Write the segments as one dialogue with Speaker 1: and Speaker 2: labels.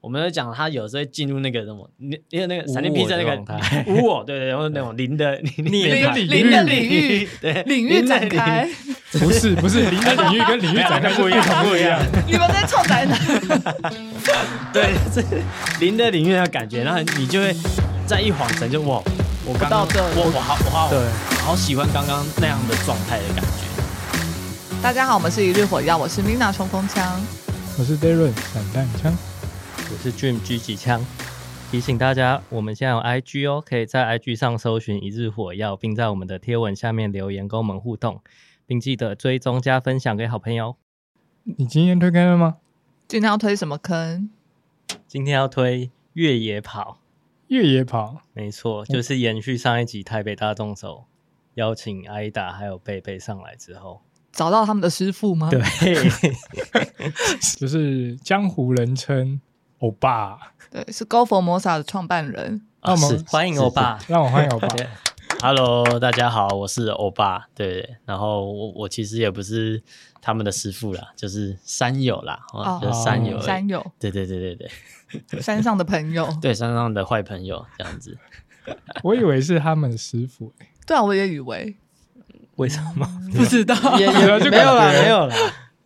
Speaker 1: 我们就讲他有时候会进入那个什么，那因为那个闪电
Speaker 2: 无
Speaker 1: 披
Speaker 2: 我
Speaker 1: 萨那
Speaker 2: 的
Speaker 1: 个
Speaker 2: 状态
Speaker 1: 无我，对对，然后那种零的零
Speaker 2: 逆
Speaker 1: 的
Speaker 2: 的
Speaker 3: 领的领域
Speaker 1: 对
Speaker 3: 领域展开，
Speaker 4: 不是不 是，领的领域跟领域展开是不同不一样。
Speaker 3: 你们在臭宅男，
Speaker 1: 对， 是零的领域的感觉，然后你就会在一晃神就哇，我刚刚
Speaker 3: 我到这
Speaker 1: 我我好我好
Speaker 4: 对，
Speaker 1: 好喜欢刚刚那样的状态的感觉。
Speaker 3: 大家好，我们是一日火药，我是 Mina 冲锋枪。
Speaker 4: 我是 Darren 散弹枪，
Speaker 2: 我是 Dream 狙击枪。提醒大家，我们现在有 IG 哦，可以在 IG 上搜寻“一日火药”，并在我们的贴文下面留言跟我们互动，并记得追踪加分享给好朋友。
Speaker 4: 你今天推开了吗？
Speaker 3: 今天要推什么坑？
Speaker 2: 今天要推越野跑，
Speaker 4: 越野跑，
Speaker 2: 没错，就是延续上一集台北大众走邀请艾达还有贝贝上来之后，
Speaker 3: 找到他们的师傅吗？
Speaker 2: 对，
Speaker 4: 就是江湖人称欧巴，
Speaker 3: 对，是 Go for Mosa 的创办人。
Speaker 4: 那我们
Speaker 1: 啊是
Speaker 2: 欢迎欧巴。
Speaker 4: 让我欢迎 欧巴。
Speaker 1: Hello，大家好，我是欧巴，对，然后我我其实也不是他们的师傅啦，就是山友啦，
Speaker 3: 哦
Speaker 1: 哦，就是山友而已，
Speaker 3: 山友，
Speaker 1: 对对对对对
Speaker 3: 山上的朋友。
Speaker 1: 对，山上的坏朋友这样子，
Speaker 4: 我以为是他们的师傅、欸，
Speaker 3: 对啊，我也以为
Speaker 2: 为什么？
Speaker 3: 不知道，
Speaker 1: 也也
Speaker 2: 啊
Speaker 4: 有这
Speaker 1: 没有啦，
Speaker 4: 感觉
Speaker 1: 没有 啦，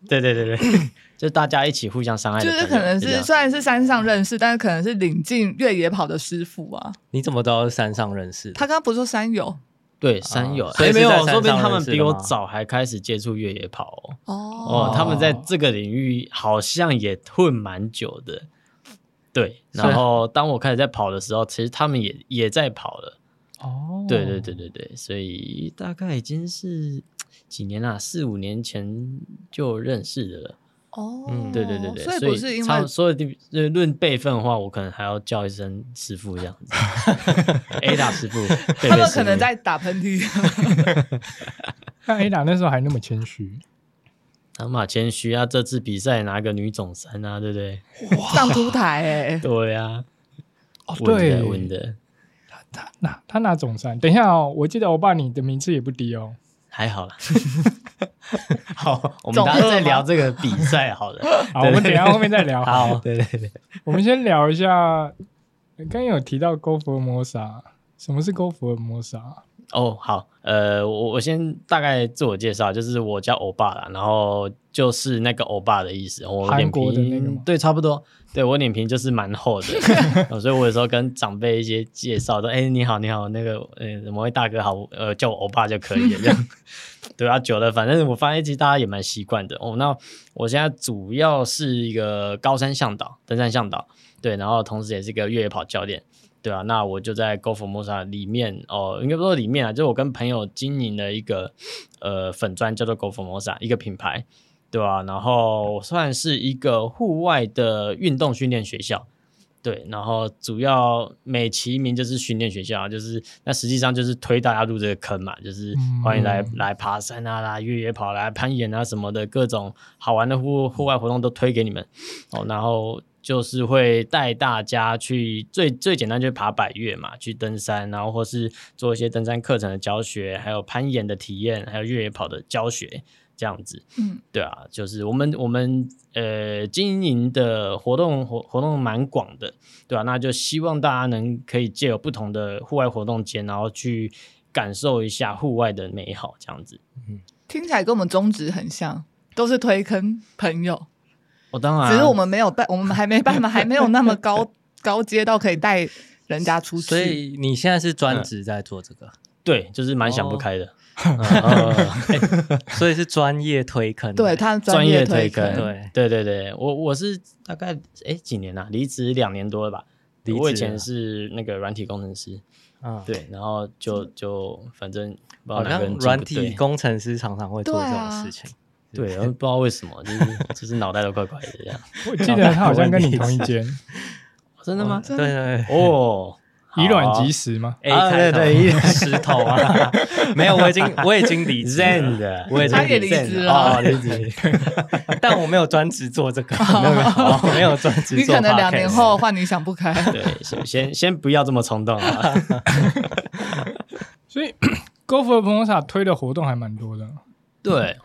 Speaker 1: 对对对对， 就大家一起互相伤害的
Speaker 3: 就
Speaker 1: 朋友，
Speaker 3: 是可能
Speaker 1: 就这
Speaker 3: 是
Speaker 1: 样
Speaker 3: 虽然是山上认识，但是可能是领进越野跑的师傅啊。
Speaker 2: 你怎么知道是山上认识的？
Speaker 3: 他刚刚不是说山友
Speaker 1: 对山友，
Speaker 2: 啊所以
Speaker 1: 哎
Speaker 2: 是
Speaker 1: 没有
Speaker 2: 在，山
Speaker 1: 说不定
Speaker 2: 上
Speaker 1: 他们
Speaker 2: 认识
Speaker 1: 比
Speaker 2: 的
Speaker 1: 我
Speaker 2: 吗
Speaker 1: 早还开始接触越野跑哦，
Speaker 3: 哦
Speaker 1: 哦，他们在这个领域好像也混蛮久的，对，然后当我开始在跑的时候，其实他们也也在跑了。
Speaker 4: 哦，
Speaker 1: 对对对，对对，所以大概已经是几年啦、四五年前就认识的了。
Speaker 3: 哦，
Speaker 2: 嗯
Speaker 1: 对对对对，
Speaker 3: 所以
Speaker 1: 所
Speaker 3: 不是因
Speaker 1: 差
Speaker 3: 为
Speaker 1: 不所有地呃论辈分的话，我可能还要叫一声师傅这样子 ，Ada 师傅，贝贝
Speaker 3: 他们
Speaker 1: 师
Speaker 3: 可能
Speaker 1: 傅
Speaker 3: 在打喷嚏，
Speaker 4: 那 Ada 那时候还那么谦虚，
Speaker 1: 他马谦虚啊，这次比赛拿个女总三啊，对不对？
Speaker 3: 上凸台哎，
Speaker 1: 对啊，
Speaker 4: 哦
Speaker 1: 稳
Speaker 4: 对
Speaker 1: 的，稳的，
Speaker 4: 他拿他拿总三，等一下哦，我记得欧巴你的名次也不 低哦，
Speaker 1: 还好啦。好，我们大家再聊这个比赛好 了。
Speaker 4: 好，我们等一下后面再聊，
Speaker 1: 好，对对对，
Speaker 4: 我们先聊一下，刚刚有提到 Go for Mosa，什么是 Go for Mosa？
Speaker 1: 哦，好，呃，我我先大概自我介绍，就是我叫欧巴啦，然后就是那个欧巴的意思，我
Speaker 4: 韩
Speaker 1: 脸
Speaker 4: 国的那个
Speaker 1: 皮
Speaker 4: 吗
Speaker 1: 对，差不多，对我脸皮就是蛮厚的， 呃所以我有时候跟长辈一些介绍说，哎、你好，你好，那个呃，某位大哥好，呃，叫我欧巴就可以了，这样， 对啊，久了，反正我发现其实大家也蛮习惯的哦。那我现在主要是一个高山向导、登山向导，对，然后同时也是一个越野跑教练，对啊，那我就在 Go for Mosa 里面哦，应该不说里面啊，就是我跟朋友经营了一个呃粉砖，叫做 Go for Mosa 一个品牌，对啊，然后算是一个户外的运动训练学校。对，然后主要美其名就是训练学校啊，就是那实际上就是推大家入这个坑嘛，就是
Speaker 4: 嗯
Speaker 1: 欢迎来来爬山啊、来越野跑、来攀岩啊什么的各种好玩的户户外活动都推给你们哦。然后就是会带大家去最最简单就是爬百越嘛，去登山，然后或是做一些登山课程的教学，还有攀岩的体验，还有越野跑的教学这样子。
Speaker 3: 嗯，
Speaker 1: 对啊，就是我们我们呃经营的活动活活动蛮广的，对啊，那就希望大家能可以借由不同的户外活动间，然后去感受一下户外的美好，这样子。
Speaker 3: 听起来跟我们宗旨很像，都是推坑朋友，
Speaker 1: 我、哦当然，啊
Speaker 3: 只是我们没有办，我们还没办 法，还没有那么高高阶到可以带人家出
Speaker 2: 所
Speaker 3: 去。
Speaker 2: 以你现在是专职在做这个，
Speaker 1: 对就是蛮想不
Speaker 2: 哦
Speaker 1: 开的，嗯
Speaker 2: 所以是专业推坑的。
Speaker 3: 对他的
Speaker 1: 哎专
Speaker 3: 业
Speaker 1: 业
Speaker 3: 推
Speaker 1: 坑，对
Speaker 2: 对
Speaker 1: 对对，我我是大概哎几年啊，离职两年多了吧。
Speaker 2: 离职
Speaker 1: 我以前
Speaker 2: 了
Speaker 1: 是那个软体工程师，
Speaker 2: 嗯，
Speaker 1: 对，然后就就反正不知道
Speaker 2: 好
Speaker 1: 哪
Speaker 2: 像
Speaker 1: 根筋不
Speaker 2: 软
Speaker 1: 对
Speaker 2: 体工程师常常会做这
Speaker 3: 啊
Speaker 2: 种事情。
Speaker 1: 对，然后不知道为什么，就是 就是脑袋都怪怪的这样。
Speaker 4: 我记得他好像跟你同一 间，
Speaker 1: 真的
Speaker 2: 哦
Speaker 1: 吗？
Speaker 2: 对对对。
Speaker 1: 哦，
Speaker 4: 以卵击
Speaker 1: 石
Speaker 4: 石吗？
Speaker 2: A
Speaker 1: 啊
Speaker 2: 开头
Speaker 1: 对对
Speaker 2: 石头啊，没有，我已经我已经离职了
Speaker 1: Zen 的，
Speaker 2: 我已经
Speaker 3: 他也离
Speaker 2: 职
Speaker 3: 职
Speaker 2: 哦
Speaker 3: 了，
Speaker 2: 离职，但我没有专职做这个， 没有没有没有专职做。
Speaker 3: 你可能两年后，换你想不开，
Speaker 1: 对，啊先先先不要这么冲动啊。
Speaker 4: 所以 Go for Mosa 推的活动还蛮多的，
Speaker 1: 对，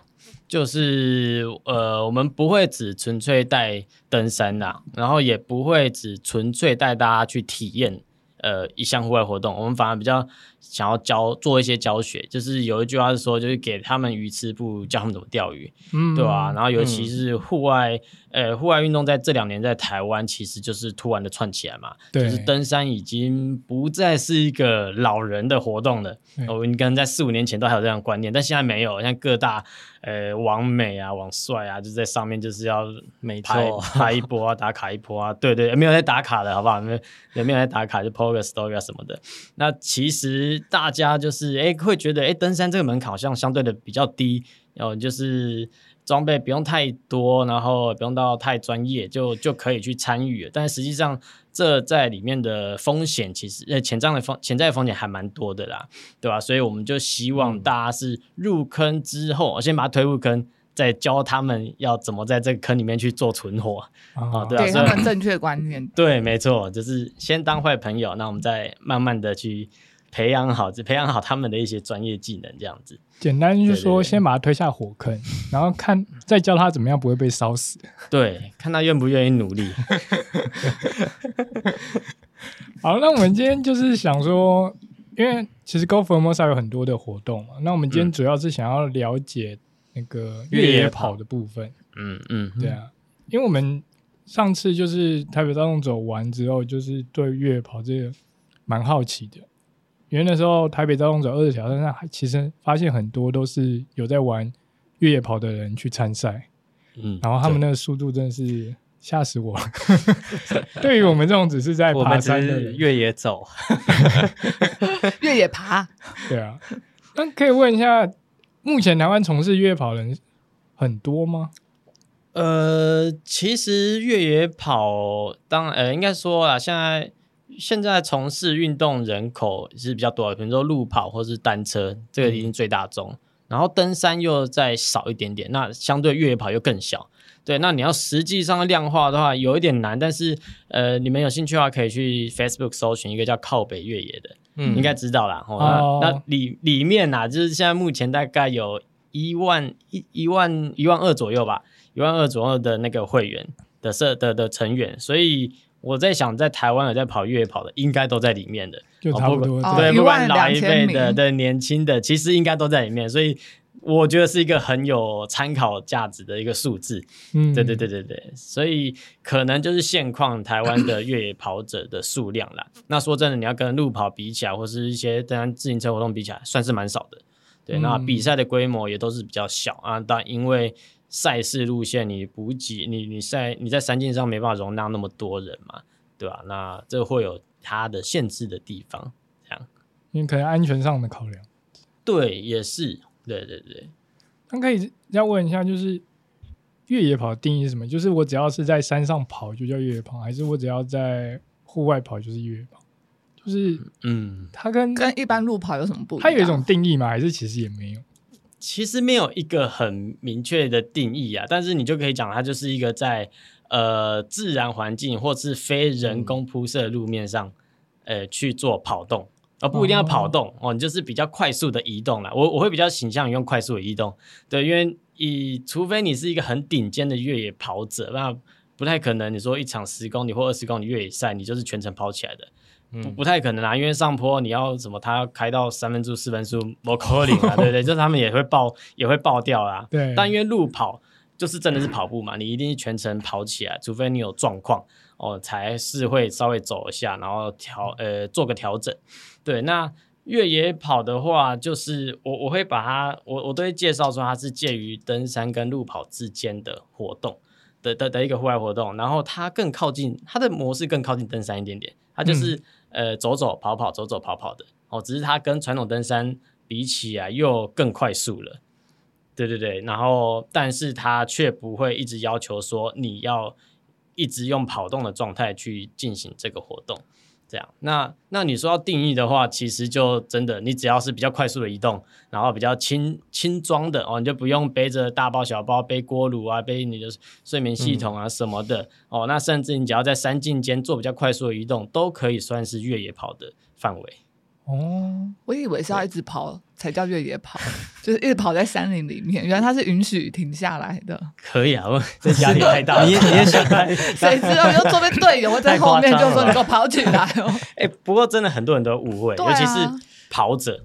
Speaker 1: 就是呃，我们不会只纯粹带登山啦、然后也不会只纯粹带大家去体验呃一项户外活动，我们反而比较想要教做一些教学，就是有一句话是说，就是给他们鱼吃，不如教他们怎么钓鱼。
Speaker 4: 嗯
Speaker 1: 对啊，然后尤其是户外，呃，户外运动在这两年在台湾其实就是突然的串起来嘛，
Speaker 4: 对
Speaker 1: 就是登山已经不再是一个老人的活动了。
Speaker 4: 对
Speaker 1: 我哦们可能在四五年前都还有这样的观念，但现在没有，像各大呃网美啊、网帅啊，就在上面就是要
Speaker 2: 没错
Speaker 1: 拍，拍一波啊，打卡一波啊，对对，没有在打卡的好不好？没有有没有在打卡就 po 个 story 啊什么的。那其实大家就是哎、诶会觉得哎、诶登山这个门槛好像相对的比较低，然、后就是装备不用太多，然后也不用到太专业，就就可以去参与了。但实际上，这在里面的风险其实呃潜在的风潜在的风险还蛮多的啦，对吧、所以我们就希望
Speaker 4: 嗯
Speaker 1: 大家是入坑之后，先把它推入坑。再教他们要怎么在这个坑里面去做存活，
Speaker 4: 啊
Speaker 1: 对啊
Speaker 3: 给他
Speaker 1: 所以
Speaker 3: 们正确观念。
Speaker 1: 对，没错，就是先当坏朋友，那我们再慢慢的去培养好，培养好他们的一些专业技能，这样子。
Speaker 4: 简单就是
Speaker 1: 对对
Speaker 4: 说，
Speaker 1: 对
Speaker 4: 先把他推下火坑，然后看再教他怎么样不会被烧死。
Speaker 1: 对，看他愿不愿意努力。
Speaker 4: 好，那我们今天就是想说，因为其实 Go Formosa 有很多的活动嘛，那我们
Speaker 1: 嗯
Speaker 4: 今天主要是想要了解那个
Speaker 2: 越野
Speaker 4: 越野
Speaker 2: 跑
Speaker 4: 跑的部分，
Speaker 1: 嗯嗯，
Speaker 4: 对啊，因为我们上次就是台北大众走完之后，就是对越野跑这个蛮好奇的，因为那时候台北大众走二十条，但是还其实发现很多都是有在玩越野跑的人去参赛，
Speaker 1: 嗯，
Speaker 4: 然后他们那个速度真的是吓死我了。对于我们这种只是在
Speaker 2: 我们
Speaker 4: 爬
Speaker 2: 只
Speaker 4: 山的
Speaker 2: 是
Speaker 4: 人，
Speaker 2: 越野 走，
Speaker 3: 越野爬，
Speaker 4: 对啊。那可以问一下，目前台湾从事越野跑的人很多吗？
Speaker 1: 呃，其实越野跑当呃，应该说啊，现在现在从事运动人口是比较多的，比如说路跑或是单车，这个已经最大宗。然后登山又再少一点点，那相对越野跑又更小。对，那你要实际上量化的话，有一点难，但是呃，你们有兴趣的话，可以去 Facebook 搜寻一个叫靠北越野的，
Speaker 2: 嗯，
Speaker 1: 应该知道啦。哦
Speaker 4: 哦
Speaker 1: 那那里里面呐、就是现在目前大概有一万一一万一万二左右吧，一万二左右的那个会员的社的的成员，所以我在想，在台湾有在跑越野跑的，应该都在里面的。
Speaker 4: 就差不多。
Speaker 3: 哦
Speaker 1: 对，
Speaker 3: 一
Speaker 1: 不管
Speaker 3: 万
Speaker 1: 老
Speaker 3: 两
Speaker 1: 一
Speaker 3: 千
Speaker 1: 辈
Speaker 3: 名
Speaker 1: 的、对年轻的，其实应该都在里面，所以我觉得是一个很有参考价值的一个数字。
Speaker 4: 嗯
Speaker 1: 对对对对对，所以可能就是现况台湾的越野跑者的数量啦。那说真的，你要跟路跑比起来，或是一些登山自行车活动比起来，算是蛮少的。对，那
Speaker 4: 嗯
Speaker 1: 比赛的规模也都是比较小啊，但因为赛事路线你补给，你你赛你在山径上没办法容纳那么多人嘛，对吧、那这会有它的限制的地方。
Speaker 4: 因为可能安全上的考量。
Speaker 1: 对，也是，对对对，
Speaker 4: 那可以要问一下，就是越野跑的定义是什么？就是我只要是在山上跑就叫越野跑，还是我只要在户外跑就是越野跑？就是
Speaker 1: 嗯，
Speaker 4: 它跟
Speaker 3: 跟一般路跑有什么不一样？
Speaker 4: 它有一种定义吗？还是其实也没有？
Speaker 1: 其实没有一个很明确的定义啊，但是你就可以讲它就是一个在呃自然环境或是非人工铺设的路面上，呃去做跑动，而、不一定要跑动哦，你就是比较快速的移动啦。我我会比较倾向于用快速的移动，对，因为以除非你是一个很顶尖的越野跑者，那不太可能你说一场十公里或二十公里越野赛，你就是全程跑起来的。不
Speaker 2: 嗯
Speaker 1: 不太可能啊，因为上坡你要什么，他要开到三分速、四分速，我扣零啊，对不对？就是他们也会爆，也会爆掉啦。
Speaker 4: 对
Speaker 1: 但因为路跑就是真的是跑步嘛，你一定是全程跑起来，除非你有状况哦，才是会稍微走一下，然后调呃做个调整。对，那越野跑的话，就是我我会把它，我我都会介绍说它是介于登山跟路跑之间的活动。的的的一个户外活动，然后它更靠近它的模式更靠近登山一点点，它就是、呃走走跑跑走走跑跑的哦，只是它跟传统登山比起来又更快速了。对对对，然后但是它却不会一直要求说你要一直用跑动的状态去进行这个活动。这样，那那你说要定义的话，其实就真的，你只要是比较快速的移动，然后比较轻轻装的哦，你就不用背着大包小包，背锅炉啊，背你的睡眠系统啊什么的、哦。那甚至你只要在山径间做比较快速的移动，都可以算是越野跑的范围。
Speaker 4: 哦，
Speaker 3: 我以为是要一直跑才叫越野跑， 就是一直跑在山林里面，原来它是允许停下来的。
Speaker 1: 可 以啊，我这压力太 大了。
Speaker 2: 你也你也想 太
Speaker 3: 谁知道就坐边队友会在后面就说你给我跑起来哦，
Speaker 1: 哎、不过真的很多人都误会，
Speaker 3: 对
Speaker 1: 尤
Speaker 3: 啊
Speaker 1: 其是跑者，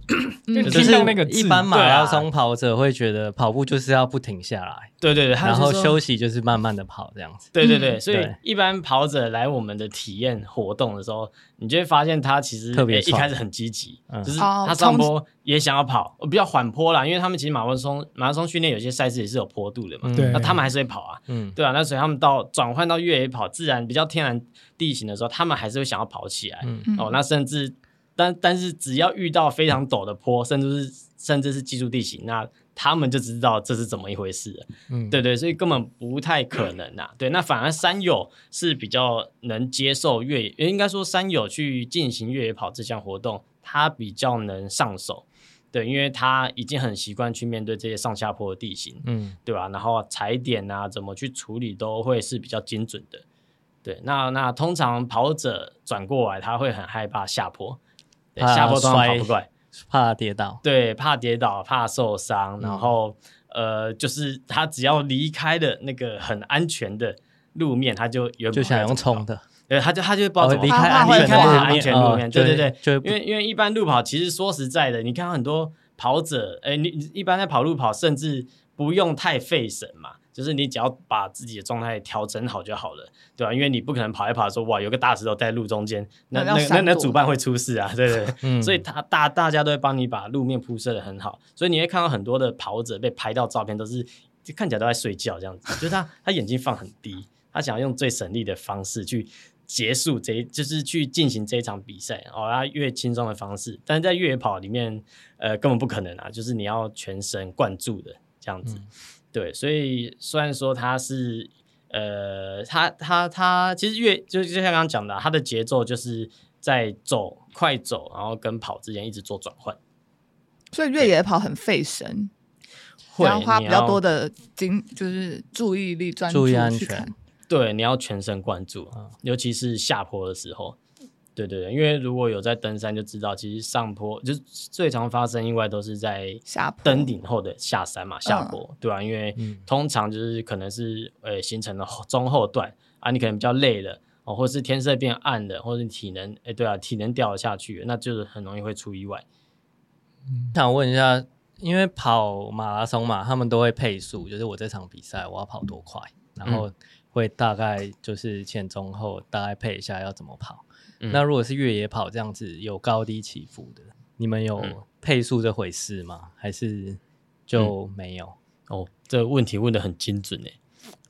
Speaker 4: 就
Speaker 3: 嗯
Speaker 2: 就是
Speaker 4: 听到那个字
Speaker 2: 一般马
Speaker 1: 对啊
Speaker 2: 拉松跑者会觉得跑步就是要不停下来，
Speaker 1: 对对对，他
Speaker 2: 然
Speaker 1: 就
Speaker 2: 后
Speaker 1: 说
Speaker 2: 休息就是慢慢的跑这样子。
Speaker 1: 对对对，
Speaker 3: 嗯
Speaker 1: 所以
Speaker 2: 对
Speaker 1: 一般跑者来我们的体验活动的时候，你就会发现他其实
Speaker 2: 特别
Speaker 1: 诶一
Speaker 2: 爽
Speaker 1: 开始很积极，
Speaker 2: 嗯
Speaker 1: 就是
Speaker 3: 哦
Speaker 1: 他上坡也想要跑，呃比较缓坡啦，因为他们其实马拉松马拉松训练有些赛事也是有坡度的嘛，
Speaker 2: 嗯
Speaker 4: 对
Speaker 1: 那他们还是会跑啊，
Speaker 2: 嗯，
Speaker 1: 对啊，那所以他们到转换到越野跑，自然比较天然地形的时候，他们还是会想要跑起来，
Speaker 2: 嗯
Speaker 3: 嗯
Speaker 1: 哦，那甚至但但是只要遇到非常陡的坡，甚至是甚至是技术地形，那他们就知道这是怎么一回事了。
Speaker 2: 嗯，
Speaker 1: 对对，所以根本不太可能呐、对，那反而山友是比较能接受越野，呃应该说山友去进行越野跑这项活动，他比较能上手。对，因为他已经很习惯去面对这些上下坡的地形，
Speaker 2: 嗯，
Speaker 1: 对吧、然后踩点啊，怎么去处理都会是比较精准的。对，那那通常跑者转过来，他会很害怕下坡，对，
Speaker 2: 怕
Speaker 1: 下坡通常跑
Speaker 2: 摔
Speaker 1: 不过来，
Speaker 2: 怕跌倒。
Speaker 1: 对，怕跌倒，怕受伤，
Speaker 2: 嗯
Speaker 1: 然后、呃，就是他只要离开的那个很安全的路面，他就有
Speaker 2: 就想用冲，的，
Speaker 1: 对，他就他就不知道怎么
Speaker 2: 哦离
Speaker 1: 跑
Speaker 2: 开
Speaker 3: 怕
Speaker 2: 安
Speaker 3: 会
Speaker 2: 全的
Speaker 3: 滑
Speaker 1: 安全路面，
Speaker 2: 哦
Speaker 1: 对对对，
Speaker 2: 就会
Speaker 1: 因为因为一般路跑其实说实在的，你看到很多跑者，哎、你你一般在跑路跑，甚至不用太费神嘛，就是你只要把自己的状态调整好就好了，对吧、因为你不可能跑一跑说哇有个大石头在路中间，那那
Speaker 3: 那要
Speaker 1: 那
Speaker 3: 闪
Speaker 1: 那
Speaker 3: 躲
Speaker 1: 主办会出事啊，对对对，
Speaker 2: 嗯
Speaker 1: 所以他大大家都会帮你把路面铺设的很好，所以你会看到很多的跑者被拍到照片都是就看起来都在睡觉这样子，就是他他眼睛放很低，他想要用最省力的方式去结束这一就是去进行这一场比赛哦，他越轻松的方式，但是在越野跑里面呃根本不可能啊，就是你要全神贯注的这样子，对，所以虽然说他是呃，他他他其实越就就像刚刚讲的啊、他的节奏就是在走快走，然后跟跑之间一直做转换，
Speaker 3: 所以越野跑很费神，
Speaker 1: 会
Speaker 3: 要花
Speaker 1: 你
Speaker 3: 比较多的精，就是注意力专注
Speaker 2: 注意安
Speaker 3: 去
Speaker 2: 全
Speaker 3: 看。。
Speaker 1: 对，你要全神贯注，
Speaker 3: 嗯
Speaker 1: 尤其是下坡的时候。对对对，因为如果有在登山就知道，其实上坡就是最常发生意外都是在
Speaker 3: 下坡
Speaker 1: 登顶后的下山嘛，下
Speaker 3: 嗯
Speaker 1: 坡，对啊，因为
Speaker 2: 嗯
Speaker 1: 通常就是可能是呃形成了后中后段啊，你可能比较累了哦，或是天色变暗了，或是体能哎对啊，体能掉了下去，那就是很容易会出意外。
Speaker 2: 想问一下，因为跑马拉松嘛，他们都会配速，就是我这场比赛我要跑多快，
Speaker 1: 嗯
Speaker 2: 然后会大概就是前中后大概配一下要怎么跑。
Speaker 1: 嗯
Speaker 2: 那如果是越野跑这样子有高低起伏的，你们有
Speaker 1: 嗯
Speaker 2: 配速这回事吗？还是
Speaker 1: 嗯
Speaker 2: 就没有？
Speaker 1: 哦，这个问题问的很精准诶。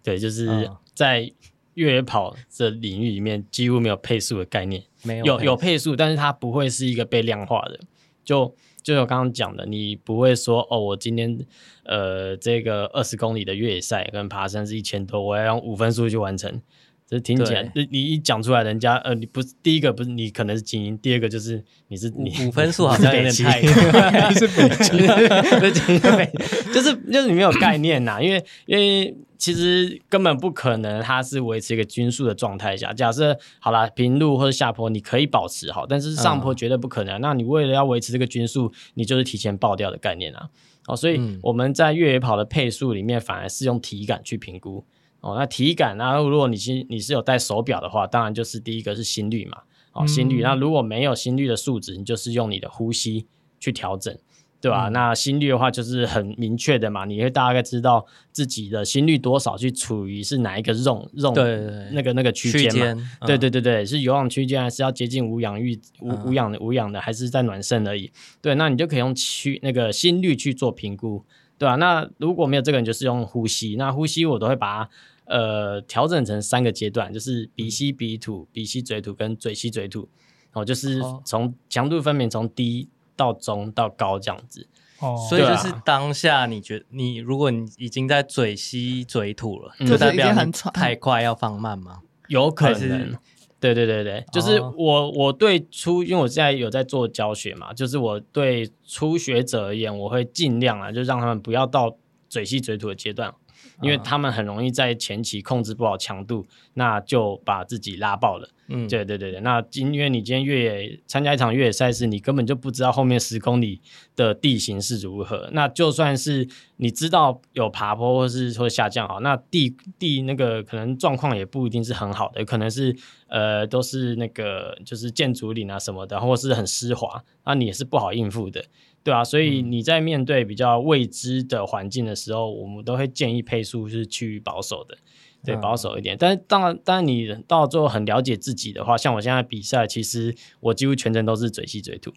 Speaker 1: 对，就是
Speaker 2: 嗯
Speaker 1: 在越野跑这领域里面，几乎没有配速的概念。
Speaker 2: 没有
Speaker 1: 有
Speaker 2: 配
Speaker 1: 有配速，但是它不会是一个被量化的。就就我刚刚讲的，你不会说哦，我今天呃这个二十公里的越野赛跟爬山是一千多，我要用五分速去完成。这听起来，你你一讲出来，人家呃，你不是第一个不是你可能是精英，第二个就是你是 你
Speaker 2: 五五分数好像有点太
Speaker 1: 是北京，对就是北就是就是你没有概念呐、因为因为其实根本不可能它是维持一个均速的状态下。假设好啦，平路或者下坡你可以保持好，但是上坡绝对不可能啊、那你为了要维持这个均速，你就是提前爆掉的概念啊。哦，所以
Speaker 2: 嗯
Speaker 1: 我们在越野跑的配速里面，反而是用体感去评估。哦，那体感啊，如果你是你是有戴手表的话，当然就是第一个是心率嘛，哦，心率。
Speaker 4: 嗯
Speaker 1: 那如果没有心率的数值，你就是用你的呼吸去调整，对吧、
Speaker 2: 嗯
Speaker 1: 那心率的话就是很明确的嘛，你会大概知道自己的心率多少，去处于是哪一个 zone zone
Speaker 2: 对对对
Speaker 1: 那个那个 区
Speaker 2: 区
Speaker 1: 间嘛。
Speaker 2: 间，嗯
Speaker 1: 对对对对，是有氧区间，还是要接近无氧域无无氧的无氧的，还是在暖身而已？对，那你就可以用区那个心率去做评估，对吧、啊那如果没有这个，你就是用呼吸。那呼吸我都会把它呃调整成三个阶段，就是
Speaker 2: 嗯
Speaker 1: 鼻吸鼻吐、鼻吸嘴吐跟嘴吸嘴吐，哦，就是
Speaker 2: 哦
Speaker 1: 从强度分明从低到中到高这样子。
Speaker 4: 哦，
Speaker 2: 所以
Speaker 1: 对
Speaker 2: 就
Speaker 1: 啊
Speaker 2: 是当下你觉你如果你已经在嘴吸嘴吐了，
Speaker 1: 嗯
Speaker 2: 就代表
Speaker 3: 就是已经
Speaker 2: 你
Speaker 3: 很喘
Speaker 2: 太快要放慢吗？
Speaker 1: 有可
Speaker 2: 还是
Speaker 1: 能。对对对对，就是
Speaker 2: 哦
Speaker 1: 我、我对初，因为我现在有在做教学嘛，就是我对初学者而言，我会尽量啊，就让他们不要到嘴吸嘴吐的阶段，因为
Speaker 2: 啊
Speaker 1: 他们很容易在前期控制不好强度，那就把自己拉爆了。
Speaker 2: 嗯，
Speaker 1: 对对对对，那今因为你今天越野参加一场越野赛事，你根本就不知道后面十公里的地形是如何。那就算是你知道有爬坡或是说下降啊好，那地地那个可能状况也不一定是很好的，可能是呃都是那个就是建筑林啊什么的，或是很湿滑，那你也是不好应付的，对啊。所
Speaker 2: 嗯
Speaker 1: 以你在面对比较未知的环境的时候，我们都会建议配速是趋于保守的。对，
Speaker 2: 嗯
Speaker 1: 保守一点。但是当然，当然你到最后很了解自己的话，像我现在比赛，其实我几乎全程都是嘴吸嘴吐。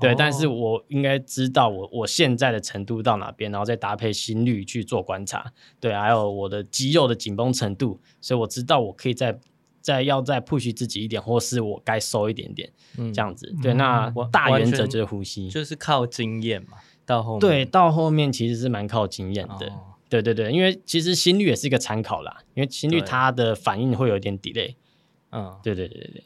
Speaker 1: 对，
Speaker 2: 哦
Speaker 1: 但是我应该知道我我现在的程度到哪边，然后再搭配心率去做观察，对，还有我的肌肉的紧绷程度，所以我知道我可以再再要再 push 自己一点，或是我该收一点点
Speaker 2: 嗯
Speaker 1: 这样子。对，那
Speaker 2: 完
Speaker 1: 大
Speaker 2: 完
Speaker 1: 原
Speaker 2: 全
Speaker 1: 则就是呼吸，
Speaker 2: 嗯就是靠经验嘛，到后面
Speaker 1: 对，到后面其实是蛮靠经验的。
Speaker 2: 哦
Speaker 1: 对对对，因为其实心率也是一个参考啦，因为心率
Speaker 2: 对
Speaker 1: 它的反应会有一点 delay。
Speaker 2: 嗯，
Speaker 1: 对对对对对，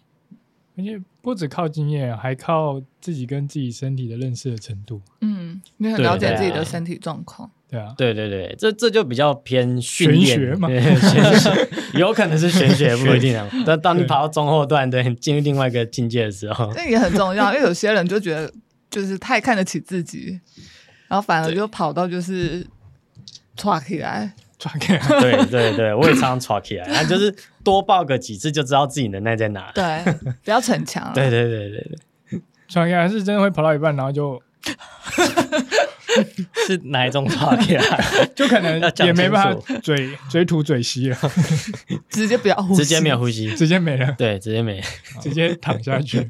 Speaker 4: 而且不只靠经验，还靠自己跟自己身体的认识的程度，
Speaker 3: 嗯，你很
Speaker 1: 对
Speaker 3: 了解
Speaker 1: 对啊
Speaker 3: 自己的
Speaker 1: 对
Speaker 3: 身体状况，
Speaker 4: 对啊，
Speaker 1: 对对对，这这就比较偏训练
Speaker 4: 玄学嘛
Speaker 1: 对 玄学有可能是玄学，不一定啊。但当你跑到中后段，对，进入另外一个境界的时候，
Speaker 3: 这也很重要，因为有些人就觉得就是太看得起自己，然后反而就跑到就是抓起来，
Speaker 4: 抓开。
Speaker 1: 对对对，我也常常吵起来，那就是多报个几次就知道自己能耐在哪。
Speaker 3: 对，不要逞强，
Speaker 1: 对，对对对对，
Speaker 4: 传开还是真的会跑到一半，然后就
Speaker 2: 是哪一种 差别啊？
Speaker 4: 就可能
Speaker 2: 要讲
Speaker 4: 也没办
Speaker 2: 清
Speaker 4: 法嘴嘴吐嘴吸了，
Speaker 3: 直接不要呼吸，
Speaker 1: 直接没有呼吸，
Speaker 4: 直接没了，
Speaker 1: 对，直接没，
Speaker 4: 直接躺下去。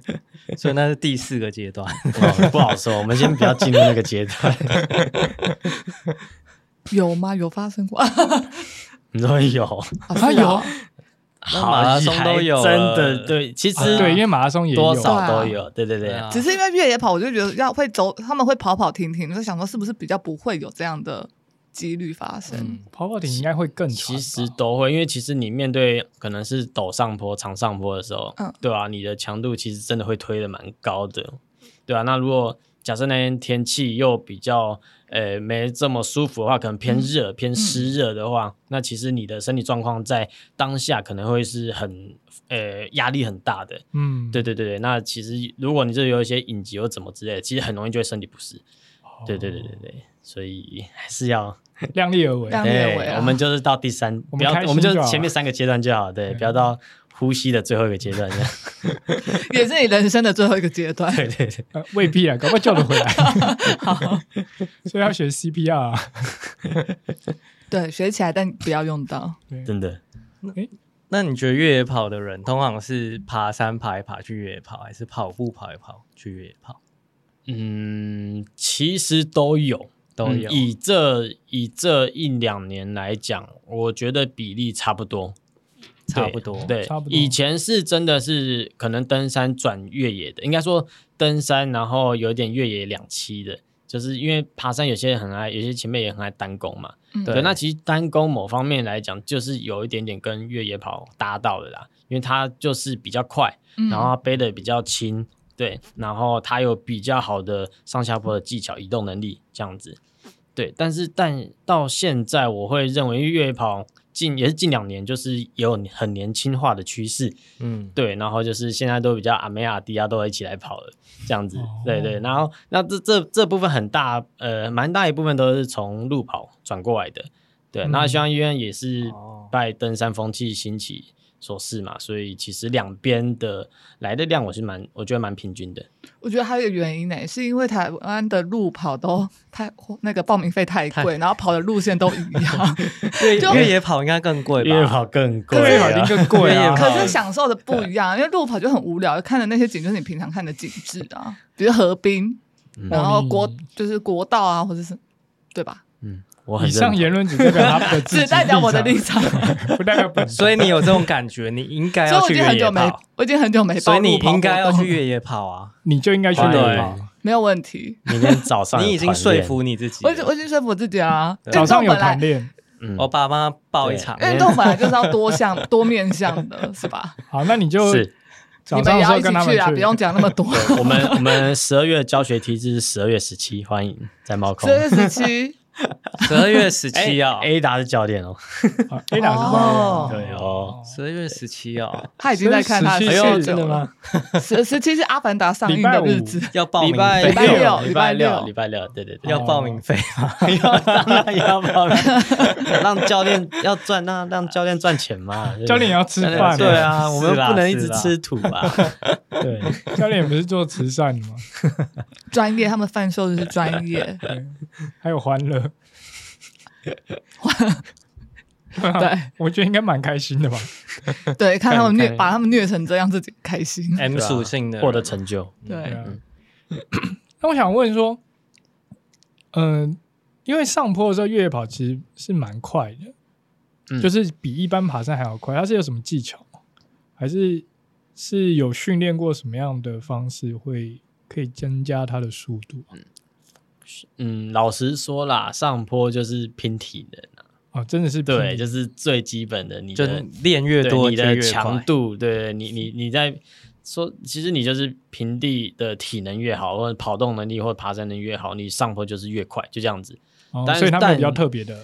Speaker 2: 所以那是第四个阶段。
Speaker 1: 不好哦不好说。我们先不要进入那个阶段，
Speaker 3: 有吗？有发生过？
Speaker 1: 你说有。
Speaker 3: 啊，有，
Speaker 1: 好，
Speaker 2: 马拉松都有
Speaker 1: 真
Speaker 2: 了
Speaker 1: 的对，其实、
Speaker 4: 对，因为马拉松也有
Speaker 1: 啊多少都有，对对对，
Speaker 2: 对啊
Speaker 3: 只是因为越野跑，我就觉得要会走，他们会跑跑停停，就想说是不是比较不会有这样的几率发生？
Speaker 2: 嗯，
Speaker 4: 跑跑艇应该会更长
Speaker 1: 其
Speaker 4: 吧
Speaker 1: 实都会，因为其实你面对可能是陡上坡、长上坡的时候，
Speaker 3: 嗯
Speaker 1: 对啊，你的强度其实真的会推的蛮高的，对啊。那如果假设那天天气又比较呃没这么舒服的话，可能
Speaker 4: 嗯
Speaker 1: 偏热、偏湿热的话，那其实你的身体状况在当下可能会是很呃压力很大的，
Speaker 4: 嗯，
Speaker 1: 对对对对。那其实如果你这有一些隐疾或怎么之类的，其实很容易就会身体不适，
Speaker 4: 哦，
Speaker 1: 对对对对对，所以还是要。
Speaker 4: 量力而为。
Speaker 3: 量力而
Speaker 1: 对
Speaker 3: 为，啊
Speaker 1: 我们就是到第三，
Speaker 4: 我们
Speaker 1: 不要
Speaker 4: 开，心
Speaker 1: 我们就
Speaker 4: 就好
Speaker 1: 前面三个阶段就好，对，不要到呼吸的最后一个阶段这样。
Speaker 3: 也是你人生的最后一个阶段。
Speaker 1: 对对对，
Speaker 4: 呃，未必啊，搞不好叫 得回来。 所以要学 CPR 啊。
Speaker 3: 对，学起来但不要用到。
Speaker 1: 真的，
Speaker 2: 那你觉得越野跑的人通常是爬山爬一爬去越野跑，还是跑步跑一跑去越野跑？
Speaker 1: 嗯，其实都有
Speaker 2: 都有
Speaker 1: 嗯以这以这一两年来讲，我觉得比例差不多，
Speaker 2: 差不多，
Speaker 1: 对
Speaker 4: 差不，多
Speaker 1: 以前是真的是可能登山转越野的，应该说登山，然后有点越野两栖的，就是因为爬山有些人很爱，有些前辈也很爱单攻嘛。
Speaker 3: 嗯
Speaker 1: 对，那其实单攻某方面来讲，就是有一点点跟越野跑搭到的啦，因为它就是比较快，
Speaker 3: 嗯
Speaker 1: 然后它背的比较轻，对，然后它有比较好的上下坡的技巧、移动能力这样子。对，但是但到现在，我会认为因为越野跑近也是近两年，就是也有很年轻化的趋势，
Speaker 2: 嗯，
Speaker 1: 对，然后就是现在都比较阿美阿迪啊，都一起来跑了这样子，
Speaker 4: 哦
Speaker 1: 对对。然后那这这这部分很大，呃，蛮大一部分都是从路跑转过来的，对。
Speaker 4: 嗯
Speaker 1: 那希望医院也是
Speaker 2: 哦
Speaker 1: 拜登山风气兴起所示嘛，所以其实两边的来的量我是蛮，我觉得蛮平均的。
Speaker 3: 我觉得还有一个原因呢、是因为台湾的路跑都太那个报名费太贵，然后跑的路线 都一样，
Speaker 2: 越
Speaker 3: 就
Speaker 2: 越野跑应该更贵吧？
Speaker 1: 越野跑更贵、
Speaker 4: 越野
Speaker 1: 啊，
Speaker 4: 跑一定更贵
Speaker 2: 越野
Speaker 4: 啊
Speaker 2: 跑。
Speaker 3: 可是享受的不一样。因为路跑就很无聊，看的那些景就是你平常看的景致啊，比如河滨，
Speaker 1: 嗯
Speaker 3: 然后国、
Speaker 4: 嗯
Speaker 3: 就是国道啊，或者是对吧？
Speaker 1: 嗯，我很
Speaker 4: 以
Speaker 1: 认
Speaker 4: 上
Speaker 1: 同
Speaker 4: 言论只代表他 的
Speaker 2: 嗯
Speaker 4: 自己
Speaker 3: 只代表我的立
Speaker 4: 立
Speaker 3: 场，所
Speaker 4: 场，不代表本身。
Speaker 2: 所以你有这种感觉，你应该
Speaker 3: 以
Speaker 2: 要
Speaker 3: 我
Speaker 2: 去
Speaker 3: 已经
Speaker 2: 越
Speaker 3: 很
Speaker 2: 野
Speaker 3: 久没
Speaker 2: 跑，，
Speaker 3: 我已经很久没
Speaker 2: 所
Speaker 3: 报
Speaker 2: 以你
Speaker 3: 路跑
Speaker 2: 应该要
Speaker 3: 活
Speaker 2: 去
Speaker 3: 动了
Speaker 2: 越野跑啊！
Speaker 4: 你就应该去
Speaker 1: 对
Speaker 4: 野跑。
Speaker 3: 没有问题。
Speaker 1: 明天早上有
Speaker 2: 你已经
Speaker 1: 团
Speaker 2: 说
Speaker 1: 练
Speaker 2: 服你自己
Speaker 3: 我已经我
Speaker 2: 了，
Speaker 3: 已经说服自己啊，
Speaker 2: 对
Speaker 3: 运
Speaker 4: 早
Speaker 3: 动
Speaker 4: 上有
Speaker 3: 本来
Speaker 4: 团练，
Speaker 1: 嗯
Speaker 2: 我，爸妈报一
Speaker 1: 对。
Speaker 2: 场，
Speaker 3: 运动本来就是要多项 多面向的，是吧？
Speaker 4: 好，那你就是
Speaker 3: 你
Speaker 4: 早
Speaker 3: 们
Speaker 4: 上
Speaker 3: 也
Speaker 4: 的时
Speaker 3: 要
Speaker 4: 候
Speaker 3: 一起
Speaker 4: 跟他们
Speaker 3: 去啊，不用讲那么多。
Speaker 1: 对我们我们十二月教学梯是十二月十七，欢迎在猫空
Speaker 3: 十。月十七，
Speaker 2: 十二 月十七
Speaker 1: 啊
Speaker 2: 号，
Speaker 1: ，A 打是教练哦，
Speaker 4: 啊 A 档是
Speaker 3: 哦
Speaker 4: 教
Speaker 1: 对
Speaker 4: 练，
Speaker 1: 哦，
Speaker 2: 十二月十七号
Speaker 3: 他已经在看他
Speaker 4: 十
Speaker 3: 的
Speaker 4: 七
Speaker 3: 十
Speaker 4: 是
Speaker 3: 九
Speaker 4: 真的吗？？
Speaker 3: 十十七是阿凡达上映的日子，
Speaker 2: 要报名
Speaker 1: 礼拜哦
Speaker 2: 费
Speaker 3: 礼拜六
Speaker 1: 礼拜
Speaker 3: 礼拜六
Speaker 1: 礼拜六，对对对，
Speaker 2: 要报名费吗？
Speaker 1: 要当然要报名，让教练要赚，让让教练赚钱嘛，对不对
Speaker 4: 教练也要吃饭啊
Speaker 1: 对啊，我们
Speaker 2: 是啦
Speaker 1: 不能一直
Speaker 2: 是啦
Speaker 1: 吃土啊，
Speaker 4: 对，教练也不是做慈善的吗？
Speaker 3: 专业，他们贩售的是专业，
Speaker 4: 还有欢 乐，
Speaker 3: 对
Speaker 4: 啊我觉得应该蛮开心的吧。
Speaker 3: 对，看他们虐，
Speaker 1: 看
Speaker 3: 把他们虐成这样，自己开心。
Speaker 2: M
Speaker 1: 对啊
Speaker 2: 属性的
Speaker 1: 获得成就，
Speaker 4: 对
Speaker 3: 对，
Speaker 4: 啊。那我想问说，嗯、因为上坡的时候越野跑其实是蛮快的，
Speaker 1: 嗯
Speaker 4: 就是比一般爬山还要快。它是有什么技巧吗？还是是有训练过什么样的方式会可以增加它的速度啊？
Speaker 1: 嗯，老实说啦，上坡就是拼体能，
Speaker 4: 哦真的是
Speaker 1: 对，
Speaker 4: 拼
Speaker 1: 就是最基本的，你
Speaker 2: 就
Speaker 1: 的
Speaker 2: 练越
Speaker 1: 对
Speaker 2: 多
Speaker 1: 你
Speaker 2: 就
Speaker 1: 的
Speaker 2: 越
Speaker 1: 强
Speaker 2: 快。
Speaker 1: 度，对对，你你你在说，其实你就是平地的体能越好，或者跑动能力或者爬山能力越好，你上坡就是越快，就这样子。
Speaker 4: 哦
Speaker 1: 但，
Speaker 4: 所以他们有比较
Speaker 1: 但
Speaker 4: 特别的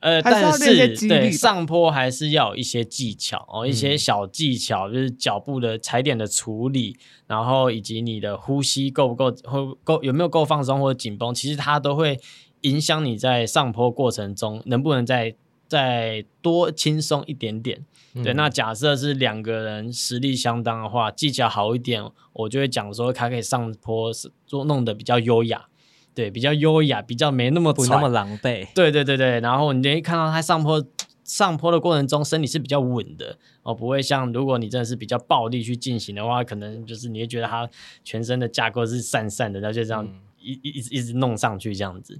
Speaker 1: 呃，
Speaker 3: 还是要
Speaker 1: 但
Speaker 3: 练一些
Speaker 1: 是
Speaker 3: 肌力
Speaker 1: 对
Speaker 3: 吧
Speaker 1: 上坡还是要有一些技巧哦，一些
Speaker 2: 嗯
Speaker 1: 小技巧，就是脚步的踩点的处理，然后以及你的呼吸够不够够够有没有够放松或者紧绷，其实它都会影响你在上坡过程中能不能再再多轻松一点点。对，
Speaker 2: 嗯
Speaker 1: 那假设是两个人实力相当的话，技巧好一点，我就会讲说他可以上坡是做弄得比较优雅，对，比较优雅，比较没那么
Speaker 2: 不那
Speaker 1: 喘
Speaker 2: 么狼狈。
Speaker 1: 对对对对，然后你就会看到他上坡上坡的过程中，身体是比较稳的哦，不会像如果你真的是比较暴力去进行的话，可能就是你会觉得他全身的架构是散散的，然后就这样
Speaker 2: 嗯
Speaker 1: 一、一一直一直弄上去这样子，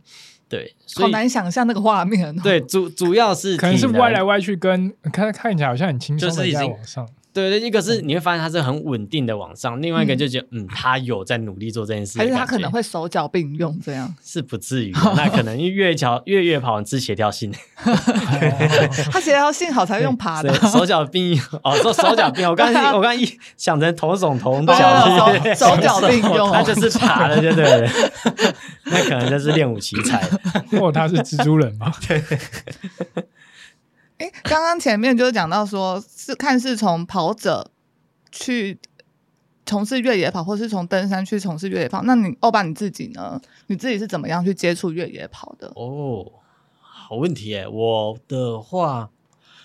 Speaker 1: 对，所
Speaker 3: 好
Speaker 1: 以
Speaker 3: 难想象那个画面哦。
Speaker 1: 对主主要是
Speaker 4: 可能是
Speaker 1: 体能
Speaker 4: 歪来歪去跟，看看起来好像很轻松
Speaker 2: 就是
Speaker 4: 的
Speaker 2: 已
Speaker 4: 在
Speaker 2: 经
Speaker 4: 往上，
Speaker 1: 对对，一个
Speaker 4: 嗯
Speaker 1: 是你会发现他是很稳定的往上，另外一个就觉得嗯他有在努力做这件事的
Speaker 3: 还
Speaker 1: 感
Speaker 3: 是
Speaker 1: 觉，
Speaker 3: 他可能会手脚并用这样，
Speaker 1: 是不至于的，那可能因为越桥越越跑很吃协调性。
Speaker 3: 他协调性好才会用爬的
Speaker 1: 对，手脚并用哦，说手脚并用，我刚 才我刚一想成同手同
Speaker 3: 没有
Speaker 1: 脚，
Speaker 3: 没有手啊手脚并用
Speaker 1: 他就是爬的，就对 了。那可能就是练武奇才，
Speaker 4: 或者他是蜘蛛人吧？
Speaker 3: 诶，刚刚前面就是讲到说，是看是从跑者去从事越野跑，或是从登山去从事越野跑。那你欧巴你自己呢？你自己是怎么样去接触越野跑的？
Speaker 1: 哦，好问题耶！我的话，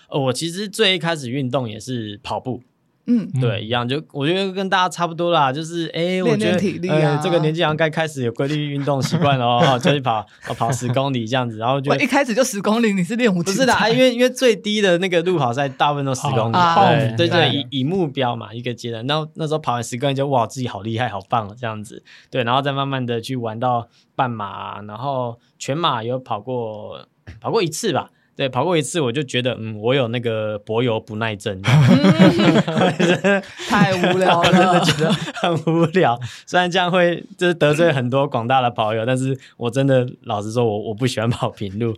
Speaker 1: 呃，我其实最一开始运动也是跑步，
Speaker 3: 嗯，
Speaker 1: 对，一样就我觉得跟大家差不多啦，就是哎，我觉
Speaker 3: 练
Speaker 1: 得
Speaker 3: 体力啊
Speaker 1: 呃这个年纪好像该开始有规律运动习惯了 哦，哦就去跑哦跑十公里这样子，然后就
Speaker 3: 我一开始就十公里，你是练武
Speaker 1: 不是的，啊因为 因为最低的那个路跑赛大部分都十公里
Speaker 3: 啊
Speaker 1: 嘛，
Speaker 4: 啊
Speaker 1: 对对对，
Speaker 4: 嗯
Speaker 1: 以以目标嘛一个阶段。那那时候跑完十公里就哇，自己好厉害，好棒哦这样子。对，然后再慢慢的去玩到半马，啊然后全马有跑过跑过一次吧。对，跑过一次我就觉得，嗯，我有那个柏油不耐症，
Speaker 3: 太无聊
Speaker 1: 我真的
Speaker 2: 哦
Speaker 3: 了。
Speaker 1: 觉得很无聊。 虽然这样会就是得罪很多广大的跑友，但是我真的老实说我，我不喜欢跑平路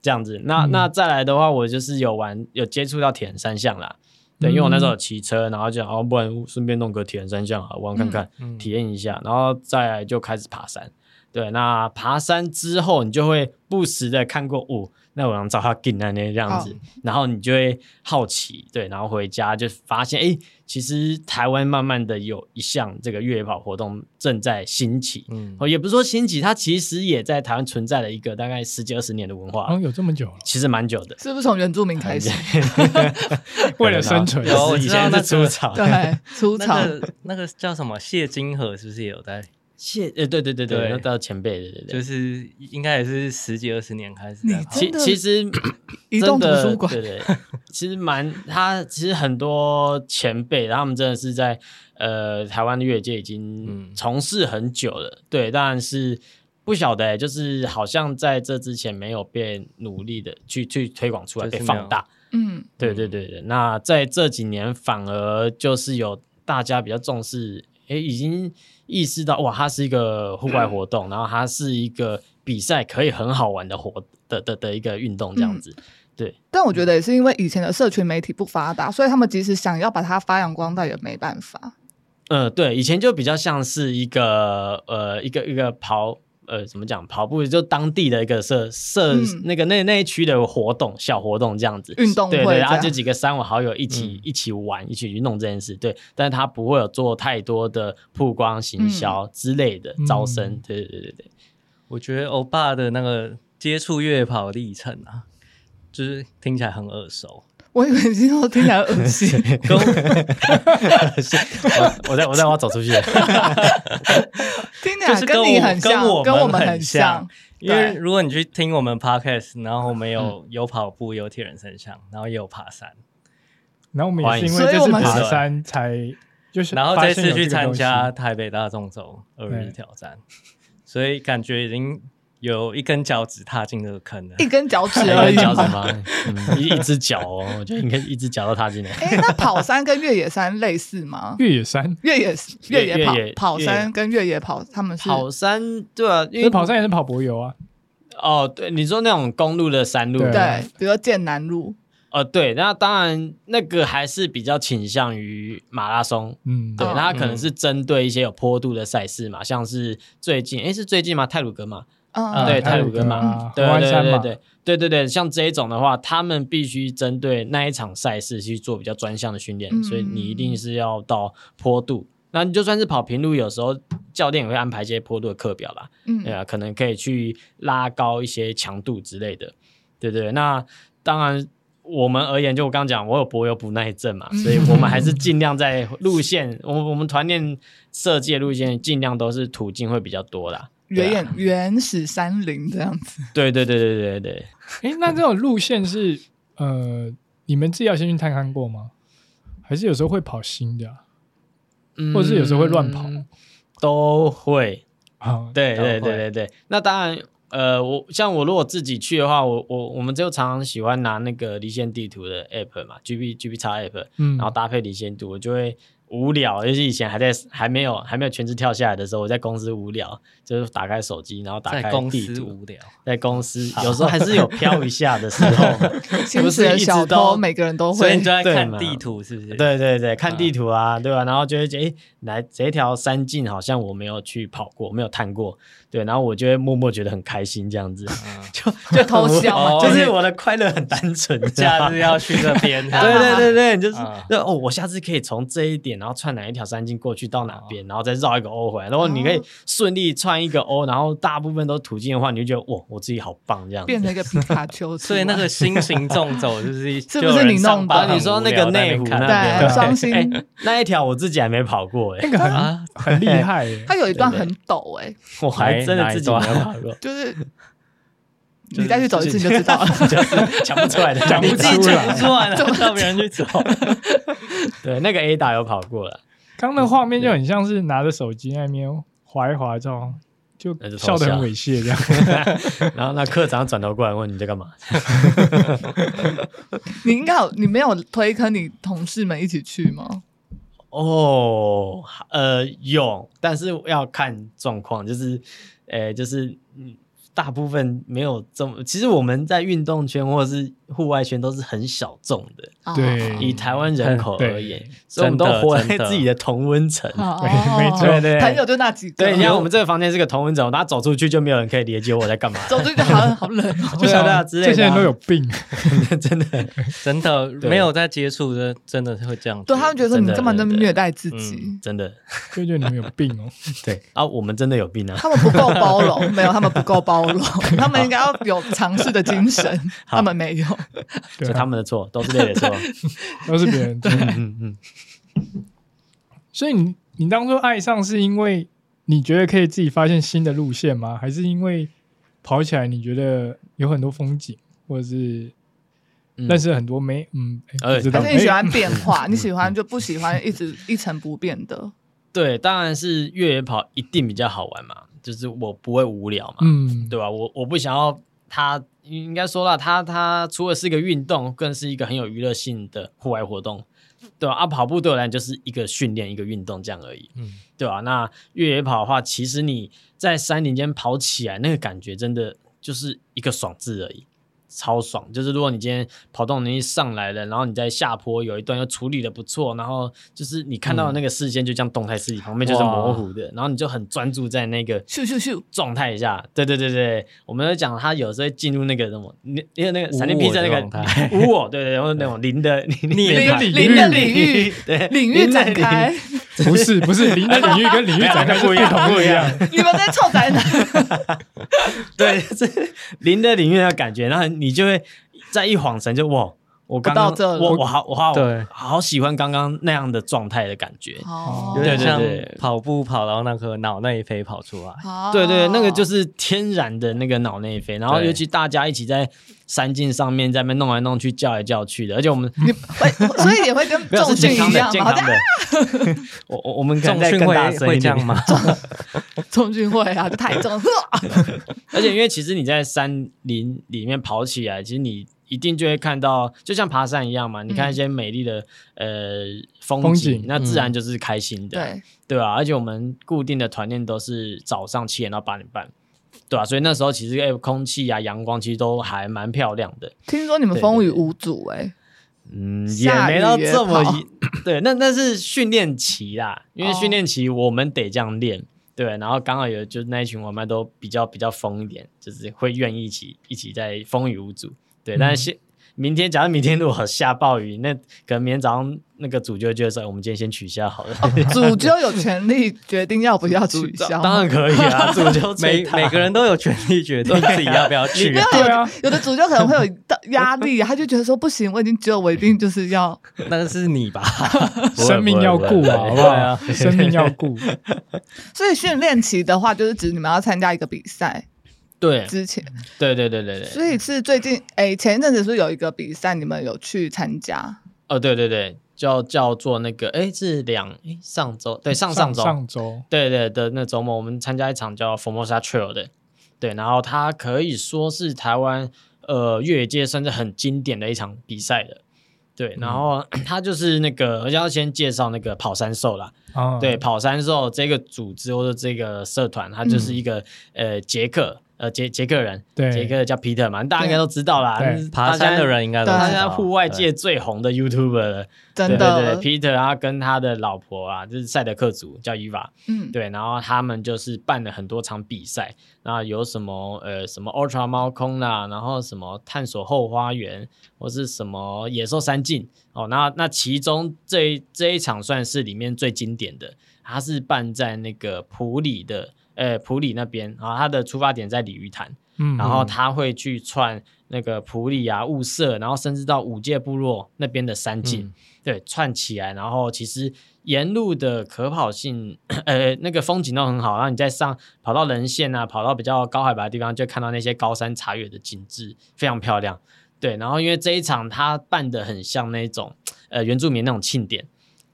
Speaker 1: 这样子。
Speaker 2: 嗯
Speaker 1: 那、那再来的话，我就是有玩有接触到铁人三项啦。
Speaker 2: 嗯
Speaker 1: 对，因为我那时候有骑车，然后就哦，不然顺便弄个铁人三项好了，玩看看，
Speaker 2: 嗯嗯
Speaker 1: 体验一下，然后再来就开始爬山。对，那爬山之后，你就会不时的看过哦，那我想找他进那那这样
Speaker 4: 哦
Speaker 1: 子，然后你就会好奇，对，然后回家就发现，哎，其实台湾慢慢的有一项这个越野跑活动正在兴起，
Speaker 2: 嗯，
Speaker 1: 哦，也不是说兴起，它其实也在台湾存在了一个大概十几二十年的文
Speaker 4: 好
Speaker 1: 化，
Speaker 4: 像有这么久了，
Speaker 1: 其实蛮久的。
Speaker 3: 是不是从原住民开始？
Speaker 4: 为了生存，
Speaker 2: 有我
Speaker 1: 以
Speaker 2: 哦知道
Speaker 1: 前
Speaker 2: 那
Speaker 1: 是
Speaker 2: 个
Speaker 1: 出草，
Speaker 3: 对， 粗
Speaker 2: 那
Speaker 3: 糙。
Speaker 2: 个那个叫什么谢金河是不是也有在？
Speaker 1: 谢，呃，对对对对，
Speaker 2: 对
Speaker 1: 那到前辈，对对对，
Speaker 2: 就是应该也是十几二十年开始
Speaker 3: 你
Speaker 2: 在跑。
Speaker 1: 其
Speaker 3: 真的
Speaker 1: 其实
Speaker 3: 移
Speaker 1: 真
Speaker 3: 动图
Speaker 1: 的
Speaker 3: 书馆
Speaker 1: 对对，其实蛮他其实很多前辈，他们真的是在呃台湾的越野界已经
Speaker 2: 嗯
Speaker 1: 从事很久了，对，当然是不晓得、欸，就是好像在这之前没有被努力的去去推广出来，
Speaker 2: 就
Speaker 1: 被
Speaker 2: 是没
Speaker 1: 放
Speaker 2: 有
Speaker 1: 大，
Speaker 3: 嗯，
Speaker 1: 对对对对，那在这几年反而就是有大家比较重视，诶，已经意识到哇，它是一个户外活动，然后它是一个比赛可以很好玩的活的的的一个运动这样子。
Speaker 3: 但我觉得也是因为以前的社群媒体不发达，所以他们即使想要把它发扬光大也没办法。
Speaker 1: 呃嗯、对，以前就比较像是一个呃一个一个跑。呃怎么讲，跑步就当地的一个社社、
Speaker 3: 嗯
Speaker 1: 那个那那一区的活动小活动这样子，
Speaker 3: 运动会
Speaker 1: 对
Speaker 3: 这
Speaker 1: 对，
Speaker 3: 样
Speaker 1: 啊，就几个三五好友一起、
Speaker 2: 嗯
Speaker 1: 一起玩，一起去弄这件事，对，但是他不会有做太多的曝光、行
Speaker 3: 嗯
Speaker 1: 销之类的、
Speaker 4: 嗯
Speaker 1: 招生，对对对对对，
Speaker 2: 我觉得欧巴的那个接触月跑历程啊，就是听起来很 耳熟，
Speaker 3: 我以为今后听起来恶心，
Speaker 2: 跟我
Speaker 1: 我我在我在我要走出去 了，
Speaker 3: 听起
Speaker 2: 就
Speaker 3: 来
Speaker 2: 是跟
Speaker 3: 你
Speaker 2: 我
Speaker 3: 很像，
Speaker 2: 跟我
Speaker 3: 跟
Speaker 2: 们
Speaker 3: 们
Speaker 2: 很
Speaker 3: 很
Speaker 2: 像
Speaker 3: 像。
Speaker 2: 因为如果你去听我们 podcast，然后我们有、有跑步，有铁人三项，然后也有爬山，
Speaker 4: 然后我们也是因为
Speaker 3: 欢迎所
Speaker 4: 这
Speaker 3: 以我
Speaker 4: 次
Speaker 3: 们
Speaker 4: 爬
Speaker 2: 是
Speaker 4: 山才就是，
Speaker 2: 然后这次去参加，台北大众走二日挑战，所以感觉已经有一根脚趾踏进这个坑了。
Speaker 3: 一根脚趾
Speaker 1: 还
Speaker 3: 而
Speaker 1: 有
Speaker 3: 已
Speaker 1: 脚
Speaker 3: 嘛。
Speaker 1: 什么？嗯一一只脚哦，我觉得应该一只脚都踏进来。
Speaker 3: 哎，那跑山跟越野山类似吗？
Speaker 4: 越野山，
Speaker 3: 越野越
Speaker 1: 越
Speaker 3: 野跑
Speaker 1: 越野
Speaker 3: 跑
Speaker 1: 越
Speaker 3: 山
Speaker 1: 野
Speaker 3: 跟越野跑，他们是
Speaker 1: 跑山对啊，因
Speaker 4: 因
Speaker 1: 为
Speaker 4: 为跑山也是跑柏油啊，
Speaker 1: 哦，对，你说那种公路的山路，
Speaker 4: 对
Speaker 3: 对，比如说剑南路，
Speaker 1: 呃，对，那当然那个还是比较倾向于马拉松。
Speaker 4: 嗯，
Speaker 1: 对，
Speaker 3: 嗯
Speaker 1: 那它可能是针对一些有坡度的赛事嘛，像是最近，诶，是最近吗？泰鲁格嘛，
Speaker 3: 嗯，
Speaker 1: 对，
Speaker 4: 啊泰
Speaker 1: 泰
Speaker 4: 鲁
Speaker 1: 鲁
Speaker 4: 格
Speaker 1: 格
Speaker 4: 嘛
Speaker 1: 嘛，对
Speaker 4: 合欢
Speaker 1: 对
Speaker 4: 啊山
Speaker 1: 对
Speaker 4: 嘛
Speaker 1: 对对对对对，像这一种的话，他们必须针对那一场赛事去做比较专项的训练，
Speaker 3: 嗯
Speaker 1: 所以你一定是要到坡度。那你就算是跑平路，有时候教练也会安排一些坡度的课表啦，
Speaker 3: 嗯
Speaker 1: 对啊，可能可以去拉高一些强度之类的，对对。那当然，我们而言，就我刚刚讲，我有柏油补耐症嘛，
Speaker 4: 嗯
Speaker 1: 所以我们还是尽量在路线，我们我们团练设计的路线尽量都是途径会比较多啦。对
Speaker 3: 原
Speaker 1: 啊
Speaker 3: 野原始山林这样子，
Speaker 1: 对对对对对对，
Speaker 4: 哎，那这种路线是呃，你们自己要先去探勘过吗？还是有时候会跑新的啊
Speaker 1: 嗯
Speaker 4: 或者是有时候会乱跑
Speaker 1: 都会。
Speaker 4: 啊？
Speaker 1: 对
Speaker 2: 都
Speaker 1: 对
Speaker 2: 会
Speaker 1: 对对对，那当然。呃，我像我如果自己去的话，我我我们就常常喜欢拿那个离线地图的 app 嘛，G P G P 叉 app，
Speaker 4: 嗯，
Speaker 1: 然后搭配离线度，我就会无聊，就是以前还在还没有还没有全职跳下来的时候，我在公司无聊，就是打开手机，然后打
Speaker 2: 在
Speaker 1: 开
Speaker 2: 公
Speaker 1: 地
Speaker 2: 司
Speaker 1: 图，
Speaker 2: 无聊，
Speaker 1: 在公司有时候还是有 飘一下的时候 嘛，
Speaker 3: 心
Speaker 1: 不
Speaker 3: 死
Speaker 1: 是
Speaker 3: 的
Speaker 1: 一直
Speaker 3: 小偷，
Speaker 1: 都
Speaker 3: 每个人都
Speaker 2: 所以
Speaker 3: 会
Speaker 2: 你就。在
Speaker 1: 对
Speaker 2: 看
Speaker 1: 嘛
Speaker 2: 地图，是不是？，
Speaker 1: 对对对，看
Speaker 2: 嗯
Speaker 1: 地图啊，对吧、然后就会觉得，诶，来这条山径好像我没有去跑过，没有探过，对，然后我就会默默觉得很开心，这样子，
Speaker 2: 嗯
Speaker 1: 就就
Speaker 3: 偷
Speaker 1: 很无
Speaker 3: 笑
Speaker 2: 嘛
Speaker 1: 就
Speaker 2: 哦
Speaker 1: 是我的快乐很单纯，这样
Speaker 2: 假日要去这边，
Speaker 1: 对对对对，你就是、
Speaker 3: 嗯
Speaker 2: 啊
Speaker 1: 就哦，我下次可以从这一点，然后串哪一条山径过去到哪边，然后再绕一个 O 回来。然后你可以
Speaker 3: 嗯哦
Speaker 1: 顺利串一个 O，然后大部分都途径的话，你就觉得哇，我自己好棒这样
Speaker 3: 变
Speaker 1: 子。
Speaker 3: 成一个皮卡丘 出来，
Speaker 2: 所以那个心情纵走就是
Speaker 3: 是不是你弄的
Speaker 1: 啊，你说那个内湖那边
Speaker 3: 对
Speaker 1: 对
Speaker 3: 双星
Speaker 1: 哎那一条我自己还没跑 过哎、
Speaker 4: 那个很
Speaker 2: 啊，
Speaker 4: 很厉 害耶，
Speaker 3: 它有一段
Speaker 1: 对对
Speaker 3: 很陡哎，，
Speaker 1: 我还真的自己没有跑过
Speaker 3: 就是
Speaker 2: 就是
Speaker 3: 你再去走一次你就知道了。
Speaker 1: 就是讲不出 来的，
Speaker 4: 讲不
Speaker 2: 你自己
Speaker 4: 出来
Speaker 2: 讲不出来了，让别人去走。
Speaker 1: 对，那个 A 打有跑过了，
Speaker 4: 刚那画面就很像是拿着手机那边划一划，这种就
Speaker 1: 那就偷
Speaker 4: 笑得很
Speaker 1: 笑
Speaker 4: 猥亵这样。
Speaker 1: 然后那科长转头过来问你在干嘛，
Speaker 3: 你应该有，你没有推坑你同事们一起去吗？
Speaker 1: 哦，呃，有，但是要看状况，就是，呃，就是，嗯，大部分没有这么。其实我们在运动圈或者是户外圈都是很小众的，
Speaker 3: 啊
Speaker 4: 对
Speaker 1: 以台湾人口
Speaker 4: 对
Speaker 1: 而言，所以我们都
Speaker 2: 真的
Speaker 1: 活在
Speaker 2: 真的
Speaker 1: 自己的同温层。
Speaker 3: 哦
Speaker 4: 没错
Speaker 1: 对对对
Speaker 3: 朋友就那几个，
Speaker 1: 对，你看 我们这个房间是个同温层，大家走出去就没有人可以理解我在干嘛。
Speaker 3: 走出去好像好冷哦。
Speaker 4: 就
Speaker 1: 对啊
Speaker 4: 想
Speaker 1: 对啊之类的
Speaker 4: 这
Speaker 1: 啊
Speaker 4: 些人都有病，
Speaker 1: 真的，
Speaker 2: 真的
Speaker 1: 对
Speaker 2: 没有在接触的，真的是会这样子。
Speaker 3: 对他们觉得说
Speaker 1: 真
Speaker 3: 你
Speaker 1: 的
Speaker 3: 干嘛那么
Speaker 1: 真的
Speaker 3: 虐待自己
Speaker 2: 嗯？
Speaker 1: 真的，
Speaker 4: 就觉得你们有病 哦。
Speaker 1: 对啊，我们真的有病 啊！
Speaker 3: 他们不够 包容，没有，他们不够包容，他们应该要有尝试的精神，
Speaker 1: 好
Speaker 3: 他们没有。
Speaker 1: 所
Speaker 4: 对
Speaker 1: 以
Speaker 4: 啊，
Speaker 1: 他们的错都是累的错。
Speaker 4: 都是别 人的错。
Speaker 1: 嗯嗯，
Speaker 4: 所以你你当初爱上是因为你觉得可以自己发现新的路线吗？还是因为跑起来你觉得有很多风景，或者是
Speaker 1: 嗯
Speaker 4: 认识很多没嗯，哎
Speaker 1: 哎
Speaker 4: 不知道
Speaker 3: 但是你喜
Speaker 4: 哎
Speaker 3: 欢变化，
Speaker 1: 嗯
Speaker 3: 你喜欢就不喜欢一直一成不变的。
Speaker 1: 对，当然是越野跑一定比较好玩嘛，就是我不会无聊嘛。
Speaker 4: 嗯，
Speaker 1: 对吧、我我不想要它，应该说了，它它除了是一个运动，更是一个很有娱乐性的户外活动，对吧、啊？跑步对我来讲就是一个训练，一个运动这样而已，
Speaker 2: 嗯
Speaker 1: 对吧、那越野跑的话，其实你在山林间跑起来，那个感觉真的就是一个爽字而已。超爽。就是如果你今天跑动能力上来了，然后你在下坡有一段又处理的不错，然后就是你看到的那个视线就这样动态视野，旁边就是模糊的，然后你就很专注在那个
Speaker 3: 咻咻咻，
Speaker 1: 状态下，对对对对，我们就讲他有时候会进入那个什么，你因为那个闪电
Speaker 2: 无
Speaker 1: 披
Speaker 2: 我
Speaker 1: 萨那
Speaker 2: 的
Speaker 1: 个
Speaker 2: 状态
Speaker 1: 无我，对对，然后那种零的零
Speaker 2: 你
Speaker 1: 的
Speaker 3: 领领的领域，
Speaker 1: 对
Speaker 3: 领域展，开，
Speaker 4: 不是不是，领的领域跟领域展开是不同不一样。
Speaker 3: 你们在臭宅 男，
Speaker 1: 对，就是零的领域的感觉，然后你就会在一晃神就哇，我刚
Speaker 3: 到
Speaker 1: 刚
Speaker 3: 这了
Speaker 1: 我我好我好
Speaker 2: 对
Speaker 1: 好喜欢刚刚那样的状态的感觉，
Speaker 3: 好
Speaker 2: 有点
Speaker 1: 对对
Speaker 2: 像
Speaker 1: 对
Speaker 2: 跑步跑到那个脑内啡跑出来。
Speaker 3: 好，
Speaker 1: 对对，那个就是天然的那个脑内啡，然后
Speaker 2: 对
Speaker 1: 尤其大家一起在山径上面在那边弄来弄去叫来叫去的，而且我们
Speaker 3: 你会，所以也 会跟
Speaker 1: 没有
Speaker 3: 重
Speaker 1: 是
Speaker 3: 训
Speaker 1: 健
Speaker 3: 一
Speaker 1: 康的
Speaker 3: 样
Speaker 1: 健
Speaker 3: 嘛？好
Speaker 1: 康
Speaker 3: 像
Speaker 1: 的， 我我我们可能
Speaker 2: 重
Speaker 1: 再
Speaker 2: 训
Speaker 1: 更大
Speaker 2: 会
Speaker 1: 声
Speaker 2: 会
Speaker 1: 一
Speaker 2: 这
Speaker 1: 点
Speaker 2: 样。吗？
Speaker 3: 重训会啊，就太重，
Speaker 1: 而且因为其实你在山林里面跑起来，其实你一定就会看到，就像爬山一样
Speaker 3: 嗯
Speaker 1: 嘛，你看一些美丽的、呃风景，嗯
Speaker 4: 风景
Speaker 1: 那自然就是开心的，
Speaker 3: 对，
Speaker 1: 对吧、而且我们固定的团练都是早上七点到八点半，对吧、所以那时候其实哎、空气啊、阳光其实都还蛮漂亮的，
Speaker 3: 听说你们风雨无阻哎，
Speaker 1: 嗯，也
Speaker 3: 下雨
Speaker 1: 没到这么
Speaker 3: 也跑
Speaker 1: 一 对，那那是训练期啦，因为
Speaker 3: 哦
Speaker 1: 训练期我们得这样练，对，然后刚好有就是那一群伙伴都比较比较疯一点，就是会愿意一起一起在风雨无阻，
Speaker 3: 嗯
Speaker 1: 对，但是现。明天，假如明天如果下暴雨，那可能明天早上那个主就会觉得说，哎我们今天先取消好了。
Speaker 3: 主就有权利决定要不要取消，
Speaker 1: 当然可以啊，主就最
Speaker 2: 每
Speaker 1: 大
Speaker 2: 每个人都有权利决定自己要不要去
Speaker 3: 没。有
Speaker 4: 对啊，
Speaker 3: 有的主教可能会有压力，他就觉得说不行，我已经只有我一定就是要
Speaker 2: 那是你吧？
Speaker 1: 不会
Speaker 4: 生命要顾啊，好不
Speaker 2: 对啊
Speaker 4: 好？生命要顾，
Speaker 3: 所以训练期的话，就是指你们要参加一个比赛
Speaker 1: 对
Speaker 3: 之前，
Speaker 1: 对对对对对，
Speaker 3: 所以是最近诶，前一阵子是不是有一个比赛，你们有去参加？
Speaker 1: 哦对对对，叫叫做那个，哎，是两哎上周对上上周
Speaker 4: 上周
Speaker 1: 对对的那周末，我们参加一场叫 Formosa Trail 的，对，然后它可以说是台湾呃越野界算是很经典的一场比赛的。对，然后 它就是那个，而且要先介绍那个跑山兽啦。
Speaker 4: 啊，
Speaker 1: 对，跑山兽这个组织或者这个社团，它就是一个、呃捷克呃捷捷克人，
Speaker 4: 对
Speaker 1: 捷克叫 Peter 嘛，大家应该都知道啦
Speaker 4: 对，
Speaker 2: 爬山的人应该都知
Speaker 1: 大家，大
Speaker 2: 道。
Speaker 1: 家户外界最红的 YouTuber 了。
Speaker 3: 真
Speaker 1: 对
Speaker 3: 的，嗯
Speaker 1: 对对，Peter 他跟他的老婆啊，就是赛德克族叫 Eva，
Speaker 3: 嗯，
Speaker 1: 对，然后他们就是办了很多场比赛，那有什么呃什么 Ultra 猫空啦、然后什么探索后花园，或是什么野兽山境哦，那那其中这一这一场算是里面最经典的，它是办在那个普里的。呃，普里那边啊，它的出发点在鲤鱼潭，
Speaker 4: 嗯，
Speaker 1: 然后他会去串那个普里啊、雾社，然后甚至到五界部落那边的山境，
Speaker 2: 嗯
Speaker 1: 对，串起来。然后其实沿路的可跑性，呃，那个风景都很好。然后你再上跑到人线啊，跑到比较高海拔的地方，就看到那些高山茶园的景致，非常漂亮。对，然后因为这一场它办的很像那种呃原住民那种庆典，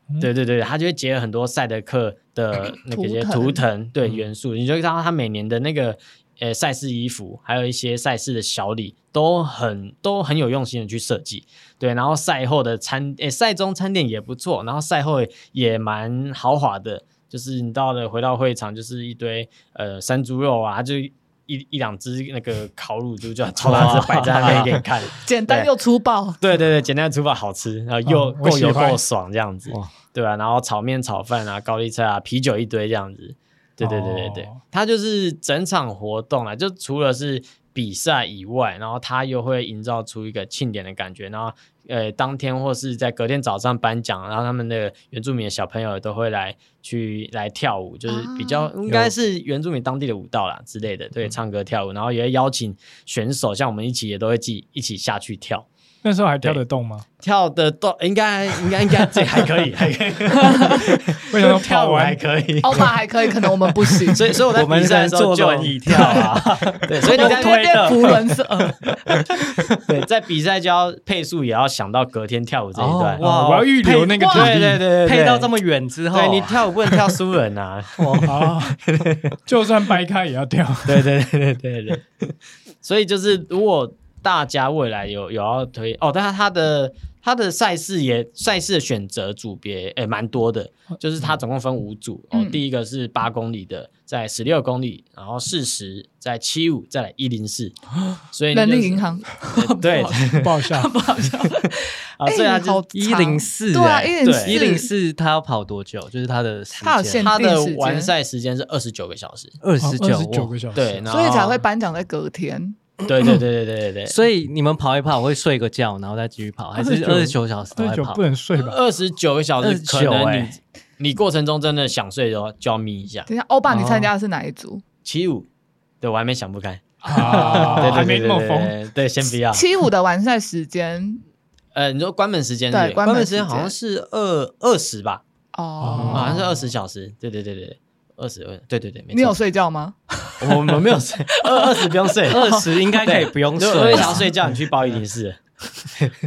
Speaker 4: 嗯
Speaker 1: 对对对，它就会结合很多赛德克的那个
Speaker 3: 图
Speaker 1: 些
Speaker 3: 腾嗯
Speaker 1: 图腾对元素，你就会看到它每年的那个呃赛事衣服，还有一些赛事的小礼，都很都很有用心的去设计。对，然后赛后的餐，诶，赛中餐点也不错，然后赛后也蛮豪华的，就是你到了回到会场，就是一堆呃山猪肉啊，就一一两只那个烤乳猪，就超大只摆在那边给你看。
Speaker 3: 简单又粗暴，
Speaker 1: 对对对，简单的煮法好吃，然后又
Speaker 4: 嗯我
Speaker 1: 够
Speaker 4: 喜
Speaker 1: 油
Speaker 4: 欢
Speaker 1: 够爽这样子
Speaker 2: 哇，
Speaker 1: 对啊，然后炒面、炒饭啊、高丽菜啊、啤酒一堆这样子。对对对对对
Speaker 4: 哦，
Speaker 1: 它就是整场活动啊，就除了是比赛以外，然后它又会营造出一个庆典的感觉，然后呃，当天或是在隔天早上颁奖，然后他们的原住民的小朋友都会来去来跳舞，就是比较、
Speaker 3: 啊
Speaker 1: 应该是原住民当地的舞蹈啦之类的，
Speaker 4: 嗯
Speaker 1: 对，唱歌跳舞，然后也会邀请选手，像我们一起也都会记一起下去跳。
Speaker 4: 那时候还跳得动吗？
Speaker 1: 跳的动，应该应该应该这还可以，还可以，
Speaker 4: 为什么
Speaker 1: 跳
Speaker 4: 跑
Speaker 1: 舞还
Speaker 4: 完
Speaker 1: 可以。
Speaker 3: 欧巴哦还可以，可能我们不 行，
Speaker 1: 所以所以我在
Speaker 2: 我们
Speaker 1: 比赛的
Speaker 2: 能
Speaker 1: 时候
Speaker 2: 坐
Speaker 1: 就
Speaker 2: 轮椅跳啊，
Speaker 1: 对，所以你
Speaker 3: 我
Speaker 1: 在
Speaker 3: 们会变
Speaker 2: 的
Speaker 3: 福伦社， 呃
Speaker 1: 对在比赛就要配速，也要想到隔天跳舞这一段。
Speaker 2: 哦哇
Speaker 4: 我要预留那个体
Speaker 1: 对对对
Speaker 4: 力
Speaker 1: 对，
Speaker 2: 配到这
Speaker 1: 么
Speaker 2: 么远之后，
Speaker 1: 对你跳舞不能跳输人啊！
Speaker 4: 啊，就算掰开也要跳。
Speaker 1: 对对对对对对。所以就是如果大家未来有有要推哦，但是他的它的赛事也赛事的选择组别也蛮多的， 就是它总共分五组哦。
Speaker 3: 哦嗯
Speaker 1: 第一个是八公里的，在十六公里，然后四十，在七五，再来一零四，所以呢
Speaker 3: 哦人
Speaker 1: 就是
Speaker 3: 力银行，
Speaker 1: 呃 对
Speaker 4: 不好笑，
Speaker 1: 啊，所以它就
Speaker 3: 哎好哦
Speaker 1: 是
Speaker 2: 一零四，
Speaker 3: 对啊
Speaker 2: 哎
Speaker 1: 104
Speaker 2: 一零四，他要跑多久？就是他的时间
Speaker 3: 它有限
Speaker 1: 它的
Speaker 3: 定时间
Speaker 1: 完赛时间是二十九个小时，
Speaker 2: 二
Speaker 4: 二
Speaker 2: 十
Speaker 4: 十九
Speaker 2: 九
Speaker 4: 个小时，
Speaker 1: 对，然后
Speaker 3: 所以才会颁奖在隔天。
Speaker 1: 对对对对对对对。
Speaker 2: 所以你们跑一跑会睡个觉，然后再继续跑，还是二十九小时都
Speaker 4: 二
Speaker 2: 在
Speaker 4: 十九
Speaker 2: 跑
Speaker 4: 不？能睡吧？
Speaker 1: 二十九个小时，
Speaker 2: 29
Speaker 1: 可能你
Speaker 2: 欸
Speaker 1: 你过程中真的想睡的话，就要眯一下。
Speaker 3: 等一下，欧巴，你
Speaker 2: 哦
Speaker 3: 参加的是哪一组？
Speaker 1: 七五，对我还没想不开，
Speaker 2: 哦
Speaker 1: 对
Speaker 4: 啊，还
Speaker 1: 对
Speaker 4: 没
Speaker 1: 对
Speaker 4: 那
Speaker 1: 对对
Speaker 4: 么疯，
Speaker 1: 对，对先不要。
Speaker 3: 七五的完赛时间
Speaker 1: 呃，你说关门时间是不是
Speaker 3: 对关门
Speaker 1: 门时间好像是二二十吧，
Speaker 3: 哦，
Speaker 1: 好像是二十小时。对对对对对，二十二，对对对，没
Speaker 3: 你有
Speaker 1: 错。
Speaker 3: 睡觉吗？
Speaker 1: 我我没有睡，二二十不用睡，
Speaker 2: 二十应该可以不用
Speaker 1: 如果如果你，
Speaker 2: 睡啊
Speaker 1: 想要睡觉，你去报一零四。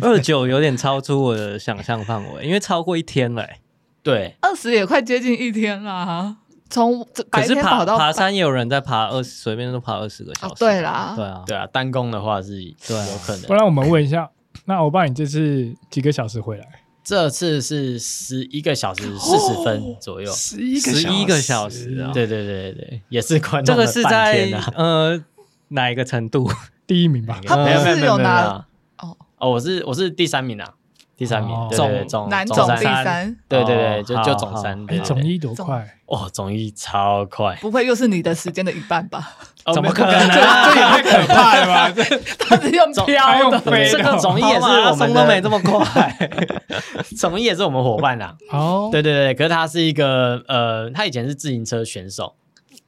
Speaker 2: 二九有点超出我的想象范围，因为超过一天了、欸。
Speaker 1: 对，
Speaker 3: 二十也快接近一天啊啦，从这
Speaker 2: 可
Speaker 3: 白
Speaker 2: 是
Speaker 3: 天
Speaker 2: 爬
Speaker 3: 跑到
Speaker 2: 爬山也有人在爬二十，随便都爬二十个小时、
Speaker 3: 哦对啦
Speaker 2: 对啊，
Speaker 1: 对啊，单工的话是
Speaker 2: 对啊
Speaker 1: 有可
Speaker 4: 不
Speaker 1: 能。
Speaker 4: 然我们问一下，那欧巴，你这次几个小时回来？
Speaker 1: 这次是十一个小时四十分左右。
Speaker 4: 十一
Speaker 2: 哦十一个小时啊。
Speaker 1: 对对对对对，也是观
Speaker 2: 这
Speaker 1: 众
Speaker 2: 个
Speaker 1: 的
Speaker 2: 是
Speaker 1: 半
Speaker 2: 在
Speaker 1: 天啊
Speaker 2: 呃哪一个程度？
Speaker 4: 第一名吧？
Speaker 3: 他不
Speaker 1: 没
Speaker 3: 是
Speaker 1: 没
Speaker 3: 有
Speaker 1: 没
Speaker 3: 拿
Speaker 1: 没啊
Speaker 3: 哦
Speaker 1: 哦，我是我是第三名啊，第三名
Speaker 4: 哦，
Speaker 1: 对对对
Speaker 2: 总
Speaker 1: 总
Speaker 3: 南
Speaker 1: 总
Speaker 3: 总
Speaker 1: 三
Speaker 3: 第三，
Speaker 1: 对对对，
Speaker 2: 哦
Speaker 1: 就
Speaker 2: 好
Speaker 1: 就
Speaker 2: 好
Speaker 1: 总三，
Speaker 4: 哎
Speaker 1: 对，对
Speaker 4: 总
Speaker 1: 对
Speaker 4: 一多快？
Speaker 1: 哦，总一超快，
Speaker 3: 不会又是你的时间的一半吧？
Speaker 1: 哦
Speaker 2: 怎么
Speaker 1: 没
Speaker 2: 可
Speaker 1: 不
Speaker 2: 能
Speaker 1: 这
Speaker 2: 啊？
Speaker 4: 这也太可怕了 吧！这
Speaker 3: 他是用
Speaker 4: 还
Speaker 3: 飘
Speaker 4: 用
Speaker 3: 的，
Speaker 4: 飞
Speaker 1: 这
Speaker 4: 的
Speaker 1: 个
Speaker 4: 哦？
Speaker 1: 总一也是
Speaker 2: 跑马
Speaker 1: 我
Speaker 2: 拉松
Speaker 1: 们
Speaker 2: 都没这
Speaker 1: 的，
Speaker 2: 么快，
Speaker 1: 总一也是我们伙伴啊啦。
Speaker 3: 哦
Speaker 4: 好，
Speaker 1: 对对对，可是他是一个呃，他以前是自行车选手，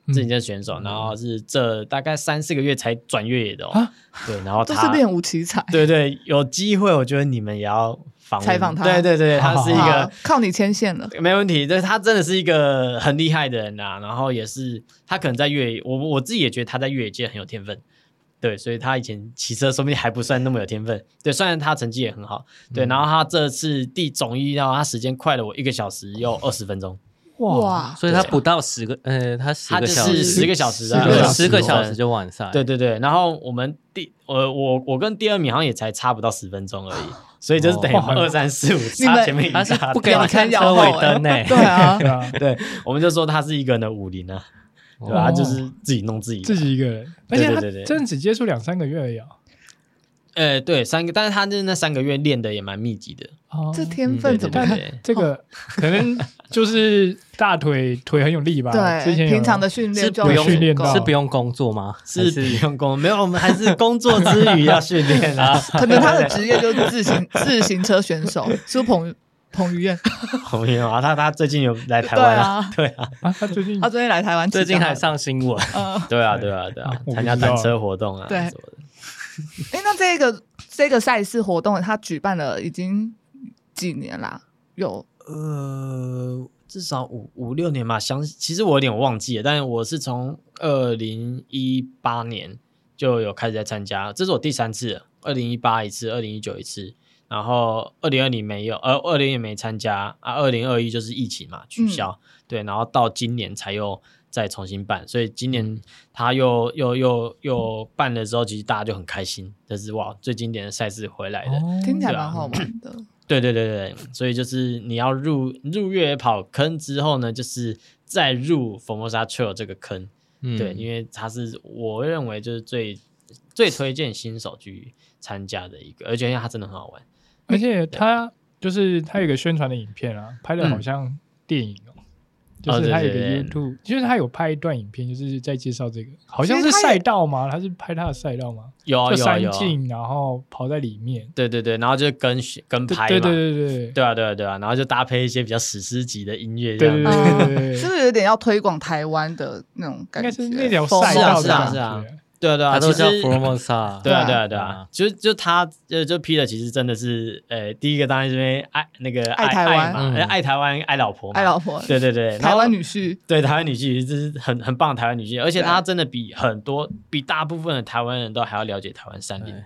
Speaker 4: 嗯
Speaker 1: 自行车选手，然后是这大概三四个月才转越野的哦
Speaker 4: 啊。
Speaker 1: 对，然后
Speaker 3: 都是
Speaker 1: 他
Speaker 3: 练武奇才。
Speaker 1: 对对，有机会我觉得你们也要访问
Speaker 3: 采访他
Speaker 1: 对对对，他是一
Speaker 3: 好
Speaker 1: 个
Speaker 3: 靠你牵线了，
Speaker 1: 没问题，但是他真的是一个很厉害的人呐、然后也是他可能在越野，我我自己也觉得他在越野界很有天分，对，所以他以前骑车说不定还不算那么有天分，对，虽然他成绩也很好，
Speaker 3: 嗯
Speaker 1: 对，然后他这次第总一，然后他时间快了我一个小时又二十分钟，
Speaker 4: 哇，
Speaker 3: 哇！
Speaker 2: 所以他不到十个，呃，他十
Speaker 1: 他
Speaker 2: 个
Speaker 1: 就
Speaker 2: 小
Speaker 1: 是
Speaker 2: 时，
Speaker 1: 十个小时啊，
Speaker 4: 十个小时
Speaker 2: 十个小时
Speaker 1: 就。
Speaker 2: 就完赛。
Speaker 1: 对对对，然后我们第我我我跟第二名好像也才差不到十分钟而已，所以就是等于
Speaker 4: 哇
Speaker 1: 二三四五差
Speaker 3: 们
Speaker 1: 前面一
Speaker 2: 他
Speaker 1: 大
Speaker 2: 是
Speaker 1: 段
Speaker 2: 不给你 看车
Speaker 3: 摇
Speaker 2: 尾灯呢、
Speaker 3: 哦
Speaker 1: 哎
Speaker 3: 对 啊，
Speaker 4: 对啊，
Speaker 1: 对，欸我们就说他是一个人的武林啊，对吧、
Speaker 4: 哦
Speaker 1: 就是自己弄自己的，
Speaker 4: 自己一个人，而
Speaker 1: 对
Speaker 4: 且他
Speaker 1: 对对对
Speaker 4: 真的只接触两三个月而已啊。
Speaker 1: 呃，对，三个，但是他那那三个月练的也蛮密集的，
Speaker 4: 哦
Speaker 3: 这天分怎
Speaker 1: 对
Speaker 3: 么
Speaker 1: 对
Speaker 4: 但
Speaker 3: 看？
Speaker 1: 对
Speaker 4: 这个可能就是大腿腿很有力吧？之
Speaker 3: 对，
Speaker 4: 前有
Speaker 3: 平常的训
Speaker 1: 是
Speaker 3: 练就
Speaker 1: 不
Speaker 4: 用
Speaker 3: 足
Speaker 4: 训练
Speaker 3: 够
Speaker 4: 到
Speaker 2: 是不用工作吗？还
Speaker 1: 是不用工，没有，我们还是工作之余要训练啊。
Speaker 3: 可能他的职业就是自行自行车选手，是不是彭彭于晏，
Speaker 1: 朋友啊，他他最近有来台湾啊，对啊，
Speaker 4: 啊，他最近
Speaker 3: 他最近来台湾骑
Speaker 2: 最近
Speaker 3: 脚踏
Speaker 2: 还上新闻，
Speaker 3: 呃，
Speaker 1: 对啊，对啊，对啊，
Speaker 4: 我不
Speaker 1: 参加
Speaker 4: 知道
Speaker 1: 单车活动啊，
Speaker 3: 对
Speaker 1: 什么的
Speaker 3: 哎，那这个这个赛事活动，它举办了已经几年啦？有
Speaker 1: 呃，至少五五六年吧，详其实我有点忘记了，但是我是从二零一八年就有开始在参加，这是我第三次了，二零一八一次，二零一九一次，然后二零二零没有，呃，二零也没参加啊，二零二一就是疫情嘛，取消，对，然后到今年才又再重新办，所以今年他又又又又办了之后，其实大家就很开心，这是哇最经典的赛事回来的，
Speaker 4: 哦
Speaker 3: 听起来
Speaker 1: 对啊
Speaker 3: 蛮好玩的。
Speaker 1: 对对对对，所以就是你要入入越野跑坑之后呢，就是再入佛摩沙 trail 这个坑，
Speaker 2: 嗯
Speaker 1: 对，因为它是我认为就是最最推荐新手去参加的一个，而且因为它真的很好玩。
Speaker 4: 而且他就是他有一个宣传的影片啊，拍的好像电影哦、就是他有一个
Speaker 1: 嗯哦对对对
Speaker 4: YouTube，就是他有拍一段影片，就是在介绍这个，好像
Speaker 3: 其实
Speaker 4: 是
Speaker 3: 他也
Speaker 4: 赛道吗？他是拍他的赛道吗？
Speaker 1: 有啊
Speaker 4: 就
Speaker 1: 有啊
Speaker 4: 三
Speaker 1: 有啊，
Speaker 4: 进，然后跑在里面，
Speaker 1: 对对对，然后就是跟跟
Speaker 4: 对
Speaker 1: 拍嘛，
Speaker 4: 对对对对
Speaker 1: 对啊对啊对啊，然后就搭配一些比较史诗级的音乐这
Speaker 4: 对
Speaker 1: 样
Speaker 4: 对
Speaker 1: 子。
Speaker 4: 对对对
Speaker 3: 是
Speaker 4: 对，
Speaker 3: 不是有点要推广台湾的那种
Speaker 4: 应
Speaker 3: 感觉？
Speaker 4: 该是那条
Speaker 3: 风
Speaker 4: 赛道的
Speaker 1: 是啊
Speaker 4: 感
Speaker 1: 是啊
Speaker 4: 觉
Speaker 1: 是。对啊对啊，
Speaker 2: 他都
Speaker 1: 其实
Speaker 2: 叫 Formosa，
Speaker 1: 对啊，对
Speaker 3: 对
Speaker 1: 啊，
Speaker 2: 啊
Speaker 1: 对啊
Speaker 2: 啊，
Speaker 1: 就就他呃，就 Peter 其实真的是呃，第一个当然是因为爱那个
Speaker 3: 爱台湾
Speaker 1: 嘛，
Speaker 2: 嗯
Speaker 1: 呃爱台湾爱老婆嘛，
Speaker 3: 爱老婆，
Speaker 1: 对对对，
Speaker 3: 台湾
Speaker 1: 女
Speaker 3: 女婿，
Speaker 1: 对台湾女婿这是很很棒的台湾女婿，而且
Speaker 3: 对啊
Speaker 1: 她真的比很多比大部分的台湾人都还要了解台湾山林
Speaker 2: 对，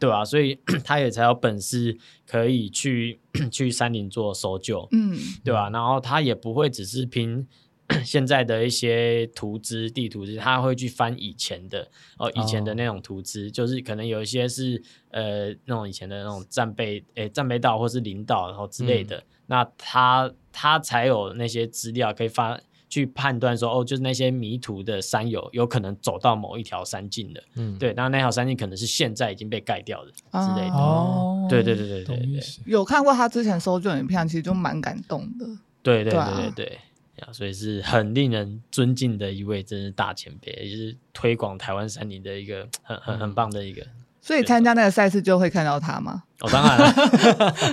Speaker 1: 对吧、所以 她也才有本事可以 去去山林做搜救，
Speaker 3: 嗯，
Speaker 1: 对吧、然后他也不会只是拼 现在的一些图资地图资，他会去翻以前的哦，以前的那种图资，就是可能有一些是呃那种以前的那种战备诶战备道或是领导然后之类
Speaker 4: 嗯
Speaker 1: 的，那他他才有那些资料可以发。去判断说，哦，就是那些迷途的山友有可能走到某一条山径的，
Speaker 2: 嗯，
Speaker 1: 对，那那条山径可能是现在已经被盖掉的
Speaker 3: 啊
Speaker 1: 之类的，
Speaker 4: 哦，
Speaker 1: 对对对对对
Speaker 4: 懂意思。
Speaker 3: 有看过他之前搜救影片，其实就蛮感动的。
Speaker 1: 对对
Speaker 3: 对啊
Speaker 1: 对对对，啊所以是很令人尊敬的一位，真是大前辈，也是推广台湾山林的一个很很很棒的一个。
Speaker 3: 所以参加那个赛事就会看到他吗？
Speaker 1: 哦，当然了，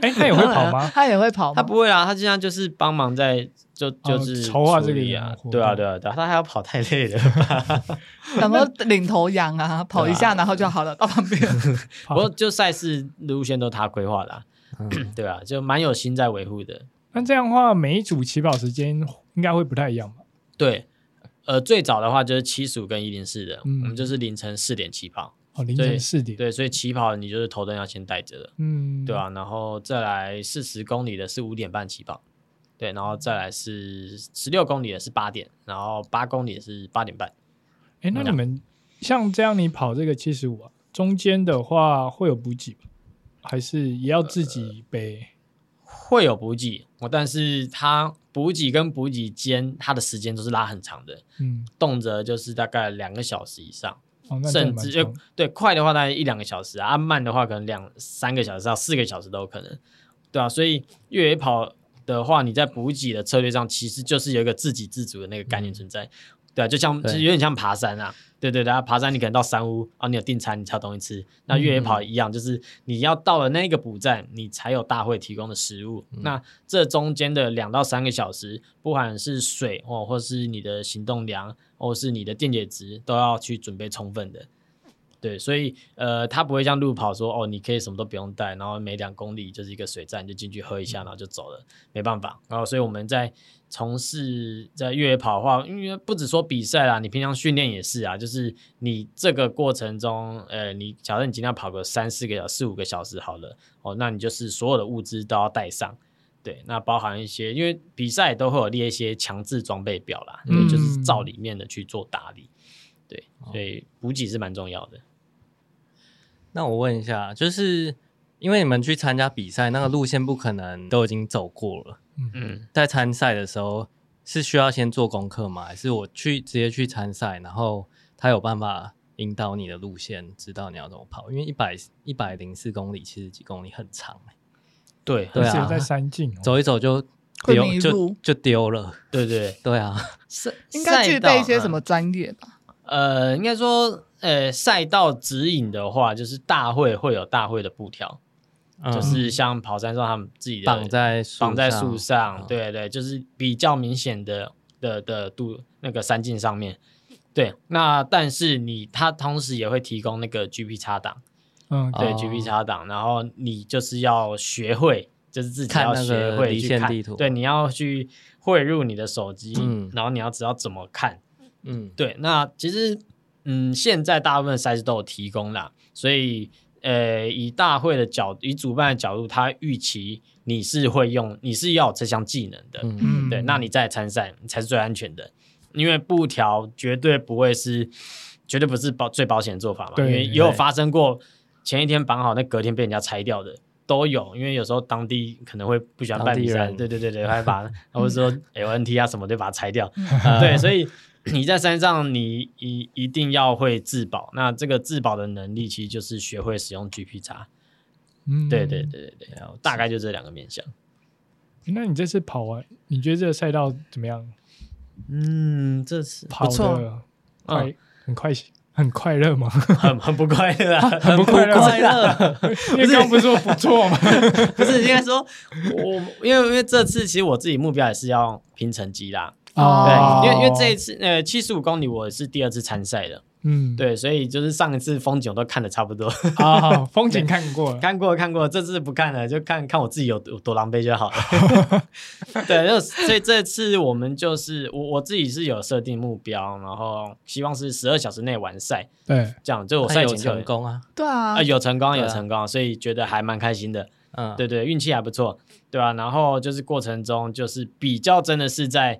Speaker 4: 哎，他也会 跑吗？
Speaker 3: 他也会跑吗？
Speaker 1: 他不会啦，他经常就是帮忙在就就是
Speaker 4: 筹划
Speaker 1: 处
Speaker 4: 这个
Speaker 1: 理啊
Speaker 4: 活，
Speaker 1: 对啊
Speaker 4: 动
Speaker 1: 对啊对啊，他还要跑太累 了吧。
Speaker 3: 然后领头羊啊，跑一
Speaker 1: 对
Speaker 3: 下然后就好了，到旁边。
Speaker 1: 不
Speaker 4: 跑
Speaker 1: 过就赛事路线都他规划的、啊，
Speaker 2: 嗯
Speaker 1: 对啊，就蛮有心在维护的。
Speaker 4: 那这样的话，每一组起跑时间应该会不太一样吧？
Speaker 1: 对，呃，最早的话就是七十五跟一零四的，
Speaker 4: 嗯
Speaker 1: 我们就是凌晨四点起跑，
Speaker 4: 哦，凌
Speaker 1: 对
Speaker 4: 晨四点，
Speaker 1: 对，所以起跑你就是头灯要先带着的。
Speaker 4: 嗯，
Speaker 1: 对，啊，然后再来四十公里的是五点半起跑，对，然后再来是十六公里的是八点，然后八公里的是八点半。
Speaker 4: 哎，那
Speaker 1: 嗯
Speaker 4: 你们像这样，你跑这个七十五啊，中间的话会有补给吗？还是也
Speaker 1: 呃
Speaker 4: 要自己背？
Speaker 1: 会有补给，我但是它补给跟补给间它的时间都是拉很长的，
Speaker 4: 嗯，
Speaker 1: 动辄就是大概两个小时以上，
Speaker 4: 哦，那真的
Speaker 1: 甚
Speaker 4: 蛮
Speaker 1: 至
Speaker 4: 长
Speaker 1: 就对快的话大概一两个小时啊，啊慢的话可能两三个小时到四个小时都有可能，对啊，所以越野跑的话，你在补给的策略上其实就是有一个自给自足的那个概念存
Speaker 4: 嗯
Speaker 1: 在，对啊，就像
Speaker 2: 对
Speaker 1: 就有点像爬山啊。对对对啊，爬山你可能到山屋啊，你有订餐，你才有东西吃。那
Speaker 4: 嗯
Speaker 1: 越野跑一样，就是你要到了那个补站，你才有大会提供的食物。那这中间的两到三个小时，不管是水哦，或是你的行动粮，或是你的电解质，都要去准备充分的。对，所以呃，它不会像路跑说哦，你可以什么都不用带，然后每两公里就是一个水站，你就进去喝一下，然后就走了，没办法。然后，所以我们在从事在越野跑的话，因为不只说比赛啦，你平常训练也是啊，就是你这个过程中，呃，你假设你今天要跑个三四个小四五个小时好了，哦，那你就是所有的物资都要带上。对，那包含一些，因为比赛都会有列一些强制装备表啦，对，
Speaker 4: 嗯
Speaker 1: 就是照里面的去做打理。对，所以补给是蛮重要的。
Speaker 2: 那我问一下，就是因为你们去参加比赛，那个路线不可能都已经走过了，
Speaker 1: 嗯，
Speaker 2: 在参赛的时候是需要先做功课吗？还是我去直接去参赛，然后他有办法引导你的路线，知道你要怎么跑？因为一百一百零四公里，七十几公里很长、欸
Speaker 1: 对，
Speaker 2: 对啊
Speaker 4: 而且在山径哦，
Speaker 2: 走一走就
Speaker 3: 会
Speaker 2: 丢
Speaker 3: 迷
Speaker 2: 就
Speaker 3: 路
Speaker 2: 就丢了。
Speaker 1: 对对，
Speaker 2: 对啊，
Speaker 1: 是
Speaker 3: 应该具备一些什么？专业吧？
Speaker 1: 呃，应该说，呃，赛道指引的话，就是大会会有大会的布条，就
Speaker 2: 嗯
Speaker 1: 是像跑山上他们自己的
Speaker 2: 绑在
Speaker 1: 绑在树
Speaker 2: 上，嗯
Speaker 1: 上，对对，就是比较明显的的的度那个山径上面。对，那但是你它同时也会提供那个 GP 插档，
Speaker 4: 嗯，
Speaker 2: 哦
Speaker 1: 对 GP 插档，然后你就是要学会，就是自己
Speaker 2: 看
Speaker 1: 要
Speaker 2: 那
Speaker 1: 学
Speaker 2: 个
Speaker 1: 会
Speaker 2: 离
Speaker 1: 去
Speaker 2: 线
Speaker 1: 看
Speaker 2: 地图
Speaker 1: 对，你要去汇入你的手机，
Speaker 2: 嗯
Speaker 1: 然后你要知道怎么看，
Speaker 2: 嗯，
Speaker 1: 对，那其实嗯，现在大部分赛事都有提供啦，所以呃，以大会的角，以主办的角度，他预期你是会用，你是要有这项技能的，
Speaker 2: 嗯
Speaker 4: 嗯，
Speaker 1: 对，那你再参赛你才是最安全的，因为布条绝对不会是，绝对不是保最保险的做法嘛，因
Speaker 4: 对
Speaker 1: 为也有发生过前一天绑好，那隔天被人家拆掉的。都有，因为有时候当地可能会不喜欢办
Speaker 2: 当地
Speaker 1: 比赛，
Speaker 2: 人
Speaker 1: 对对对对，还把或者说 LNT 啊什么，就把它拆掉。呃
Speaker 2: 啊
Speaker 1: 对，所以你在山上，你一一定要会自保。那这个自保的能力，其实就是学会使用 GP 叉。
Speaker 4: 嗯
Speaker 1: 对对。对对对，
Speaker 2: 了解
Speaker 1: 大概就这两个面向。
Speaker 4: 那你这次跑完，你觉得这个赛道怎么样？
Speaker 1: 嗯，这次
Speaker 4: 跑的
Speaker 1: 嗯
Speaker 4: 快，很快，很快 乐吗？
Speaker 1: 很很不快乐啊，
Speaker 4: 很不快乐吗，
Speaker 2: 快乐
Speaker 4: 因为刚刚不是说不错吗？
Speaker 1: 不是应该说，我因为因为这次其实我自己目标也是要拼成绩啦。
Speaker 3: 哦
Speaker 1: 对，因为因为这一次呃七十五公里我是第二次参赛的，
Speaker 4: 嗯，
Speaker 1: 对，所以就是上一次风景我都看的差不多，
Speaker 4: 啊，好风景看过了，
Speaker 1: 看过看过，这次不看了，就看看我自己有多多狼狈就好了。 对，就所以这次我们就是我我自己是有设定目标，然后希望是十二小时内完赛，
Speaker 4: 对，
Speaker 1: 这样就我
Speaker 2: 他
Speaker 1: 赛
Speaker 2: 有
Speaker 1: 前就
Speaker 2: 成功啊，
Speaker 3: 对啊
Speaker 1: 啊、，有成功
Speaker 2: 对啊
Speaker 1: 有成功，所以觉得还蛮开心的。
Speaker 3: 啊
Speaker 2: 嗯，
Speaker 1: 对对，运气还不错，对吧、然后就是过程中就是比较真的是在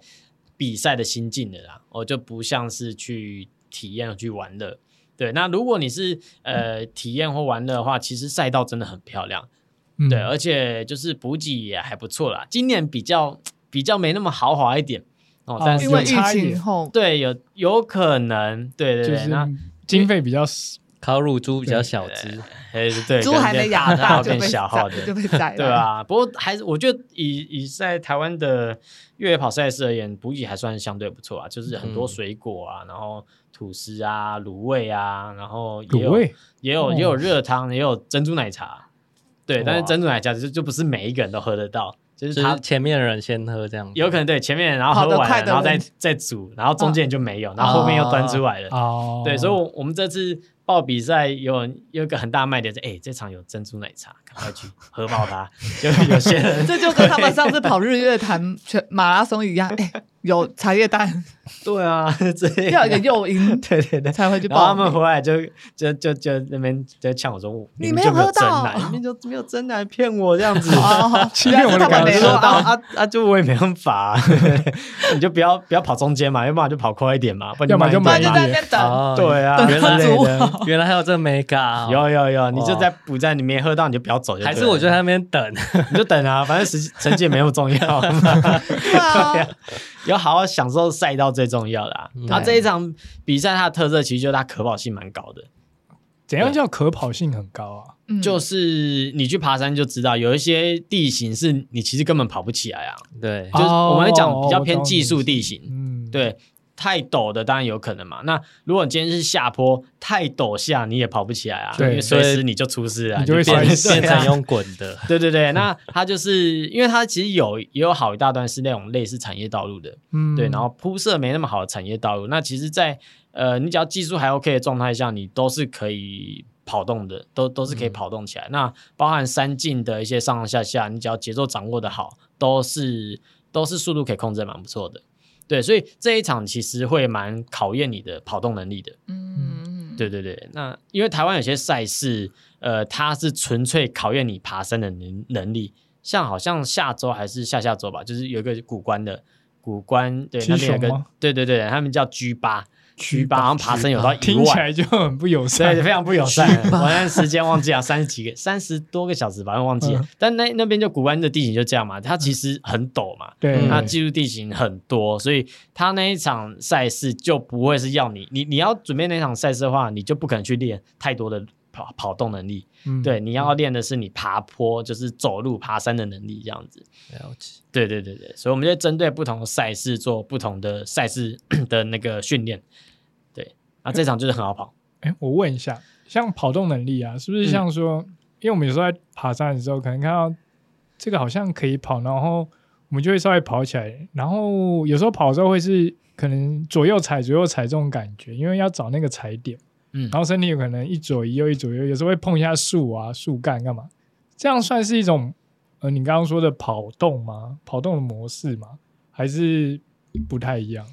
Speaker 1: 比赛的心境的啦，哦，就不像是去体验去玩乐。对，那如果你是呃体验或玩乐的话，其实赛道真的很漂亮，
Speaker 4: 嗯
Speaker 1: 对，而且就是补给也还不错啦。今年比较比较没那么豪华一点哦
Speaker 4: 哦，
Speaker 1: 但是
Speaker 3: 因为
Speaker 4: 有
Speaker 3: 疫
Speaker 4: 差异
Speaker 3: 情后，
Speaker 1: 对有有可能，对对
Speaker 4: 就
Speaker 1: 对，
Speaker 3: 嗯
Speaker 1: 那
Speaker 4: 是经费比较
Speaker 2: 烤乳猪比较小只，
Speaker 1: 哎对，
Speaker 3: 猪
Speaker 1: 可能
Speaker 3: 还没
Speaker 1: 变
Speaker 3: 养
Speaker 1: 大
Speaker 3: 大
Speaker 1: 号
Speaker 3: 就被
Speaker 1: 变小号
Speaker 3: 宰
Speaker 1: 的
Speaker 3: 就被宰了，
Speaker 1: 对啊，不过还是我觉得以以在台湾的越野跑赛事而言，补给还算相对不错啊，就是很多
Speaker 2: 嗯
Speaker 1: 水果啊，然后吐司啊、卤味啊，然后也
Speaker 4: 卤
Speaker 1: 有
Speaker 4: 味，
Speaker 1: 也有、
Speaker 4: 哦
Speaker 1: 也有热汤，也有珍珠奶茶。对，但是
Speaker 2: 哇
Speaker 1: 珍珠奶茶就就不是每一个人都喝得到，就是
Speaker 2: 就
Speaker 1: 他
Speaker 2: 是前面的人先喝这样。
Speaker 1: 有可能对前面然后
Speaker 3: 跑
Speaker 1: 喝
Speaker 3: 得
Speaker 1: 完
Speaker 3: 快
Speaker 1: 了，
Speaker 3: 的
Speaker 1: 然后再
Speaker 3: 人
Speaker 1: 再煮，然后中间就没有，然后后面又端出来了。
Speaker 4: 哦，
Speaker 1: 对，所以，我我们这次报比赛有有一个很大的卖点是，哎、这场有珍珠奶茶，赶快去喝爆它。 就有些人
Speaker 3: 这就跟他们上次跑日月潭全马拉松一样，哎、有茶叶蛋，
Speaker 1: 对啊，这
Speaker 3: 要有个诱因
Speaker 1: 对对对。
Speaker 3: 才会去
Speaker 1: 然后他
Speaker 3: 报
Speaker 1: 们
Speaker 3: 名。
Speaker 1: 回来就就就就那边在呛我说，我
Speaker 3: 你
Speaker 1: 明明
Speaker 3: 没
Speaker 1: 就
Speaker 3: 有
Speaker 1: 没有
Speaker 3: 喝
Speaker 1: 真
Speaker 3: 到
Speaker 1: 奶，你们就没有真奶骗我这样子。
Speaker 3: 哦，
Speaker 4: 欺骗我的
Speaker 3: 原来
Speaker 1: 我
Speaker 4: 感
Speaker 1: 就
Speaker 3: 是他们没
Speaker 1: 说
Speaker 3: 喝
Speaker 4: 受
Speaker 1: 啊
Speaker 3: 到，
Speaker 1: 啊啊！就我也没办法、啊， 你就不要不要跑中间嘛，要么就跑快一点嘛，不然
Speaker 4: 要么
Speaker 1: 慢一
Speaker 4: 就
Speaker 3: 对
Speaker 1: 点嘛
Speaker 3: 啊就在
Speaker 4: 慢一
Speaker 3: 那边等。
Speaker 2: 哦，
Speaker 1: 对啊，
Speaker 3: 等
Speaker 1: 原
Speaker 3: 他
Speaker 1: 来
Speaker 3: 煮
Speaker 1: 的
Speaker 2: 原来还有这没嘎、哦，
Speaker 1: 有有有，你就
Speaker 2: 哇
Speaker 1: 在补在里面喝到你就不要走就对了，
Speaker 2: 还是我就在那边 等，
Speaker 1: 你就等啊，反正成绩成绩也没那么重要，
Speaker 3: 对啊，
Speaker 1: 要好好享受赛道最重要啦。
Speaker 2: 嗯
Speaker 1: 然后这一场比赛它的特色其实就是它可跑性蛮高的，
Speaker 4: 怎样叫可跑性很高啊？
Speaker 3: 嗯
Speaker 1: 就是你去爬山就知道，有一些地形是你其实根本跑不起来啊。
Speaker 2: 对
Speaker 1: 就是我们讲比较
Speaker 4: 哦
Speaker 1: 偏技术地，
Speaker 4: 我懂
Speaker 1: 形，
Speaker 4: 嗯，
Speaker 1: 对，太陡的当然有可能嘛。那如果你今天是下坡，太陡下你也跑不起来啊，因
Speaker 4: 对
Speaker 1: 为随时你就出事啊，
Speaker 4: 你就会
Speaker 1: 变
Speaker 2: 变
Speaker 4: 摔
Speaker 1: 成
Speaker 4: 死
Speaker 2: 变成
Speaker 1: 对啊
Speaker 2: 用滚的，
Speaker 1: 对对对， 那它就是因为它其实有也有好一大段是那种类似产业道路的，
Speaker 4: 嗯
Speaker 1: 对，然后铺设没那么好的产业道路，那其实在，呃，你只要技术还 OK 的状态下，你都是可以跑动的，都都是可以跑动起来。那包含三进的一些上上下下，你只要节奏掌握的好，都是都是速度可以控制得蛮不错的。对，所以这一场其实会蛮考验你的跑动能力的。
Speaker 3: 嗯，
Speaker 1: 对对对，那因为台湾有些赛事，呃，它是纯粹考验你爬山的能能力，像好像下周还是下下周吧，就是有一个古关的古关，对，
Speaker 4: 七
Speaker 1: 那边有
Speaker 4: 雄
Speaker 1: 个
Speaker 4: 吗，
Speaker 1: 对对对，他们叫 G 八
Speaker 4: G8
Speaker 1: 八，好像爬升有到一
Speaker 4: 听起
Speaker 1: 万。
Speaker 4: 来就很不友善
Speaker 1: 对，，非常不友 善。我那时间忘记了，三十几个、三十多个小时吧，忘记了。
Speaker 4: 嗯
Speaker 1: 但那那边就古关的地形就这样嘛，它其实很陡嘛，
Speaker 4: 对，
Speaker 2: 嗯
Speaker 1: 那技术地形很多，所以他那一场赛事就不会是要你，你你要准备那场赛事的话，你就不可能去练太多的跑跑动能力，
Speaker 4: 嗯
Speaker 1: 对，你要练的是你爬坡，就是走路、爬山的能力这样子。
Speaker 4: 啊
Speaker 2: 了解，
Speaker 1: 对对对对，所以我们就针对不同的赛事做不同的赛事 的那个训练。对，那这场就是很好跑，
Speaker 4: 哎，我问一下，像跑动能力啊，是
Speaker 2: 嗯
Speaker 4: 不是像说，因为我们有时候在爬山的时候，可能看到这个好像可以跑，然后我们就会稍微跑起来，然后有时候跑的时候会是可能左右踩、左右踩这种感觉，因为要找那个踩点，
Speaker 1: 嗯
Speaker 4: 然后身体有可能一左一右、一左一右，有时候会碰一下树啊、树干干嘛，这样算是一种呃，你刚刚说的跑动吗？跑动的模式吗？还是不太一样？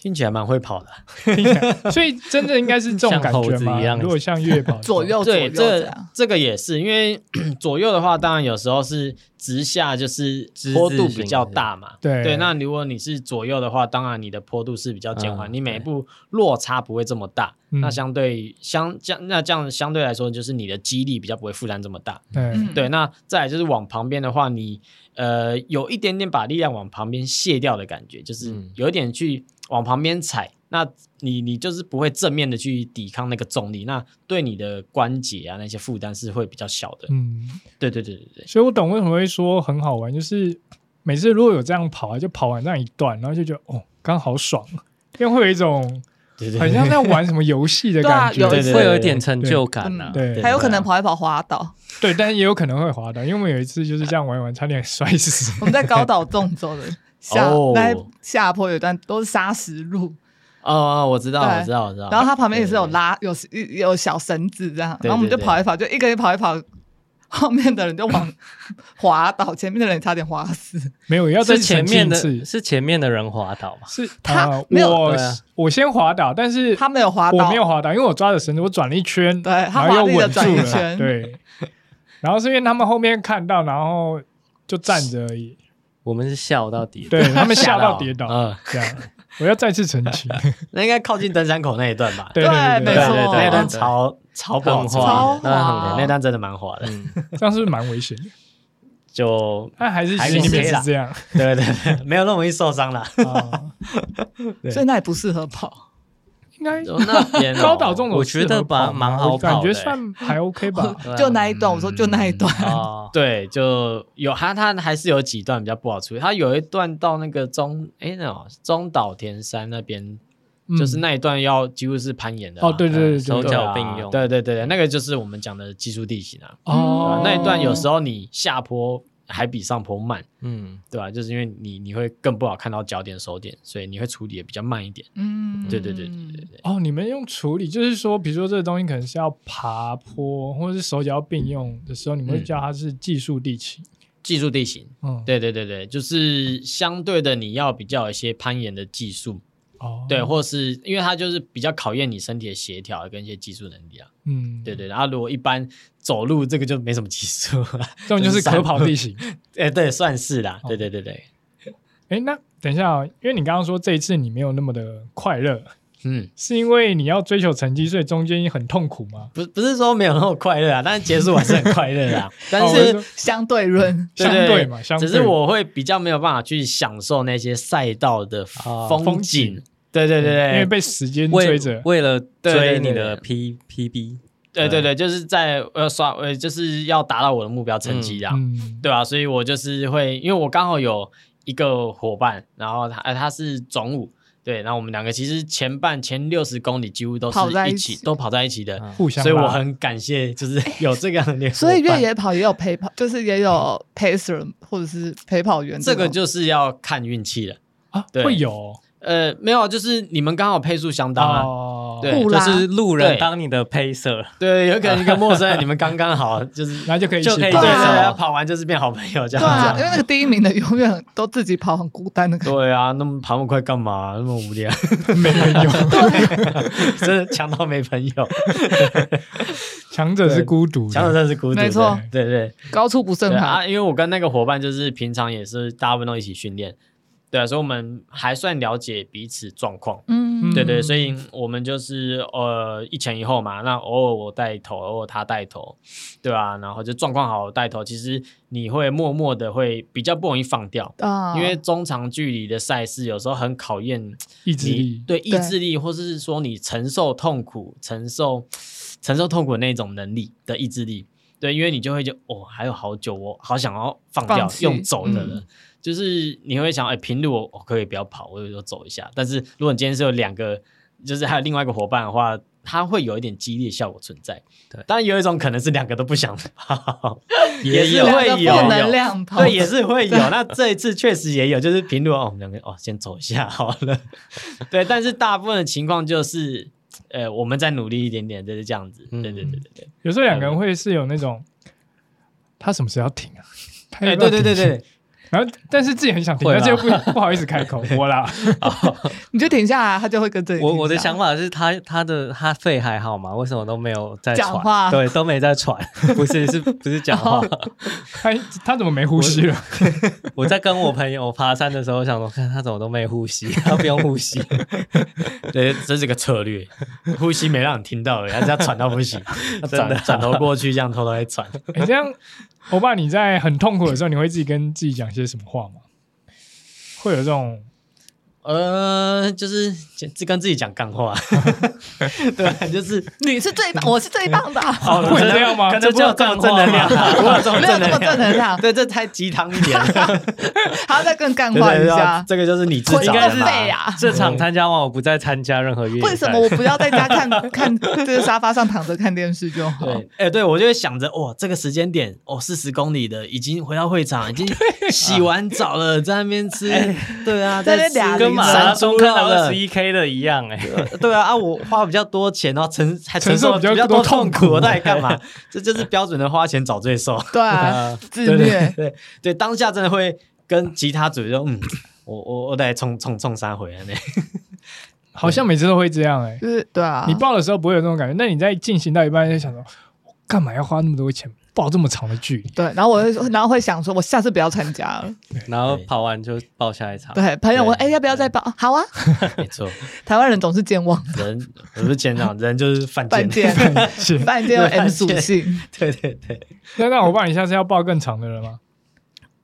Speaker 1: 听起来蛮会跑的。啊
Speaker 4: 听起来所以真的应该是这种
Speaker 2: 像
Speaker 4: 感
Speaker 2: 猴
Speaker 4: 觉
Speaker 2: 子
Speaker 4: 吗
Speaker 2: 一样？
Speaker 4: 如果像越 野跑的时候
Speaker 3: 左右左
Speaker 1: 对，
Speaker 3: 右啊这
Speaker 1: 这
Speaker 3: 样，
Speaker 1: 这个也是，因为 左右的话，当然有时候是直下，就是
Speaker 2: 之
Speaker 1: 坡度
Speaker 2: 字
Speaker 1: 比
Speaker 2: 形
Speaker 1: 较
Speaker 2: 的
Speaker 1: 大嘛。
Speaker 4: 对
Speaker 1: 对，那如果你是左右的话，当然你的坡度是比较减缓，
Speaker 2: 嗯
Speaker 1: 你每一
Speaker 2: 对
Speaker 1: 步落差不会这么大。
Speaker 4: 嗯
Speaker 1: 那相对相相那这样相对来说，就是你的肌力比较不会负担这么大。
Speaker 3: 嗯
Speaker 4: 嗯
Speaker 1: 对，那再来就是往旁边的话，你呃有一点点把力量往旁边卸掉的感觉，就是
Speaker 2: 嗯
Speaker 1: 有一点去往旁边踩。那你你就是不会正面的去抵抗那个重力，那对你的关节啊那些负担是会比较小的。
Speaker 4: 嗯，
Speaker 1: 对对对对对，
Speaker 4: 所以我懂为什么会说很好玩，就是每次如果有这样跑啊，就跑完这样一段，然后就觉得哦，刚好爽，因为会有一种
Speaker 1: 对对
Speaker 4: 很像在玩什么游戏的
Speaker 3: 对啊
Speaker 4: 感觉。
Speaker 3: 有
Speaker 1: 对对
Speaker 2: 会有一点成就感呐、啊。
Speaker 4: 嗯对
Speaker 1: 对
Speaker 4: 对
Speaker 3: 还有可能跑一跑滑倒，
Speaker 4: 对但也有可能会滑倒，因为我们有一次就是这样玩一玩，差点摔死。
Speaker 3: 我们在高岛纵 走的下
Speaker 1: 哦
Speaker 3: 在下坡有一段都是砂石路，
Speaker 1: 哦哦，我知道，
Speaker 3: 对
Speaker 1: 我知道，我知道。
Speaker 3: 然后它旁边也是有拉有有小绳子这样，
Speaker 1: 对
Speaker 3: 然后我们就
Speaker 1: 对对
Speaker 3: 跑一跑，就一个人跑一跑。 后面的人就 往滑倒，前面的人差点滑死。
Speaker 4: 没有，要再
Speaker 2: 是前面
Speaker 4: 澄清一
Speaker 2: 的，
Speaker 4: 次
Speaker 2: 是前面的人滑倒嘛？
Speaker 4: 是
Speaker 3: 他
Speaker 4: 呃
Speaker 3: 没有
Speaker 4: 我
Speaker 2: 对啊
Speaker 4: 我先滑倒，但是
Speaker 3: 他没有滑倒，
Speaker 4: 我没有滑倒，因为我抓着绳子，我转了一圈，
Speaker 3: 对
Speaker 4: 然
Speaker 3: 他
Speaker 4: 后
Speaker 3: 华
Speaker 4: 又
Speaker 3: 丽地
Speaker 4: 稳住
Speaker 3: 转一
Speaker 4: 了，
Speaker 3: 圈
Speaker 4: 对。然后是因为他们后面看到，然后就站着而已。
Speaker 2: 我们是笑到底的，
Speaker 4: 对他们吓
Speaker 1: 到
Speaker 4: 到跌倒，
Speaker 1: 嗯，
Speaker 4: 这样我要再次澄清，
Speaker 1: 那应该靠近登山口那一段吧？
Speaker 4: 对
Speaker 3: 对
Speaker 4: 对
Speaker 3: 没
Speaker 1: 对
Speaker 4: 对
Speaker 1: 对
Speaker 3: 错，
Speaker 1: 对，那段超超不好
Speaker 2: 很
Speaker 1: 冲
Speaker 2: 滑
Speaker 3: 超
Speaker 1: 的，
Speaker 2: 的，那很
Speaker 3: 滑
Speaker 2: 滑
Speaker 1: 对那段真的蛮滑的，
Speaker 2: 嗯，
Speaker 4: 这样是不是蛮危险的？
Speaker 1: 就
Speaker 4: 但还是
Speaker 1: 还
Speaker 4: 心里面
Speaker 1: OK 啦
Speaker 4: 是这样，
Speaker 1: 对对对， 没有那么容易受伤啦。
Speaker 4: 啊
Speaker 1: 对
Speaker 3: 所以那也不适合跑。
Speaker 4: 应该
Speaker 1: 就那边哦
Speaker 4: 高岛这种
Speaker 2: 我觉得吧
Speaker 4: 适合跑吗
Speaker 2: 蛮好
Speaker 4: 我感
Speaker 2: 跑
Speaker 4: 觉
Speaker 2: 的
Speaker 1: 欸
Speaker 4: 算还 OK 吧。
Speaker 2: 对啊
Speaker 3: 就那一段，
Speaker 1: 嗯
Speaker 3: 我说就那一段，
Speaker 2: 哦，
Speaker 1: 对，就有他他还是有几段比较不好处理。他有一段到那个中哎那种中岛田山那边，
Speaker 4: 嗯
Speaker 1: 就是那一段要几乎是攀岩的啊、
Speaker 4: 哦，对对对
Speaker 2: 手
Speaker 4: 对
Speaker 1: 对
Speaker 4: 对，
Speaker 1: 啊，
Speaker 2: 脚并用
Speaker 1: 对对对对，那个就是我们讲的技术地形啊。对
Speaker 4: 哦
Speaker 1: 啊，那一段有时
Speaker 4: 候
Speaker 1: 候你下坡还比上坡慢，
Speaker 2: 嗯，
Speaker 1: 对吧、就是因为你你会更不好看到脚点手点，所以你会处理也比较慢一点。
Speaker 3: 嗯，
Speaker 1: 对对对对对对，
Speaker 4: 哦，你们用处理就是说，比如说这个东西可能是要爬坡或者是手脚并用的时候，你们会
Speaker 1: 嗯
Speaker 4: 叫它是技术地形。
Speaker 1: 技术地形，
Speaker 4: 嗯，
Speaker 1: 对对对对，就是相对的你要比较有一些攀岩的技术，
Speaker 4: 哦，
Speaker 1: 对，或是因为它就是比较考验你身体的协调跟一些技术能力啊。
Speaker 4: 嗯，
Speaker 1: 对，对，然后如果一般走路这个就没什么技术、啊，
Speaker 4: 这种就是可跑地形。
Speaker 1: 哎，对，算是啦，对对对对，
Speaker 4: 哎，那等一下哦，因为你刚刚说这一次你没有那么的快乐，
Speaker 1: 嗯。
Speaker 4: 是因为你要追求成绩，所以中间很痛苦吗？
Speaker 1: 不不是说没有那么快乐啊，但是结束还是很快乐啊。但
Speaker 4: 哦我
Speaker 1: 是
Speaker 4: 就说
Speaker 3: 相对论，
Speaker 1: 对
Speaker 4: 相对嘛，相对。
Speaker 1: 只是我会比较没有办法去享受那些赛道的
Speaker 2: 啊
Speaker 1: 风
Speaker 4: 哦风
Speaker 1: 景嗯
Speaker 4: 景。
Speaker 1: 对对对
Speaker 4: 因为
Speaker 1: 对，
Speaker 4: 被时间
Speaker 2: 为
Speaker 4: 追着，
Speaker 2: 为了追
Speaker 1: 对对
Speaker 2: 你
Speaker 1: 对
Speaker 2: 的 P P B，
Speaker 1: 对对对，就是在呃刷呃，就是要达到我的目标成绩啊，
Speaker 4: 嗯，
Speaker 1: 对啊，所以我就是会，因为我刚好有一个伙伴，然后他呃他是总武，对，然后我们两个其实前半前六十公里几乎都是
Speaker 3: 跑在
Speaker 1: 一
Speaker 3: 一
Speaker 1: 起，
Speaker 3: 起
Speaker 1: 都跑在一起的，
Speaker 2: 嗯
Speaker 4: 互相
Speaker 1: 所以我
Speaker 4: 拉
Speaker 1: 很感谢，就是有这 样的伙伴
Speaker 3: 所以越野跑也有陪跑，就是也有 pacer 或者是陪跑员种。
Speaker 1: 这个就是要看运气了。
Speaker 4: 啊，
Speaker 1: 对
Speaker 4: 会有哦
Speaker 1: 呃，没有，就是你们刚好配速相当啊，
Speaker 4: 哦
Speaker 1: 对，
Speaker 3: 互
Speaker 1: 就
Speaker 3: 拉
Speaker 1: 是
Speaker 2: 就是路人
Speaker 1: 对
Speaker 2: 当你的 pacer，
Speaker 1: 对，有可能一个陌生人，你们刚刚好就是
Speaker 4: 然后就可以一起
Speaker 2: 就可
Speaker 1: 对
Speaker 2: 以接
Speaker 1: 对
Speaker 2: 受
Speaker 1: 对，跑完就是变好朋友这
Speaker 3: 对
Speaker 1: 样
Speaker 3: 啊，因
Speaker 1: 子。
Speaker 3: 为那个第一名的永远都自己跑，很孤单的感觉。
Speaker 1: 对啊，那么跑那么快干嘛？那么无聊，
Speaker 4: 没朋友，
Speaker 1: 真的强到没 朋友，
Speaker 4: 强者是孤独的，
Speaker 1: 强到真的是孤独的。
Speaker 3: 没错
Speaker 1: 对对
Speaker 3: 高处不胜
Speaker 1: 对
Speaker 3: 寒。
Speaker 1: 啊！因为我跟那个伙伴就是平常也是大部分都一起训练，对啊，所以我们还算了解彼此状况。
Speaker 3: 嗯，
Speaker 1: 对对，
Speaker 4: 嗯
Speaker 1: 所以我们就是呃一前一后嘛，那偶尔我带头，偶尔他带头，对啊，然后就状况好我带头，其实你会默默的会比较不容易放掉，
Speaker 3: 啊，
Speaker 1: 因为中长距离的赛事有时候很考验
Speaker 4: 意志
Speaker 1: 你
Speaker 4: 力，
Speaker 1: 对意志力，或是说你承受痛苦、承受 承受痛苦的那种能力的意志力。对，因为你就会就哦，还有好久，我好想要放掉
Speaker 3: 放弃
Speaker 1: 用走的了。
Speaker 4: 嗯
Speaker 1: 就是你会想，哎，平路我我可以不要跑，我就走一下。但是如果你今天是有两个，就是还有另外一个伙伴的话，它会有一点激烈效果存在。
Speaker 2: 对
Speaker 1: 当然有一种可能是两个都不想跑，
Speaker 2: 也
Speaker 1: 是
Speaker 2: 有
Speaker 3: 两
Speaker 1: 会
Speaker 3: 个
Speaker 1: 有
Speaker 3: 负能量跑，
Speaker 1: 对，也是会有。那这一次确实也有， 就是平路哦，我们两个哦，先走一下好了。 对，但是大部分的情况就是，呃，我们再努力一点点，就是这样子。对
Speaker 2: 嗯
Speaker 1: 对对对对，
Speaker 4: 有时候两个人会是有那种，他什么时候要停啊？他
Speaker 1: 哎、
Speaker 4: 要不
Speaker 1: 对
Speaker 4: 要
Speaker 1: 对对对，
Speaker 4: 停，然后但是自己很想停，
Speaker 2: 会啦
Speaker 4: 但是又不不好意思开口，我 啦，
Speaker 3: 你就停下来，他就会跟着你停
Speaker 2: 我
Speaker 3: 下来。
Speaker 2: 我的想法是他他的他肺还好嘛，为什么都没有在
Speaker 3: 讲
Speaker 2: 喘
Speaker 3: 话
Speaker 2: 对，都没在 喘，不是是不是讲话？
Speaker 4: 他哎他怎么没呼吸了？
Speaker 2: 我在跟我朋友爬山的时候，想说看他怎么都没 呼吸，他不用呼吸，
Speaker 1: 对，这是个策略， 呼吸没让你听到而已，他只要喘到不 行，他
Speaker 2: 真的
Speaker 1: 转转头过去，这样偷偷在喘。
Speaker 4: 哎，这样，欧巴，你在很痛苦的时候，你会自己跟自己讲些什么话吗？会有这种
Speaker 1: 呃，就是这跟自己讲干话， 对吧，就是
Speaker 3: 你是最棒，我是最棒的，
Speaker 1: 哦
Speaker 4: 会这样吗
Speaker 1: 可能不要这么正能量啊，不要这么
Speaker 3: 没有
Speaker 1: 正
Speaker 3: 这
Speaker 1: 能
Speaker 3: 么正
Speaker 1: 量。
Speaker 3: 能量，
Speaker 1: 对，这太鸡汤一 点了。
Speaker 3: 还要再更干
Speaker 1: 对
Speaker 3: 化
Speaker 1: 对
Speaker 3: 一
Speaker 1: 对
Speaker 3: 下。
Speaker 1: 这个就是你自
Speaker 3: 我
Speaker 1: 找
Speaker 3: 真
Speaker 1: 的
Speaker 3: 的
Speaker 1: 嘛。
Speaker 3: 废啊！
Speaker 2: 这场参加完，我不再参加任何越野赛
Speaker 3: 为什么我不要在家看看，就是沙发上躺着看电视就好？
Speaker 1: 对，哎、对我就会想着，哇，这个时间点，哦，四十公里的，已经回到会场，已经洗完澡了，在那边吃，对啊，
Speaker 3: 在那
Speaker 1: 在
Speaker 3: 边俩
Speaker 1: 吃
Speaker 2: 跟
Speaker 3: 跟
Speaker 2: 马
Speaker 3: 马
Speaker 2: 拉
Speaker 3: 拉
Speaker 2: 松
Speaker 1: 松
Speaker 2: 看到二
Speaker 1: 了
Speaker 2: 十一 K 的一样哎、
Speaker 1: 啊对啊，啊，我花比较多钱，然后承还承
Speaker 4: 承受
Speaker 1: 受
Speaker 4: 比较
Speaker 1: 比较
Speaker 4: 多
Speaker 1: 多痛
Speaker 4: 痛苦
Speaker 1: 苦，我到底干嘛？这就是标准的花钱找罪受。
Speaker 3: 对啊，自
Speaker 1: 对对
Speaker 3: 虐。
Speaker 1: 对对，当下真的会跟吉他组说，嗯，我我我得冲冲冲山回来呢。
Speaker 4: 好像每次都会这样哎、
Speaker 3: 就是对啊，
Speaker 4: 你报的时候不会有那种感觉，那你在进行到一半就想说，我干嘛要花那么多钱报这么长的距离，
Speaker 3: 对，然后我会说，然后会想说，我下次不要参加了。
Speaker 2: 然后跑完就报下一场。
Speaker 3: 对，朋友我
Speaker 1: 对
Speaker 3: 哎、要不要再报？好啊，
Speaker 1: 没错，
Speaker 3: 台湾人总是健忘，
Speaker 1: 人不是舰长，人就是犯
Speaker 3: 犯
Speaker 1: 贱。
Speaker 3: 贱，
Speaker 4: 是。
Speaker 3: 犯贱有 M 属性，
Speaker 1: 对对对，
Speaker 4: 那那我帮你下次要报更长的了吗？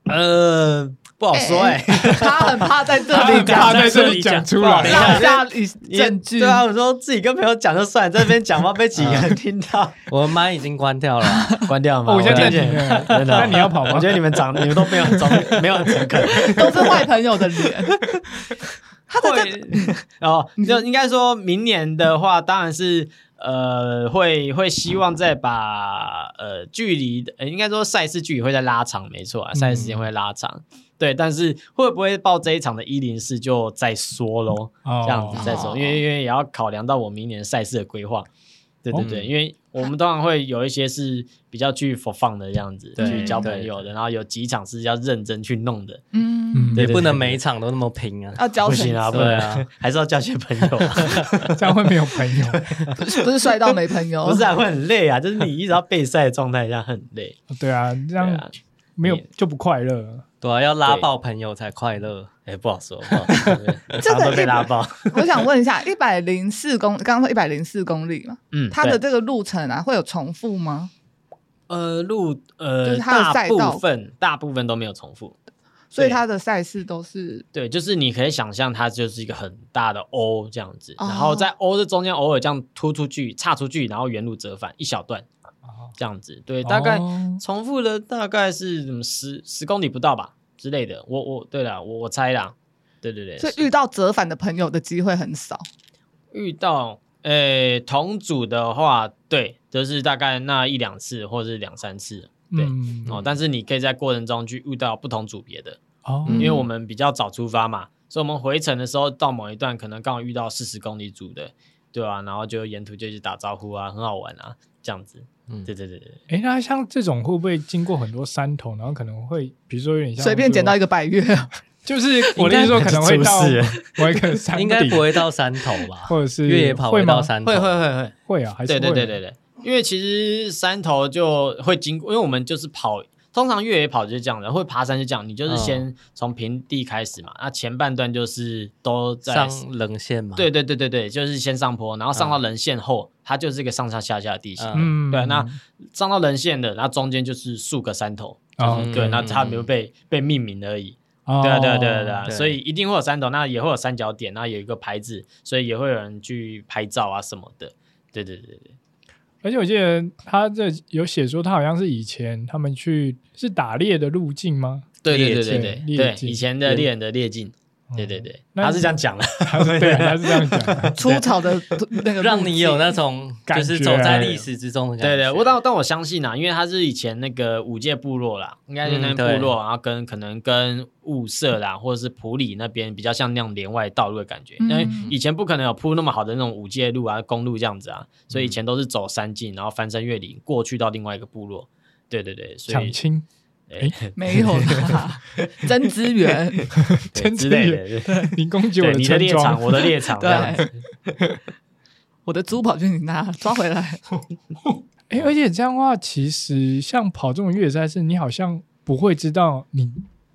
Speaker 1: 呃，不好说哎、
Speaker 3: 他很怕在这
Speaker 4: 他
Speaker 3: 里
Speaker 4: 很怕
Speaker 3: 讲
Speaker 4: 在这里讲出来
Speaker 1: 等一
Speaker 3: 落
Speaker 1: 下
Speaker 3: 下一
Speaker 1: 你
Speaker 3: 证据
Speaker 1: 对。啊，我说自己跟朋友讲就算，在这边讲话被几个人听到，
Speaker 2: 我麦已经关掉了，
Speaker 1: 嗯 关掉吗？
Speaker 4: 哦我现
Speaker 1: 听
Speaker 4: 在
Speaker 1: 见
Speaker 4: 暂停了
Speaker 1: 真的哦，
Speaker 4: 那你要跑吗
Speaker 1: 我觉得你们长，你们都没有长，没有很诚 恳。
Speaker 3: 都是坏朋友的脸。他在这，
Speaker 1: 然后哦
Speaker 4: 嗯
Speaker 1: 就应该说，明年的话，当然是呃，会会希望再把呃距离的，呃应该说赛事距离会再拉长，没错、啊，赛事时
Speaker 4: 嗯
Speaker 1: 间会拉长。对，但是会不会报这一场的一零四就再说喽，
Speaker 4: 哦
Speaker 1: 这样子再说，
Speaker 3: 哦
Speaker 1: 因为因为也要考量到我明年赛事的规划。对对对，
Speaker 2: 哦
Speaker 1: 因为我们当然会有一些是比较去 for fun 的这样子，
Speaker 2: 对
Speaker 1: 去交
Speaker 2: 对
Speaker 1: 朋友
Speaker 2: 对
Speaker 1: 的，然后有几场是要认真去弄的，
Speaker 3: 嗯，
Speaker 1: 对
Speaker 2: 也
Speaker 1: 对
Speaker 2: 不能
Speaker 1: 对
Speaker 2: 每一场都那么平啊。
Speaker 3: 要交
Speaker 1: 不
Speaker 3: 成
Speaker 1: 行啊，不
Speaker 2: 对
Speaker 1: 能
Speaker 2: 啊，
Speaker 1: 还是要交些 朋友啊。
Speaker 4: 这样会没有朋友。
Speaker 3: 不是帅到没朋友，
Speaker 1: 不是啊，会很累啊，就是你一直要备赛的状态下很 累。
Speaker 4: 对啊，这
Speaker 1: 对
Speaker 4: 样
Speaker 1: 啊，
Speaker 4: 没有
Speaker 1: 你
Speaker 4: 就不快乐了。
Speaker 2: 对啊，要拉
Speaker 1: 对
Speaker 2: 爆朋友才快乐。
Speaker 1: 哎，不好说，不好说，对
Speaker 3: 这个
Speaker 1: 常常被拉爆。
Speaker 3: 我想问一下，一百零四公，刚刚说一百零四公里嘛，
Speaker 1: 嗯，
Speaker 3: 它的
Speaker 1: 对
Speaker 3: 这个路程啊，会有重复吗？
Speaker 1: 呃路
Speaker 3: 就
Speaker 1: 呃
Speaker 3: 是它的
Speaker 1: 大
Speaker 3: 赛道
Speaker 1: 部分大部分都没有重复。
Speaker 3: 所以
Speaker 1: 对
Speaker 3: 它的赛事都是
Speaker 1: 对，就是你可以想象它就是一个很大的 O 这样子，
Speaker 3: 哦
Speaker 1: 然后在 O 这中间偶尔这样突出去、岔出去，然后原路折返一小段这样子。对，大概
Speaker 4: 哦
Speaker 1: 重复了大概是嗯十十公里不到吧之类的。我我对了，我我猜啦。对对对，
Speaker 3: 所以遇到折返的朋友的机会很少。
Speaker 1: 遇到呃同组的话，对，就是大概那一两次或是两三次对
Speaker 4: 嗯
Speaker 1: 哦。但是你可以在过程中去遇到不同组别的，
Speaker 4: 哦
Speaker 1: 因为
Speaker 3: 嗯
Speaker 1: 我们比较早出发嘛，所以我们回程的时候到某一段可能刚好遇到四十公里组的，对啊，然后就沿途就去打招呼啊，很好玩啊，这样子。
Speaker 2: 嗯
Speaker 1: 对对对对，
Speaker 4: 哎，那像这种会不会经过很多山头，然后可能会，比如说有点像
Speaker 3: 随便捡到一个百月，
Speaker 4: 就是我的意思说，可能会到
Speaker 1: 出事
Speaker 4: 某一个山
Speaker 2: 应该
Speaker 4: 顶
Speaker 2: 不，会到山头吧？
Speaker 4: 或者是
Speaker 2: 越野跑
Speaker 4: 会
Speaker 2: 会
Speaker 4: 吗
Speaker 2: 到？山头，
Speaker 1: 会会会会，
Speaker 4: 会啊，还是
Speaker 1: 对对
Speaker 4: 会
Speaker 1: 对对对，因为其实山头就会经过，因为我们就是跑，通常越野跑就是这样的，会爬山就这样，你就是
Speaker 2: 嗯
Speaker 1: 先从平地开始嘛，那、前半段就是都在，
Speaker 2: 上冷线嘛。
Speaker 1: 对对对对对，就是先上坡，然后上到人线后，它就是一个上上下下的地形，
Speaker 2: 嗯，
Speaker 4: 嗯，
Speaker 1: 对那上到人线的，那中间就是数个山头，
Speaker 4: 哦
Speaker 1: 对，
Speaker 2: 嗯
Speaker 1: 那它没有被被命名而已，
Speaker 4: 哦
Speaker 1: 对啊，对啊，对啊，对啊，
Speaker 2: 对
Speaker 1: 所以一定会有山头，那也会有三角点，那有一个牌子，所以也会有人去拍照啊什么的，对对对对。
Speaker 4: 而且我记得他这有写说，他好像是以前他们去是打猎的路径吗？
Speaker 1: 对对
Speaker 2: 猎
Speaker 1: 对
Speaker 4: 境
Speaker 1: 对对
Speaker 4: 猎
Speaker 1: 对，
Speaker 4: 境
Speaker 1: 以前的猎人的猎境，对对对，他是这样讲的，
Speaker 4: 他是 对啊，他是这样讲的。
Speaker 3: 出草的那个路径
Speaker 2: 让你有那种
Speaker 4: 感
Speaker 2: 就是
Speaker 4: 觉
Speaker 2: 走在历史之中的感觉。
Speaker 1: 对对，我但但我相信啊，因为他是以前那个五界部落啦，应该就那
Speaker 2: 嗯
Speaker 1: 边
Speaker 2: 对
Speaker 1: 部落，然后跟可能跟雾社啦，或者是普里那边比较像那样连外道路的感觉，
Speaker 3: 嗯
Speaker 1: 因为以前不可能有铺那么好的那种五界路啊、公路这样子啊，所
Speaker 4: 嗯
Speaker 1: 以以前都是走山径，然后翻山越岭过去到另外一个部落。对对对，所
Speaker 4: 抢
Speaker 1: 以
Speaker 4: 亲， 哎
Speaker 3: 没有 啦，真资源。
Speaker 1: 对
Speaker 4: 真
Speaker 1: 之
Speaker 4: 的
Speaker 1: 类
Speaker 4: 耶
Speaker 1: 的，对
Speaker 4: 你攻击我
Speaker 1: 对
Speaker 4: 的
Speaker 1: 你的
Speaker 4: 村
Speaker 1: 猎场，
Speaker 4: 庄，
Speaker 1: 我的猎 场，这样
Speaker 3: 对，我的猪跑去你那抓回来，
Speaker 4: 哎，而且这样的话，其实像跑这种越野赛事，你好像不会知道你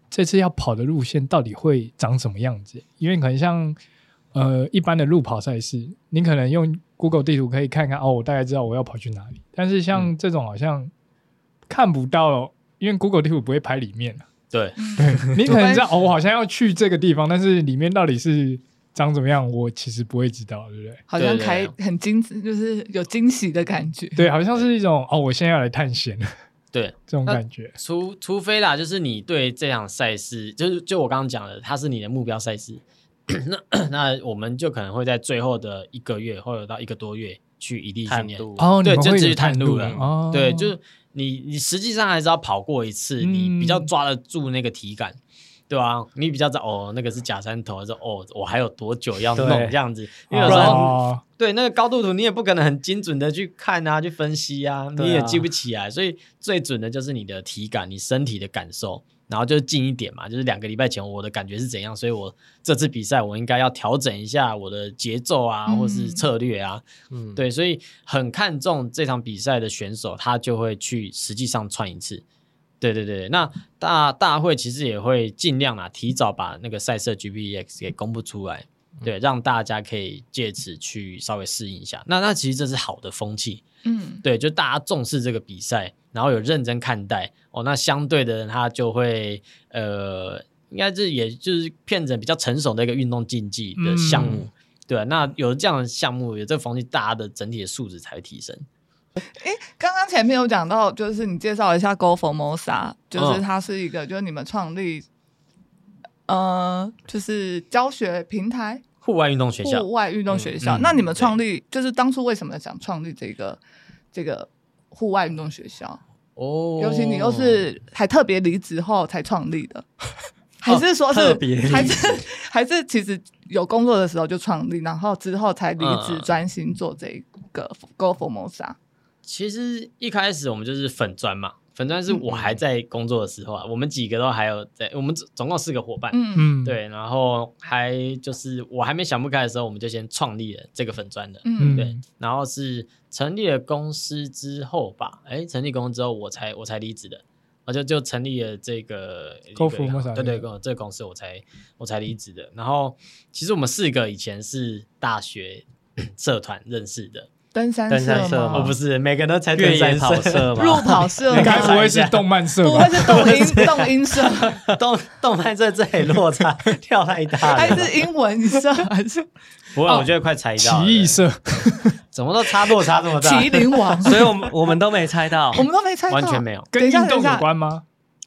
Speaker 4: 这次要跑的路线到底会长什么样子，因为可能像呃一般的路跑赛事，你可能用 Google 地图可以看看哦，我大概知道我要跑去哪里，但是像这种好像看不到，因为 Google 地图不会拍里面。
Speaker 1: 对，
Speaker 4: 你可能知道哦，我好像要去这个地方，但是里面到底是长怎么样，我其实不会知道，对不对？
Speaker 3: 好
Speaker 1: 对
Speaker 3: 像
Speaker 1: 对
Speaker 3: 开很惊，就是有惊喜的感觉。
Speaker 4: 对，好像是一种哦，我现在要来探险
Speaker 1: 对，
Speaker 4: 这种感觉。
Speaker 1: 除除非啦，就是你对这场赛事，就是就我刚刚讲的，它是你的目标赛 事，那 那我们就可能会在最后的一个月或者到一个多月去一地训
Speaker 2: 探
Speaker 1: 练。
Speaker 2: 路
Speaker 4: 哦，
Speaker 1: 对
Speaker 4: 你们
Speaker 1: 就
Speaker 4: 会
Speaker 1: 只
Speaker 4: 有
Speaker 1: 是探路
Speaker 4: 了
Speaker 1: 了
Speaker 4: 哦，
Speaker 1: 对，就是你你实际上还是要跑过一次，你比较
Speaker 4: 嗯
Speaker 1: 抓得住那个体感。对啊，你比较知道哦，那个是假山头，还是哦，我还有多久要弄
Speaker 2: 对
Speaker 1: 这样子？因为有时候、
Speaker 4: 哦，
Speaker 1: 对那个高度图，你也不可能很精准的去看啊，去分析啊，
Speaker 2: 对啊
Speaker 1: 你也记不起来，所以最准的就是你的体感，你身体的感受。然后就是近一点嘛，就是两个礼拜前我的感觉是怎样，所以我这次比赛我应该要调整一下我的节奏啊，
Speaker 3: 嗯
Speaker 1: 或是策略啊，
Speaker 2: 嗯，
Speaker 1: 对，所以很看重这场比赛的选手，他就会去实际上串一次。对对对，那大大会其实也会尽量啊，提早把那个赛事的 GPX 给公布出来，对，让大家可以借此去稍微适应一下。那那其实这是好的风气，
Speaker 3: 嗯，
Speaker 1: 对，就大家重视这个比赛，然后有认真看待哦，那相对的他就会呃，应该是也就是变成比较成熟的一个运动竞技的项目。
Speaker 2: 嗯
Speaker 1: 对啊、那有这样的项目，有这个风气，大家的整体的素质才会提升。
Speaker 3: 刚刚前面有讲到，就是你介绍一下 Go Formosa，就是
Speaker 1: 嗯
Speaker 3: 它是一个，就是你们创立，呃，就是教学平台，
Speaker 1: 户外运动学校
Speaker 3: 户，外运动学校。
Speaker 1: 嗯嗯
Speaker 3: 那你们创立，就是当初为什么想创立这个这个户外运动学校？
Speaker 1: 哦
Speaker 3: 尤其你又是还特别离职后才创 立的，
Speaker 1: 哦
Speaker 3: 还是说是、
Speaker 2: 特别离职
Speaker 3: 还是 还是其实有工作的时候就创立，然后之后才离职
Speaker 1: 嗯
Speaker 3: 专心做这个 Go Formosa。
Speaker 1: 其实一开始我们就是粉砖嘛，粉砖
Speaker 3: 嗯
Speaker 1: 是我还在工作的时候啊，我们几个都还有在，我们总总共四个伙伴，
Speaker 3: 嗯
Speaker 4: 嗯，，
Speaker 1: 对，然后还就是我还没想不开的时候，我们就先创立了这个粉砖的，
Speaker 3: 嗯
Speaker 4: 嗯，
Speaker 1: 对，然后是成立了公司之后吧，哎，成立公司之后我才我才离职的，我就就成立了这个一个
Speaker 4: Go for Mosa，
Speaker 1: 对
Speaker 4: 对
Speaker 1: 对，跟我这个公司我才我才离职的。然后其实我们四个以前是大学 社团认识的，
Speaker 3: 登山
Speaker 2: 登山社
Speaker 3: 社
Speaker 1: 我、
Speaker 2: 吗
Speaker 3: 吗？
Speaker 1: 哦不是每个人都才
Speaker 2: 越野
Speaker 1: 登山
Speaker 2: 跑社嘛，
Speaker 3: 入跑社吗，
Speaker 4: 你该不会是动漫社
Speaker 3: 不
Speaker 4: 吧
Speaker 3: 会？是动音动音社，
Speaker 1: 动动漫这这里落差 跳太 大
Speaker 3: 还
Speaker 2: 哎
Speaker 1: 了，
Speaker 3: 是英文 社，还是
Speaker 1: 不
Speaker 2: 哦
Speaker 1: 会，我觉得快猜
Speaker 4: 奇
Speaker 1: 到了，
Speaker 4: 异社，
Speaker 1: 怎么都差落差这么大，
Speaker 3: 麒麟王？，
Speaker 2: 所以我们我们都没猜到
Speaker 3: 我们都没猜到，
Speaker 1: 完全没有，
Speaker 4: 跟
Speaker 3: 等一
Speaker 4: 运
Speaker 3: 下
Speaker 4: 动
Speaker 3: 等一
Speaker 4: 有
Speaker 3: 下
Speaker 4: 关吗？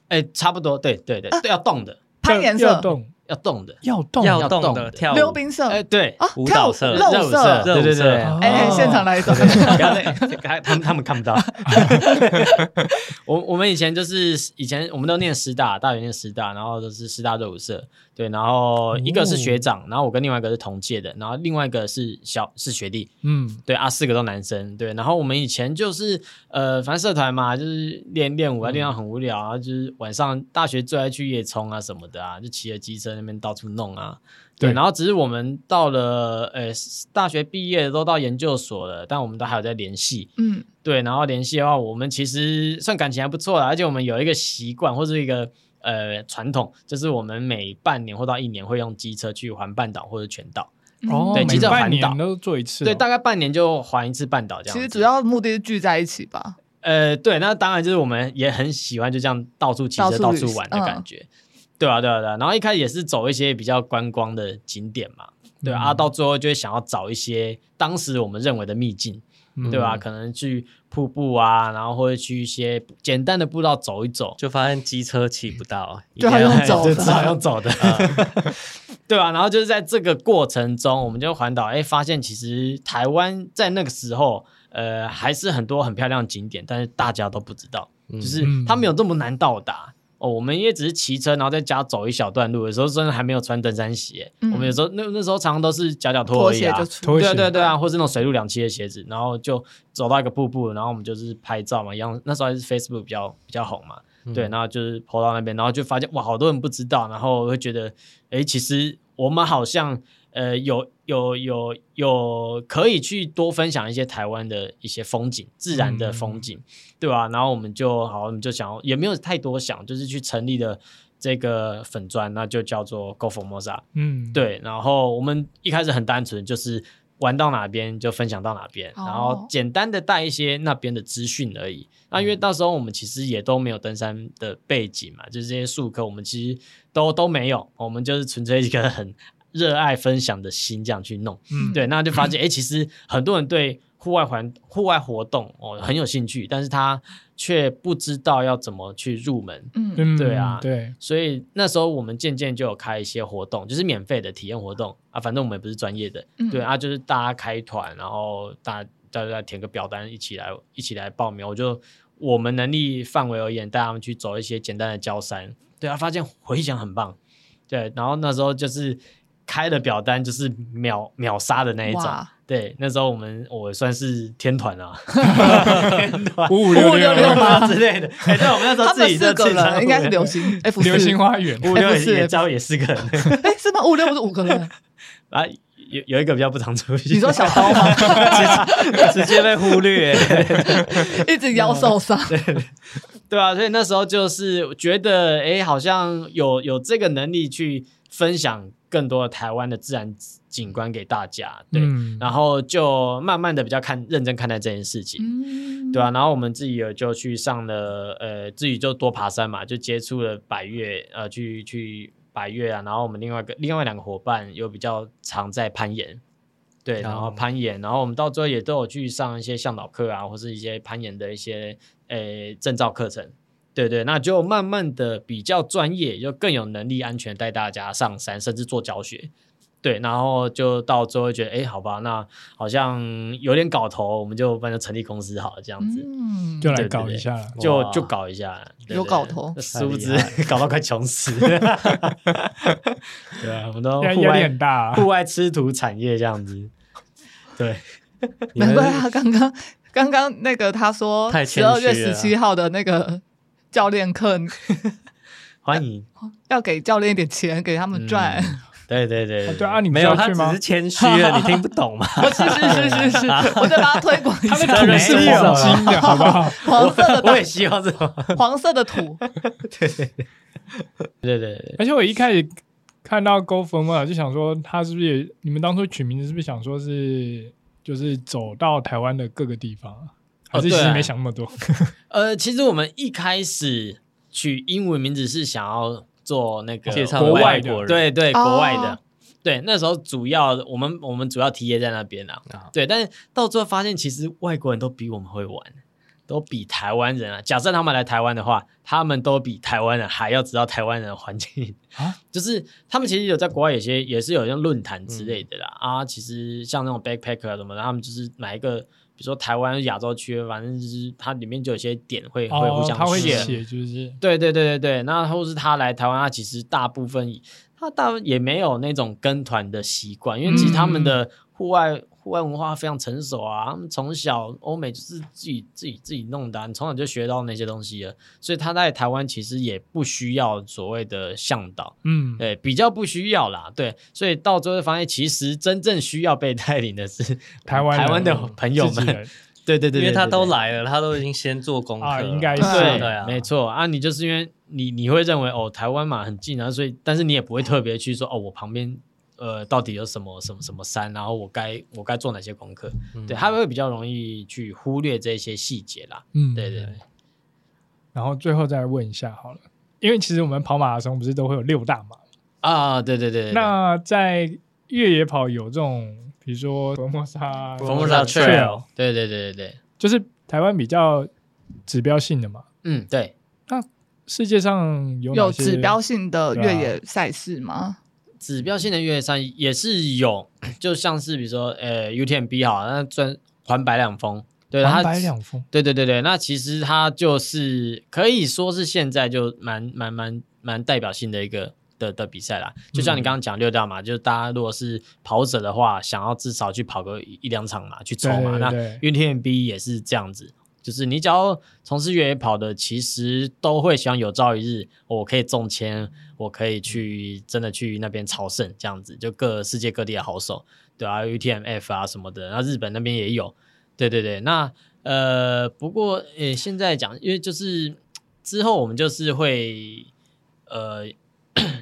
Speaker 1: 哎，差不多，对对对，对要动的，
Speaker 3: 攀岩
Speaker 4: 要
Speaker 3: 社、
Speaker 4: 动，
Speaker 1: 要动的，
Speaker 4: 要动，
Speaker 2: 要
Speaker 1: 动
Speaker 2: 动
Speaker 1: 的
Speaker 2: 的跳舞
Speaker 3: 溜冰社
Speaker 1: 哎，对。
Speaker 3: 啊，
Speaker 2: 舞
Speaker 3: 跳
Speaker 2: 蹈
Speaker 3: 舞
Speaker 2: 社
Speaker 3: 肉
Speaker 1: 热舞
Speaker 3: 社
Speaker 1: 社，
Speaker 2: 热
Speaker 1: 对
Speaker 2: 舞
Speaker 1: 对对
Speaker 2: 社
Speaker 4: 哦
Speaker 3: 哎，现场来一首，
Speaker 1: 不要再，他他们他们看不到。 我我们以前就是以前我们都念师大，大学念师大，然后都是师大热舞社，对，然后一个是学长，然后我跟另外一个是同届的，然后另外一个是小是学弟，
Speaker 4: 嗯，
Speaker 1: 对啊，四个都男生，对，然后我们以前就是呃，反正社团嘛，就是练练舞
Speaker 3: 嗯
Speaker 1: 啊，练到很无聊啊，就是晚上大学最爱去夜冲啊什么的啊，就骑着机车那边到处弄啊，对，
Speaker 4: 对
Speaker 1: 然后只是我们到了呃大学毕业都到研究所了，但我们都还有在联系，
Speaker 3: 嗯，
Speaker 1: 对，然后联系的话，我们其实算感情还不错啦，而且我们有一个习惯或是一个呃传统，就是我们每半年或到一年会用机车去环半岛或者全岛。
Speaker 3: 嗯
Speaker 4: 哦，
Speaker 1: 对
Speaker 4: 每
Speaker 1: 其实
Speaker 4: 半
Speaker 1: 环岛
Speaker 4: 年都做一次哦，
Speaker 1: 对，大概半年就环一次半岛这样
Speaker 3: 其
Speaker 1: 子。
Speaker 3: 实主要目的是聚在一起吧，
Speaker 1: 呃，对，那当然就是我们也很喜欢就这样到处骑
Speaker 3: 到
Speaker 1: 车、
Speaker 3: 处
Speaker 1: 到
Speaker 3: 旅
Speaker 1: 处
Speaker 3: 行
Speaker 1: 玩的
Speaker 3: 嗯
Speaker 1: 感觉。对啊，对啊，对啊。然后一开始也是走一些比较观光的景点嘛，对啊，啊
Speaker 4: 嗯
Speaker 1: 到最后就会想要找一些当时我们认为的秘境，
Speaker 4: 嗯
Speaker 1: 对吧、啊可能去瀑布啊，然后或者去一些简单的步道走一 走，
Speaker 2: 就发现机车骑不到，
Speaker 3: 就
Speaker 2: 一定
Speaker 3: 还用
Speaker 2: 要
Speaker 3: 走
Speaker 1: 就
Speaker 3: 的
Speaker 1: 只好用走的，嗯对啊吧、然后就是在这个过程中，我们就环岛，哎，发现其实台湾在那个时候，呃，还是很多很漂亮的景点，但是大家都不知道，
Speaker 2: 嗯
Speaker 1: 就是它没有这么难到达。哦，我们也只是骑车，然后在家走一小段路，有时候真的还没有穿登山鞋。
Speaker 3: 嗯
Speaker 1: 我们有时候那那时候常常都是脚脚拖
Speaker 3: 拖
Speaker 1: 而已
Speaker 3: 鞋
Speaker 1: 啊，
Speaker 3: 就出，
Speaker 4: 拖
Speaker 1: 对啊
Speaker 4: 鞋，
Speaker 1: 对啊对啊，或是那种水陆两栖的鞋子，然后就走到一个瀑布，然后我们就是拍照嘛，一样那时候还是 Facebook 比较比较红嘛，
Speaker 2: 嗯
Speaker 1: 对，然后就是 PO 到那边，然后就发现哇，好多人不知道，然后会觉得，哎，其实我们好像呃有有有有可以去多分享一些台湾的一些风景，自然的风景，对吧、然后我们就好，我们就想要也没有太多想，就是去成立的这个粉砖，那就叫做 Go for Mosa。
Speaker 4: 嗯，
Speaker 1: 对，然后我们一开始很单纯，就是玩到哪边就分享到哪边，然
Speaker 3: 哦
Speaker 1: 后简单的带一些那边的资讯而已。那因为到时候我们其实也都没有登山的背景嘛，就是这些术科我们其实都都没有，我们就是纯粹一个很热爱分享的心这样去弄。
Speaker 4: 嗯，
Speaker 1: 对，那就发现哎、诶其实很多人对户外环户外活动哦很有兴趣，但是他却不知道要怎么去入门。
Speaker 3: 嗯，
Speaker 4: 嗯，
Speaker 1: 对啊
Speaker 4: 对，
Speaker 1: 所以那时候我们渐渐就有开一些活动，就是免费的体验活动啊，反正我们也不是专业的，
Speaker 3: 嗯
Speaker 1: 对啊，就是大家开团，然后大大家填个表单，一起来一起来报名。我就我们能力范围而言，带他们去走一些简单的郊山，对啊，发现回响很棒，对，然后那时候就是开了表单，就是秒秒杀的那一种，
Speaker 3: 哇，
Speaker 1: 对，那时候我们我算是天团 啊，天团
Speaker 4: 五五六六
Speaker 1: 六八之类的。哎、对，我们那时候
Speaker 3: 他
Speaker 1: 自
Speaker 3: 们
Speaker 1: 己
Speaker 3: 四
Speaker 1: 的
Speaker 3: 个人应该是流
Speaker 1: 流
Speaker 3: 行 F
Speaker 4: 流星
Speaker 3: 四，
Speaker 4: 花 园，
Speaker 1: 五六
Speaker 3: 哎不是
Speaker 1: 也招也四个人
Speaker 3: 哎，是吗？五六不是五个 人？
Speaker 1: 啊，有有一个比较不常出现。
Speaker 3: 你说小 刀吗？
Speaker 2: 直接被忽 略。
Speaker 3: 一直腰受伤，
Speaker 1: 对啊，所以那时候就是觉得，哎，好像有有这个能力去分享更多台湾的自然景观给大家，对，
Speaker 4: 嗯
Speaker 1: 然后就慢慢的比较看认真看待这件事情，
Speaker 3: 嗯，
Speaker 1: 对啊，然后我们自己有就去上了，呃，自己就多爬山嘛，就接触了百越，呃，去去百越啊，然后我们另外一个另外两个伙伴有比较常在攀岩，对，然后
Speaker 2: 哦
Speaker 1: 攀岩，然后我们到最后也都有去上一些向导课啊，或是一些攀岩的一些呃证照课程，对对，那就慢慢的比较专业，就更有能力安全带大家上山，甚至做教学。对，然后就到最后觉得，哎，好吧，那好像有点搞头，我们就反正成立公司好了这样子。
Speaker 3: 嗯，
Speaker 4: 就
Speaker 1: 对
Speaker 4: 来
Speaker 1: 对
Speaker 4: 搞
Speaker 1: 对
Speaker 4: 一下啦。
Speaker 1: 就
Speaker 2: 哇
Speaker 1: 就搞一下，对
Speaker 3: 有
Speaker 1: 对
Speaker 3: 搞头
Speaker 1: 殊不知
Speaker 2: 太
Speaker 1: 搞到快穷死。 对啊，我们都
Speaker 4: 压
Speaker 1: 户
Speaker 4: 压力
Speaker 1: 外
Speaker 4: 很大啊，
Speaker 1: 户外吃土产业这样子。对，
Speaker 2: 你
Speaker 3: 难
Speaker 2: 们
Speaker 3: 怪他刚刚刚刚那个他说
Speaker 2: 太谦
Speaker 3: 十
Speaker 2: 虚了
Speaker 3: 二月十七号的那个教练课，
Speaker 1: 欢迎。
Speaker 3: 要给教练一点钱给他们赚，
Speaker 1: 嗯对对对
Speaker 4: 对啊，，你不
Speaker 2: 没
Speaker 4: 是要
Speaker 2: 有，他
Speaker 4: 去
Speaker 2: 只
Speaker 4: 吗
Speaker 2: 是？谦虚了，你听不懂吗？
Speaker 3: 我是是是是是，我再把它推广一
Speaker 4: 他的
Speaker 3: 下。
Speaker 4: 土是
Speaker 2: 没有
Speaker 4: 黄金的，好不好？
Speaker 3: 黄色的
Speaker 1: 我也
Speaker 3: 大
Speaker 1: 希望这种。
Speaker 3: 黄色的土，
Speaker 1: 对对对，
Speaker 4: 而且我一开始看到 Go For More 就想说，他是不是也你们当初取名字是不是想说是就是走到台湾的各个地方啊？还是其
Speaker 1: 对
Speaker 4: 实
Speaker 1: 啊
Speaker 4: 没想那么多？
Speaker 1: 呃，其实我们一开始取英文名字是想要做那个
Speaker 2: 介绍
Speaker 4: 国
Speaker 2: 外
Speaker 4: 外
Speaker 2: 国人，
Speaker 1: 对对，
Speaker 3: 哦
Speaker 1: 国外的。对，那时候主要我们我们主要题也在那边啊。
Speaker 2: 啊
Speaker 1: 对，但是到最后发现，其实外国人都比我们会玩，都比台湾人啊。假设他们来台湾的话，他们都比台湾人还要知道台湾人的环境
Speaker 4: 啊。
Speaker 1: 就是他们其实有在国外有些也是有像论坛之类的啦、啊。其实像那种 backpacker 啊什么的，他们就是哪一个，比如说台湾亚洲区，反正就是它里面就有些点会、会互
Speaker 4: 哦，
Speaker 1: 相
Speaker 4: 他会
Speaker 1: share
Speaker 4: 写就是
Speaker 1: 对对对对对，那或是他来台湾，他其实大部分他大部分也没有那种跟团的习惯，因为其实他
Speaker 2: 嗯
Speaker 1: 们的户外、户外文化非常成熟啊，他们从小欧美就是自己自己自己弄的啊、你从小就学到那些东西了，所以他在台湾其实也不需要所谓的向导，
Speaker 4: 嗯，
Speaker 1: 对，比较不需要啦，对，所以到最后发现，其实真正需要被带领的是
Speaker 4: 台湾人
Speaker 1: 台湾的朋友
Speaker 4: 自己
Speaker 1: 们，
Speaker 4: 人
Speaker 1: 对对对对对
Speaker 2: 因为他都
Speaker 1: 对
Speaker 2: 来了，他都已经先做功课
Speaker 4: 啊，
Speaker 2: 了，
Speaker 4: 应该是
Speaker 1: 对，
Speaker 2: 对啊
Speaker 1: 没错啊，你就是因为你你会认为哦，台湾嘛很近啊，所以但是你也不会特别去说哦，我旁边呃到底有什么什么什么山，然后我该我该做哪些功课，
Speaker 2: 嗯
Speaker 1: 对，他会比较容易去忽略这些细节啦。
Speaker 4: 嗯，
Speaker 1: 对对对，
Speaker 4: 然后最后再问一下好了，因为其实我们跑马拉松不是都会有六大马？
Speaker 1: 啊，对对对对，
Speaker 4: 那在越野跑有这种，比如说佛摩沙、
Speaker 1: 我们
Speaker 2: Formosa Trail
Speaker 1: 对对对对对，
Speaker 4: 就是台湾比较指标性的嘛。
Speaker 1: 嗯，对，
Speaker 4: 世界上有
Speaker 3: 有
Speaker 4: 哪些
Speaker 3: 指标性的越野赛事吗？
Speaker 1: 指标性的越野山也是有，就像是比如说呃 UTMB 好，那专环白两峰，对，它
Speaker 4: 蓝白两峰，
Speaker 1: 对对对对，那其实它就是可以说是现在就蛮蛮蛮蛮代表性的一个的的比赛啦。就
Speaker 4: 嗯
Speaker 1: 像你刚刚讲六大嘛，就是大家如果是跑者的话，想要至少去跑个一一两场嘛，去
Speaker 4: 对
Speaker 1: 冲嘛。那
Speaker 4: 对对
Speaker 1: UTMB 也是这样子，就是你只要从事越野跑的，其实都会想有朝一日，我可以中签，我可以去真的去那边朝圣，这样子就各世界各地的好手，对啊，UTMF 啊什么的，然后日本那边也有，对对对，那呃，不过呃，现在讲，因为就是之后我们就是会呃，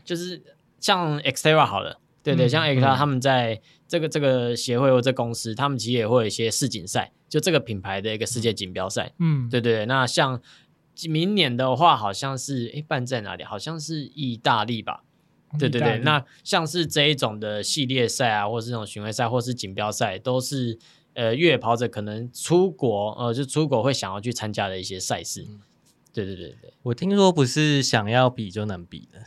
Speaker 1: 就是像 Xterra 好了，对对，
Speaker 4: 嗯
Speaker 1: 像 Xterra
Speaker 2: 嗯
Speaker 1: 他们在这个这个协会或这公司，他们其实也会有一些世锦赛，就这个品牌的一个世界锦标赛，
Speaker 4: 嗯，
Speaker 1: 对对对，那像明年的话，好像是诶办在哪里？好像是意大利吧？对对对，
Speaker 4: 意大利
Speaker 1: 那像是这一种的系列赛啊，或是这种巡回赛，或是锦标赛，都是呃越野跑者可能出国呃就出国会想要去参加的一些赛事。
Speaker 2: 嗯
Speaker 1: 对对对对，
Speaker 2: 我听说不是想要比就能比的，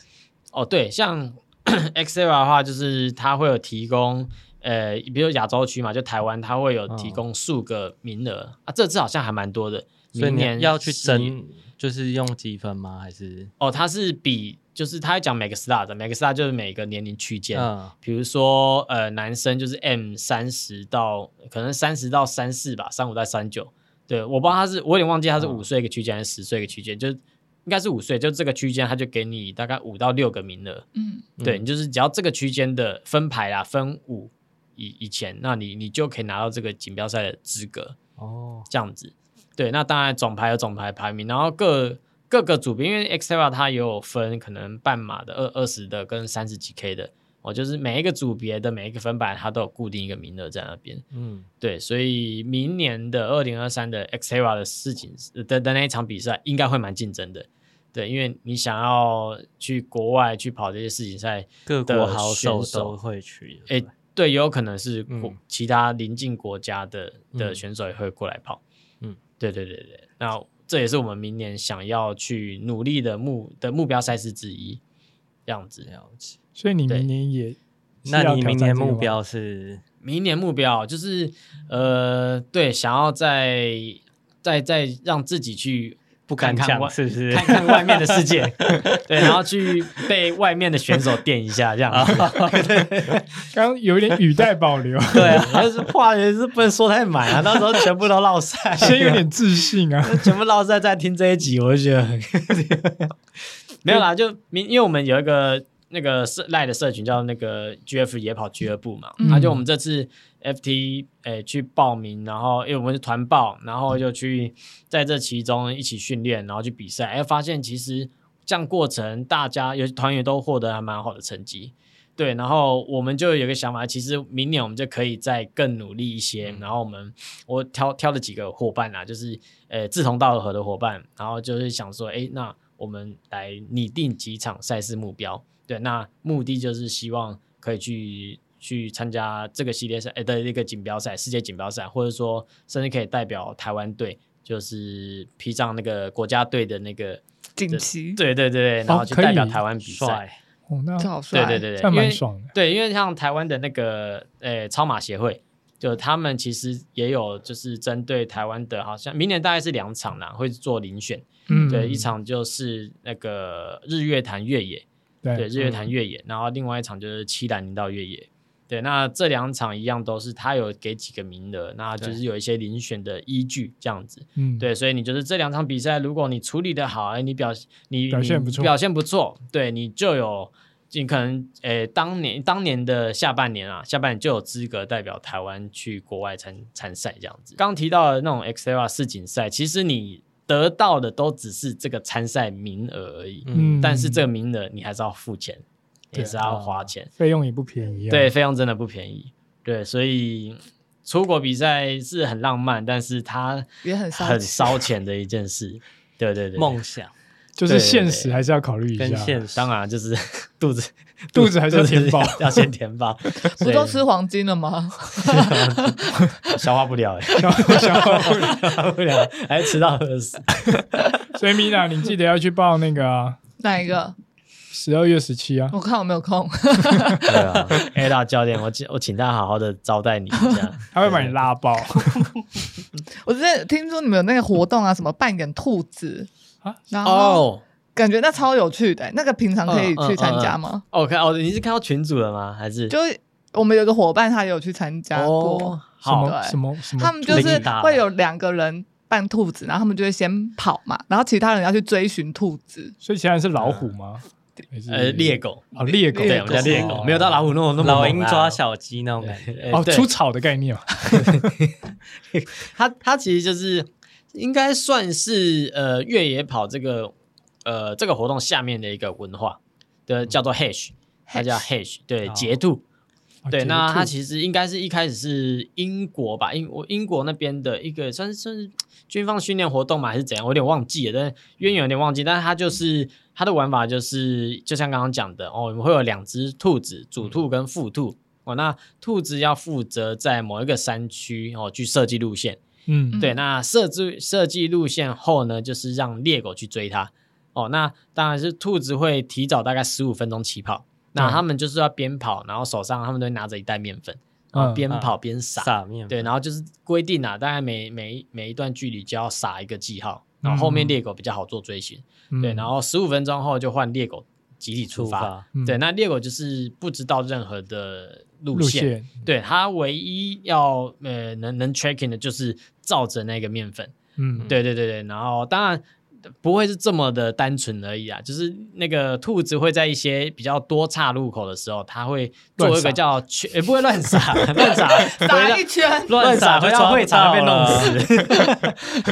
Speaker 1: 哦对，像 XL 的话，就是它会有提供。呃，比如亚洲区嘛，就台湾，它会有提
Speaker 2: 哦
Speaker 1: 供数个名额、啊，这次好像还蛮多的。
Speaker 2: 所以
Speaker 1: 明年
Speaker 2: 你要去
Speaker 1: 是
Speaker 2: 争，就是用积分吗？还是
Speaker 1: 哦，它是比就是他会讲每个 star 的，每个 star 就是每个年龄区间，
Speaker 2: 嗯
Speaker 1: 比如说呃男生就是 M 三十到可能三十到三四吧，三五到三九，对我不知道他是，我有点忘记他是
Speaker 2: 嗯
Speaker 1: 五岁一个区间还是十岁一个区间，就是应该是五岁，就这个区间他就给你大概五到六个名额，
Speaker 3: 嗯，
Speaker 1: 对
Speaker 2: 嗯
Speaker 1: 你就是只要这个区间的分牌啦，分五以以前，那你你就可以拿到这个锦标赛的资格，
Speaker 2: 哦，
Speaker 1: 这样子。对，那当然总排有总排排名，然后各各个组别，因为 Xterra 它也有分可能半马的、二二十的跟三十几 K 的，我就是每一个组别的每一个分板，它都有固定一个名额在那边。
Speaker 2: 嗯
Speaker 1: 对，所以明年的二零二三的 Xterra 的事情呃的的那一场比赛应该会蛮竞争的。对，因为你想要去国外去跑这些世锦赛，
Speaker 2: 各国
Speaker 1: 的
Speaker 2: 好手
Speaker 1: 选手
Speaker 2: 都会去，
Speaker 1: 诶、
Speaker 2: 对
Speaker 1: 对，也有可能是国、
Speaker 2: 嗯
Speaker 1: 其他邻近国家的的
Speaker 2: 嗯
Speaker 1: 选手也会过来跑。
Speaker 2: 嗯，
Speaker 1: 对对对对，那这也是我们明年想要去努力的目的目标赛事之一，这样子。
Speaker 2: 了解。
Speaker 4: 所以你
Speaker 1: 对
Speaker 4: 明年也是要
Speaker 2: 那你
Speaker 4: 挑
Speaker 2: 明
Speaker 4: 战
Speaker 2: 年
Speaker 4: 这个
Speaker 2: 目
Speaker 4: 吗
Speaker 2: 标是
Speaker 1: 明年目标就是呃，对，想要再再再让自己去
Speaker 2: 不
Speaker 1: 看
Speaker 2: 敢
Speaker 1: 看外
Speaker 2: 讲，是不是？
Speaker 1: 看看外面的世界， 对，然后去被外面的选手电一下，这样子。
Speaker 2: 啊
Speaker 4: 刚刚有一点语带保 留，
Speaker 1: 对啊，但是话也是不能说太满啊，到时候全部都落 赛。
Speaker 4: 先有点自信啊。
Speaker 1: 全部落在在听这一集，我就觉得很没有啦，就明，因为我们有一个那个社赖的社群叫那个 GF 野跑俱乐部嘛，
Speaker 4: 嗯
Speaker 1: 那、就我们这次 FT 诶、去报名，然后因为我们是团报，然后就去在这其中一起训练，然后去比赛，哎、发现其实这样过程大家有些团员都获得还蛮好的成绩。对，然后我们就有个想法，其实明年我们就可以再更努力一些。然后我们我挑挑了几个伙伴啊，就是呃志同道合的伙伴，然后就是想说，哎，那我们来拟定几场赛事目标。对，那目的就是希望可以去去参加这个系列赛呃的一个锦标赛，世界锦标赛，或者说甚至可以代表台湾队，就是披上那个国家队的那个，
Speaker 3: 锦旗，
Speaker 1: 对对对对，然后
Speaker 4: 哦
Speaker 1: 去
Speaker 4: 可以
Speaker 1: 代表台湾比赛。
Speaker 2: 帅，
Speaker 4: 哦，那
Speaker 3: 这好帅，
Speaker 1: 对啊对对
Speaker 4: 这
Speaker 1: 对，
Speaker 4: 样
Speaker 1: 因为
Speaker 4: 蛮爽的。
Speaker 1: 对，因为像台湾的那个呃超马协会，就他们其实也有就是针对台湾的，好像明年大概是两场啦，会做遴选。
Speaker 4: 嗯，
Speaker 1: 对，一场就是那个日月潭越野，对，
Speaker 4: 对，嗯
Speaker 1: 日月潭越野，然后另外一场就是七兰林道越野。对，那这两场一样都是他有给几个名额，那就是有一些遴选的依据这样子。
Speaker 4: 嗯，
Speaker 1: 对，所以你就是这两场比赛，如果你处理的好，哎，你表你
Speaker 4: 表现
Speaker 1: 你
Speaker 4: 不错
Speaker 1: 表现不错，对你就有。你可能诶，当年当年的下半年啊，下半年就有资格代表台湾去国外参参赛这样子。刚提到的那种 XLR 世锦赛，其实你得到的都只是这个参赛名额而已，
Speaker 2: 嗯，
Speaker 1: 但是这个名额你还是要付钱，也
Speaker 4: 对
Speaker 1: 是要花钱。
Speaker 4: 费用也不便宜啊。
Speaker 1: 对，费用真的不便宜。对，所以出国比赛是很浪漫，但是它
Speaker 3: 也很烧
Speaker 1: 很
Speaker 3: 钱
Speaker 1: 烧钱的一件事。 对对对，
Speaker 2: 梦想
Speaker 4: 就是现实还是要考虑一
Speaker 2: 跟
Speaker 4: 下。
Speaker 2: 现实
Speaker 1: 当然就是 肚子
Speaker 4: 肚子还是要 填饱
Speaker 1: 要先填 饱，
Speaker 3: 不
Speaker 1: 不
Speaker 3: 都吃黄金了吗？
Speaker 1: 消化不了、欸，
Speaker 4: 小
Speaker 1: 消化不了，还吃到饿死。
Speaker 4: 所以米娜，你记得要去报那个啊
Speaker 3: 哪一个？
Speaker 4: 十二月十七啊。
Speaker 3: 我看我没有空，
Speaker 1: 对 啊，Ada 教练，我请我请他好好的招待你一下。
Speaker 4: 他会把你拉爆
Speaker 3: 我之前听说你们有那个活动啊，什么扮演兔子
Speaker 4: 啊，
Speaker 3: 然后
Speaker 1: 哦
Speaker 3: 感觉那超有趣的欸、那个平常可以
Speaker 1: 嗯嗯
Speaker 3: 去参加吗？
Speaker 1: ，OK，哦，你是看到群主了吗？还是
Speaker 3: 就是我们有个伙伴，他也有去参加过
Speaker 1: 哦，，
Speaker 4: 什
Speaker 1: 好，
Speaker 4: 么
Speaker 3: 对
Speaker 4: 什么什么，
Speaker 3: 他们就是
Speaker 1: 领导
Speaker 3: 会有两个人扮兔子，然后他们就会先跑嘛，然后其他人要去追寻兔子。
Speaker 4: 所以其他人是老虎吗？还是
Speaker 1: 呃，猎狗，
Speaker 4: 哦猎狗，
Speaker 1: 对，我们叫猎狗，
Speaker 4: 哦
Speaker 1: 没有到老虎那么那么
Speaker 2: 老
Speaker 1: 猛
Speaker 2: 鹰
Speaker 1: 啊
Speaker 2: 抓小鸡那种感觉，
Speaker 1: 对
Speaker 4: 哦
Speaker 1: 对
Speaker 4: 出草的概念嘛。
Speaker 1: 它它其实就是应该算是呃越野跑这个呃这个活动下面的一个文化的叫做 hash，它叫 hash，对，
Speaker 2: 哦
Speaker 1: 截图。
Speaker 4: 哦
Speaker 1: 对，那它
Speaker 4: 截
Speaker 1: 其实应该是一开始是英国吧，英我英国那边的一个算是算是军方训练活动嘛，还是怎样，我有点忘记了，但是渊源有点忘记。但是它就是它的玩法就是，就像刚刚讲的哦，我们会有两只兔子，主兔跟副兔哦。那兔子要负责在某一个山区哦去设计路线，
Speaker 4: 图嗯，
Speaker 1: 对，那设置设计路线后呢，就是让猎狗去追它。哦，那当然是兔子会提早大概十五分钟起跑，那
Speaker 4: 嗯
Speaker 1: 他们就是要边跑，然后手上他们都会拿着一袋面粉，
Speaker 4: 嗯
Speaker 1: 然后边跑边撒。
Speaker 2: 撒面
Speaker 1: 对，然后就是规定啊，大概每每每一段距离就要撒一个记号，然后后面
Speaker 4: 嗯
Speaker 1: 猎狗比较好做追寻。
Speaker 4: 嗯
Speaker 1: 对，然后十五分钟后就换猎狗集体出
Speaker 2: 出
Speaker 1: 发。
Speaker 2: 发，
Speaker 4: 嗯
Speaker 1: 对，那猎狗就是不知道任何的路
Speaker 4: 路
Speaker 1: 线，
Speaker 4: 线，
Speaker 1: 对它唯一要呃能能 tracking 的就是照着那个面粉。
Speaker 4: 嗯，
Speaker 1: 对对对对，然后当然不会是这么的单纯而已啊，就是那个兔子会在一些比较多岔路口的时候，它会做一个叫圈，也、不会乱撒乱撒， 回
Speaker 3: 打
Speaker 1: 到
Speaker 3: 一圈，
Speaker 1: 乱撒
Speaker 2: 就
Speaker 1: 回
Speaker 2: 抓
Speaker 1: 到
Speaker 2: 不
Speaker 1: 会场
Speaker 2: 到
Speaker 1: 被弄
Speaker 2: 了。
Speaker 1: 死。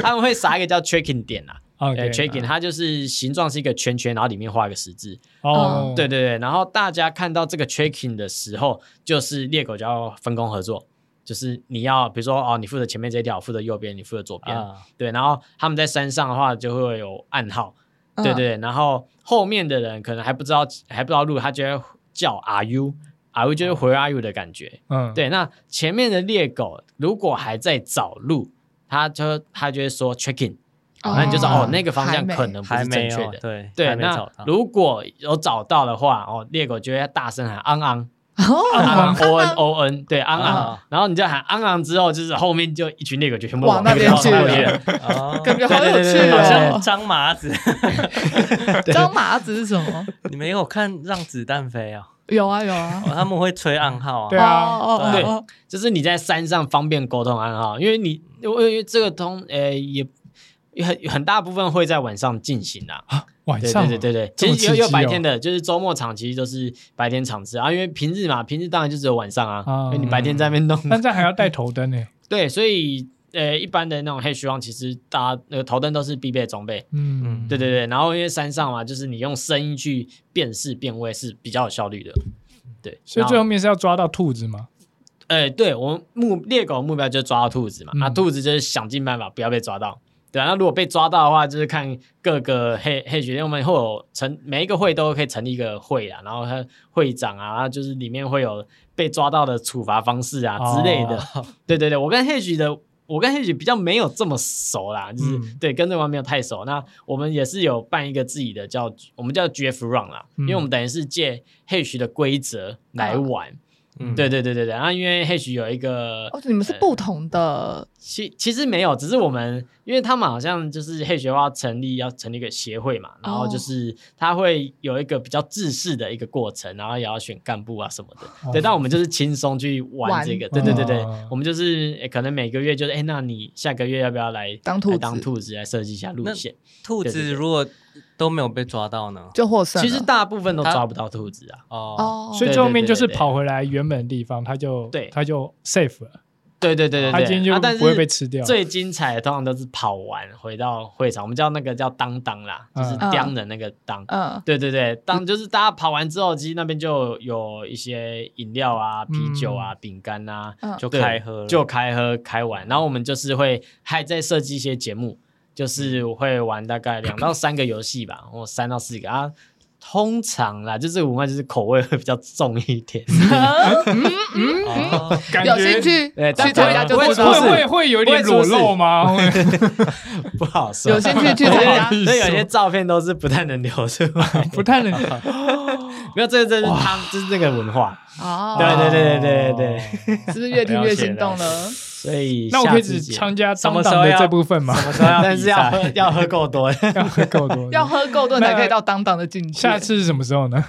Speaker 1: 他们会撒一个叫 tracking 点 啊，
Speaker 4: o
Speaker 1: 对
Speaker 4: k
Speaker 1: tracking 它就是形状是一个圈圈，然后里面画一个十字。
Speaker 4: 哦，
Speaker 1: 对对对，然后大家看到这个 tracking 的时候，就是猎狗就要分工合作。就是你要，比如说哦，你负责前面这一条，我负责右边，你负责左边，
Speaker 2: 啊，
Speaker 1: 对，然后他们在山上的话就会有暗号，
Speaker 3: 嗯
Speaker 1: 对，对，然后后面的人可能还不知道还不知道路，他就会叫 Are you Are you 就是 Where are you 的感觉。
Speaker 4: 嗯，
Speaker 1: 对，那前面的猎狗如果还在找路，他就他就会说 Checking，
Speaker 3: 哦
Speaker 1: 那你就知道哦那个方
Speaker 3: 还
Speaker 1: 向
Speaker 3: 没
Speaker 1: 可能不
Speaker 2: 还
Speaker 1: 是
Speaker 2: 没
Speaker 1: 正确
Speaker 2: 有，
Speaker 1: 的。
Speaker 2: 对
Speaker 1: 对，
Speaker 2: 还没
Speaker 1: 那
Speaker 2: 找到。
Speaker 1: 如果有找到的话，哦，猎狗就会大声喊昂昂昂昂
Speaker 3: 哦，
Speaker 1: O N O N，对昂昂
Speaker 2: 啊，
Speaker 1: 然后你就喊昂昂之后，就是后面就一群猎狗就全部
Speaker 3: 往那
Speaker 1: 个
Speaker 3: 边
Speaker 1: 地方
Speaker 3: 去
Speaker 1: 跑
Speaker 3: 了
Speaker 1: 去了
Speaker 2: 哦，
Speaker 3: 感觉好有趣
Speaker 1: 对对对对
Speaker 2: 好像
Speaker 3: 哦。
Speaker 2: 张麻子，
Speaker 3: 张麻子是什么？
Speaker 2: 你没有看《让子弹飞》哦？
Speaker 3: 有啊有啊
Speaker 2: 哦，他们会吹暗号
Speaker 4: 对
Speaker 2: 啊，
Speaker 4: 啊
Speaker 3: 哦哦
Speaker 1: 对
Speaker 3: 哦哦
Speaker 1: 就是你在山上方便沟通暗号，因为你因为因为这个通呃也也很很大部分会在晚上进行啊，
Speaker 4: 晚
Speaker 1: 对
Speaker 4: 上
Speaker 1: 对对对对，
Speaker 4: 这么
Speaker 1: 其实也有
Speaker 4: 刺激哦
Speaker 1: 白天的，就是周末场其实都是白天场次啊，因为平日嘛，平日当然就只有晚上啊，
Speaker 4: 啊
Speaker 1: 因为你白天在那边弄，
Speaker 4: 哦但这样还要带头灯呢，
Speaker 1: 对，所以呃一般的那种黑虚望其实大家那呃个头灯都是必备的装备，
Speaker 4: 嗯，
Speaker 1: 对对对，然后因为山上嘛，就是你用声音去辨识辨位是比较有效率的，对，
Speaker 4: 所以
Speaker 1: 然后
Speaker 4: 最后面是要抓到兔子嘛，
Speaker 1: 呃，对我们目猎狗的目标就是抓到兔子嘛，
Speaker 4: 嗯
Speaker 1: 啊，兔子就是想尽办法不要被抓到。对啊，那如果被抓到的话，就是看各个黑黑学，因为我们会有成每一个会都可以成立一个会啊，然后他会长啊，然后就是里面会有被抓到的处罚方式啊之类的。
Speaker 4: 哦
Speaker 1: 对对对，我跟 Hedge 的，我跟 Hedge 比较没有这么熟啦，就是、
Speaker 4: 嗯
Speaker 1: 对跟这玩没有太熟。那我们也是有办一个自己的叫我们叫 GF Run 啦，
Speaker 4: 嗯
Speaker 1: 因为我们等于是借 Hedge 的规则来玩。
Speaker 2: 嗯
Speaker 1: 对，对对对对，然、后因为 H 有一个
Speaker 3: 哦，你们是不同的
Speaker 1: 其其实没有，只是我们因为他们好像就是 H 的话成立要成立一个协会嘛，然
Speaker 3: 哦
Speaker 1: 后就是他会有一个比较制式的一个过程，然后也要选干部啊什么的。对，但我们就是轻松去玩
Speaker 3: 玩
Speaker 1: 这个，对对对对，
Speaker 4: 哦
Speaker 1: 我们就是诶可能每个月就是哎、诶那你下个月要不要来
Speaker 3: 当兔
Speaker 1: 来
Speaker 3: 子
Speaker 1: 当兔子来设计一下路
Speaker 2: 那
Speaker 1: 线？
Speaker 2: 兔
Speaker 1: 对对
Speaker 2: 子
Speaker 1: 对
Speaker 2: 如果都没有被抓到呢？
Speaker 3: 就获胜了。
Speaker 1: 其实大部分都
Speaker 2: 它
Speaker 1: 抓不到兔子啊。
Speaker 2: 哦，
Speaker 3: 哦，
Speaker 4: 所以
Speaker 1: 对
Speaker 4: 最后面就是跑回来原本的地方，它就
Speaker 1: 对
Speaker 4: 它就 safe 了，
Speaker 1: 对对对对对，
Speaker 4: 它今天就
Speaker 1: 啊但是
Speaker 4: 不会被吃掉。
Speaker 1: 最精彩的通常都是跑完回到会场，我们叫那个叫当当啦，
Speaker 4: 嗯
Speaker 1: 就是当的那个当。
Speaker 3: 嗯
Speaker 1: 对对对，当就是大家跑完之后，其实那边就有一些饮料啊、啤酒啊、饼干啊，
Speaker 3: 嗯，
Speaker 2: 就
Speaker 1: 对
Speaker 2: 开喝了，
Speaker 1: 就开喝开玩。然后我们就是会还在设计一些节目，就是会玩大 概两到三个游戏吧，或三到四个啊。通常啦，就这个文化就是口味会比较重一点，
Speaker 2: 哦
Speaker 4: 感
Speaker 3: 有
Speaker 4: 觉
Speaker 3: 兴趣
Speaker 1: 对
Speaker 3: 去
Speaker 1: 但
Speaker 3: 参加就
Speaker 1: 不会
Speaker 3: 知
Speaker 1: 出
Speaker 3: 道
Speaker 4: 会
Speaker 1: 事
Speaker 3: 了。
Speaker 4: 会会有一点
Speaker 1: 不会
Speaker 4: 裸
Speaker 1: 出事
Speaker 4: 露吗？会
Speaker 1: 不好说。
Speaker 3: 有兴趣去
Speaker 1: 而
Speaker 3: 参
Speaker 1: 且 所
Speaker 3: 加，
Speaker 1: 以有些照片都是不太能流出来。
Speaker 4: 不太能。
Speaker 1: 没有，这个这是他们就是这个文化，
Speaker 3: 哦，
Speaker 1: 对对对对对对，
Speaker 4: 对。
Speaker 3: 是不是越听越心动了？
Speaker 1: 所以
Speaker 4: 哦那我可以
Speaker 1: 下次
Speaker 4: 只
Speaker 1: 见啊
Speaker 4: 参加
Speaker 2: 什
Speaker 4: 当
Speaker 2: 么
Speaker 4: 当
Speaker 2: 时候
Speaker 4: 的
Speaker 2: 要
Speaker 4: 这部分吗？
Speaker 2: 什么时候 要比赛？
Speaker 1: 但是要喝要喝够多。
Speaker 4: 要喝 够多。
Speaker 3: 要喝够多才可以到当当的境界。
Speaker 4: 下次是什么时候呢？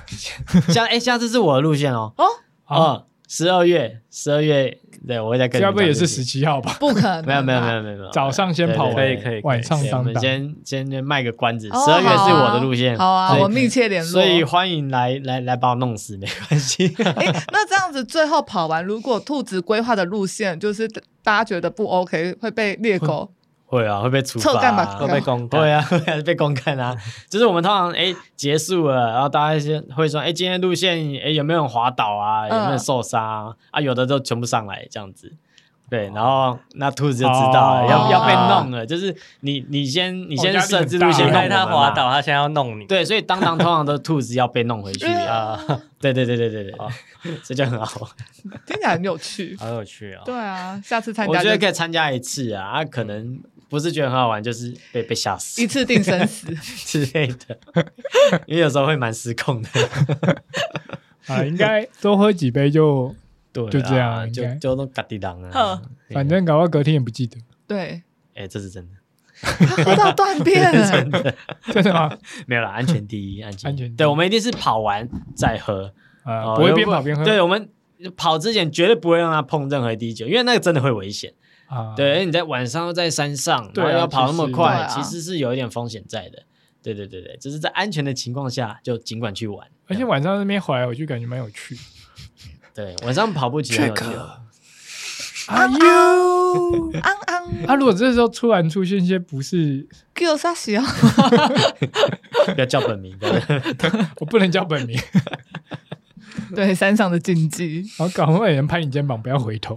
Speaker 1: 下哎，下次是我的路线哦。
Speaker 3: 哦
Speaker 4: 好
Speaker 1: 哦，十二月，十二月，对我会再跟你
Speaker 4: 该
Speaker 1: 们
Speaker 4: 不会也是
Speaker 1: 讲这
Speaker 4: 十
Speaker 1: 些？
Speaker 4: 七号吧？
Speaker 3: 不可能，啊
Speaker 1: 没有没有没有。没有没有，
Speaker 4: 早上先跑完，
Speaker 1: 对对对
Speaker 2: 可以可以
Speaker 4: 晚上
Speaker 1: 对我
Speaker 4: 当
Speaker 1: 们
Speaker 4: 当。
Speaker 1: 先先先卖个关子，十
Speaker 3: 哦
Speaker 1: 二月是我的路线，
Speaker 3: 好啊，
Speaker 1: 所以
Speaker 3: 我密切联络。
Speaker 1: 所以欢迎来来来把我弄死，没关系。
Speaker 3: 哎，那这样子最后跑完，如果兔子规划的路线就是大家觉得不 OK，会被猎狗
Speaker 1: 会啊，会被处
Speaker 3: 臭
Speaker 1: 罚
Speaker 3: 干嘛
Speaker 1: 啊
Speaker 2: 会被公干
Speaker 1: 对啊，会啊 被公看啊，就是我们通常哎、结束了，然后大家先会说哎、今天路线哎、有没有人滑倒啊，有没有人受伤啊,、啊？有的都全部上来这样子，对，然后那兔子就知道了、
Speaker 4: 哦
Speaker 1: 要要被弄了，就是你你先你
Speaker 4: 哦压
Speaker 1: 先
Speaker 4: 力
Speaker 1: 设置
Speaker 4: 很大
Speaker 1: 路线
Speaker 2: 你
Speaker 4: 先
Speaker 1: 弄
Speaker 2: 害他
Speaker 1: 我们
Speaker 2: 滑
Speaker 1: 嘛
Speaker 2: 倒，他现在要弄你。
Speaker 1: 对，所以当当通常都兔子要被弄回去啊，
Speaker 2: 啊，
Speaker 1: 对对对对对 对，这就很好玩。
Speaker 3: 听起来很有趣。
Speaker 2: 好有趣啊！
Speaker 3: 对啊，下次参
Speaker 1: 我
Speaker 3: 加
Speaker 1: 觉
Speaker 3: 就
Speaker 1: 得可以参加一次啊，啊可能不是觉得很好玩，就是被被吓死
Speaker 3: 一次定生死。
Speaker 1: 之类的， 因为有时候会蛮失控的。
Speaker 4: 啊，应该多喝几杯就，
Speaker 1: 对啊，
Speaker 4: 就这样
Speaker 1: 就
Speaker 4: 应该
Speaker 1: 就弄嘎滴当啊
Speaker 3: 呵。
Speaker 1: 对
Speaker 4: 反正搞到隔天也不记得。
Speaker 3: 对，
Speaker 1: 哎，这是真的。
Speaker 3: 他喝到断 片了。
Speaker 4: 真的吗？
Speaker 1: 没有啦，安全 第一，安全
Speaker 4: 安全第一
Speaker 1: 对，我们一定是跑完再喝，
Speaker 4: 呃，
Speaker 1: 哦
Speaker 4: 不会
Speaker 1: 又
Speaker 4: 边跑边喝。
Speaker 1: 对，我们跑之前绝对不会让他碰任何一滴酒，因为那个真的会危险。
Speaker 4: 啊，
Speaker 1: 对，而且你在晚上又在山上，
Speaker 4: 对啊
Speaker 1: 然后要跑那么快，
Speaker 3: 其
Speaker 1: 其
Speaker 3: 实
Speaker 1: 实是有一点风险在的。对对对对，只是在安全的情况下，就尽管去玩。
Speaker 4: 而且晚上那边回来，我就感觉蛮有趣。
Speaker 1: 对晚上跑步其实很有趣的。
Speaker 4: 啊呦，
Speaker 3: 安安，
Speaker 4: 啊，如果这时候突然出现一些不是，
Speaker 3: 给我撒洗哦！
Speaker 1: 不要叫本名的，
Speaker 4: 我不能叫本名，
Speaker 3: 对，山上的禁忌，
Speaker 4: 然后搞不好有人拍你肩膀，不要回头。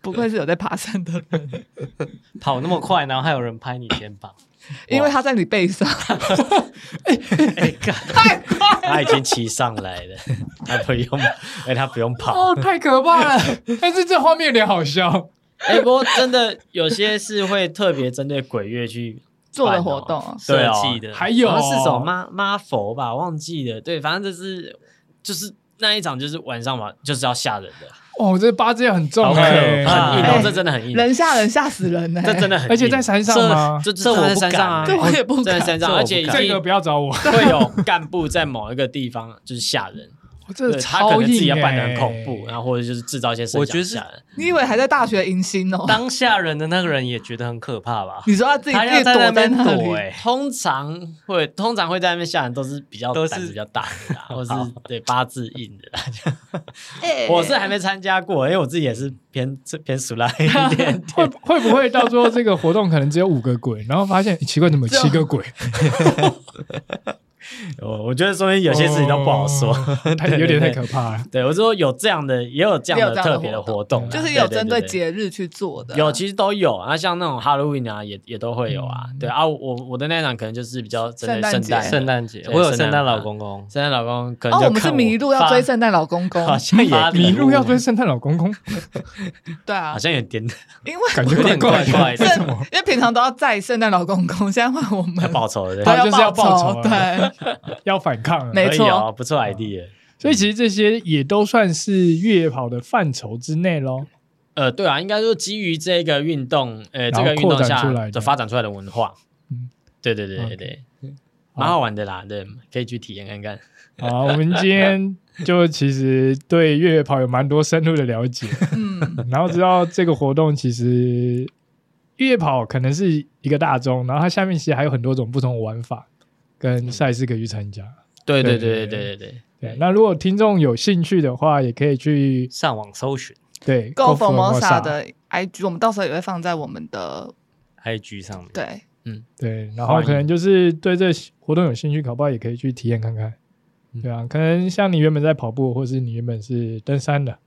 Speaker 3: 不愧是有在爬山的人，
Speaker 2: 跑那么快，然后还有人拍你肩膀，
Speaker 3: 因为他在你背上，
Speaker 2: 哎干
Speaker 1: 他已经骑上来了， 他不用，哎，他不用跑。
Speaker 4: 哦，太可怕了！但是这画面有点好笑。
Speaker 1: 哎，不过真的有些是会特别针对鬼月去
Speaker 3: 做的
Speaker 1: 办哦
Speaker 3: 活动 哦
Speaker 1: 对
Speaker 2: 设
Speaker 1: 哦
Speaker 2: 计的，
Speaker 4: 还 有
Speaker 1: 好像是什么妈妈佛吧，忘记了。对，反正就是就是那一场，就是晚上嘛，就是要吓人的，
Speaker 4: 哦，这八字很重
Speaker 1: 好可
Speaker 4: 哎，
Speaker 1: 怕，很硬哦
Speaker 3: 哎，
Speaker 1: 这真的很硬，
Speaker 3: 人吓人吓死人呢、
Speaker 1: 这真的很硬，
Speaker 4: 而且在山上吗
Speaker 1: 这这
Speaker 2: 这
Speaker 1: 这
Speaker 2: 我
Speaker 1: 在
Speaker 2: 不
Speaker 1: 山上啊，
Speaker 2: 敢
Speaker 3: 这我也不
Speaker 1: 这在
Speaker 3: 敢
Speaker 1: 山上，
Speaker 2: 这我不
Speaker 1: 而且已
Speaker 4: 这个
Speaker 1: 经
Speaker 4: 不要找我，
Speaker 1: 会有干部在某一个地方就是吓人，
Speaker 4: 我 哦这
Speaker 1: 对
Speaker 4: 个
Speaker 1: 他可
Speaker 4: 超
Speaker 1: 能自己要
Speaker 4: 硬哎，
Speaker 1: 扮的很恐怖，然后或者就是制造一些声
Speaker 2: 我
Speaker 1: 响
Speaker 2: 觉得是
Speaker 1: 吓人。
Speaker 3: 你以为还在大学迎新哦？
Speaker 2: 当下人的那个人也觉得很可怕吧？
Speaker 3: 你说他自己
Speaker 2: 他要
Speaker 3: 一
Speaker 2: 在
Speaker 3: 躲
Speaker 2: 那
Speaker 3: 在
Speaker 2: 边
Speaker 3: 那里，
Speaker 2: 躲，哎，
Speaker 1: 通常会通常会在那边吓人，都是比较
Speaker 2: 都是
Speaker 1: 胆子比较大的 啦，或是对八字硬的啦。
Speaker 3: 哎
Speaker 1: 我是还没参加过，因为我自己也是偏偏俗辣一点
Speaker 4: 会
Speaker 1: 点。
Speaker 4: 会不会到最后这个活动可能只有五个鬼，然后发现诶 奇怪怎么有七个鬼？
Speaker 1: 我我觉得说明 有些事情都不好说，
Speaker 4: 哦太
Speaker 1: 对
Speaker 4: 有点太。
Speaker 1: 对
Speaker 4: 可怕了。
Speaker 1: 对，我是说有这样的，也有这样
Speaker 3: 也有
Speaker 1: 的
Speaker 3: 这样的啊
Speaker 1: 特别的活动啦，啊
Speaker 3: 就是有针
Speaker 1: 对对
Speaker 3: 对节日去做的，
Speaker 1: 有，其实都有啊，像那种 Halloween 啊，也也都会有啊。
Speaker 4: 嗯
Speaker 1: 对啊，我我的那一场可能就是比较针对
Speaker 3: 圣诞
Speaker 1: 圣
Speaker 3: 节
Speaker 1: 诞的，
Speaker 2: 圣诞节
Speaker 1: 对
Speaker 2: 我有
Speaker 1: 圣
Speaker 2: 圣
Speaker 1: 诞
Speaker 2: 诞老
Speaker 1: 趴
Speaker 2: 公公，
Speaker 1: 圣诞老公可能
Speaker 3: 哦，
Speaker 1: 就
Speaker 3: 我们是
Speaker 1: 看
Speaker 3: 迷路要追
Speaker 1: 发，
Speaker 3: 圣诞老公 公，
Speaker 1: 好像也
Speaker 2: 发
Speaker 1: 可以
Speaker 4: 迷路要追圣诞老公 公，
Speaker 3: 对啊
Speaker 1: 好，像有 点
Speaker 3: 因为
Speaker 4: 感觉
Speaker 2: 有点
Speaker 4: 怪
Speaker 2: 怪 怪
Speaker 4: 的
Speaker 2: 的
Speaker 4: 为什么？
Speaker 3: 因为平常都要载圣诞老公公， 现在换我
Speaker 1: 要
Speaker 3: 们
Speaker 1: 报仇 的，
Speaker 3: 都
Speaker 1: 对
Speaker 4: 好就是要报
Speaker 3: 仇
Speaker 4: 仇，
Speaker 3: 对，
Speaker 4: 要反抗了。
Speaker 3: 没
Speaker 1: 可以
Speaker 3: 错
Speaker 1: 哦，不错 idea。
Speaker 4: 所以其实这些也都算是越野跑的范畴之内 喽。
Speaker 1: 呃，对啊，应该说基于这个运动，呃，
Speaker 4: 然后
Speaker 1: 这个运动
Speaker 4: 扩展
Speaker 1: 下
Speaker 4: 出来的
Speaker 1: 的发展出来的文化，
Speaker 4: 嗯
Speaker 1: 对对对对
Speaker 4: OK 嗯
Speaker 1: 对，蛮好玩的啦，对，可以去体验看看。
Speaker 4: 好，我们今天就其实对越野跑有蛮多深入的了解，
Speaker 3: 嗯，
Speaker 4: 然后知道这个活动其实越野跑可能是一个大宗，然后它下面其实还有很多种不同的玩法跟赛事可以去参加。
Speaker 1: 对对对
Speaker 4: 对对
Speaker 1: 对对对
Speaker 4: 对，那如果听众有兴趣的话，也可以去
Speaker 2: 上网搜寻
Speaker 4: 对
Speaker 3: Go
Speaker 4: Go
Speaker 3: for
Speaker 4: Formosa
Speaker 3: Mosa 的 IG，我们到时候也会放在我们的
Speaker 2: IG 上面。
Speaker 3: 对，
Speaker 4: 对，然后
Speaker 1: 欢迎
Speaker 4: 可能就是对这活动有兴趣，搞不好也可以去体验看看。对啊，可能像你原本在跑步，或是你原本是登山的，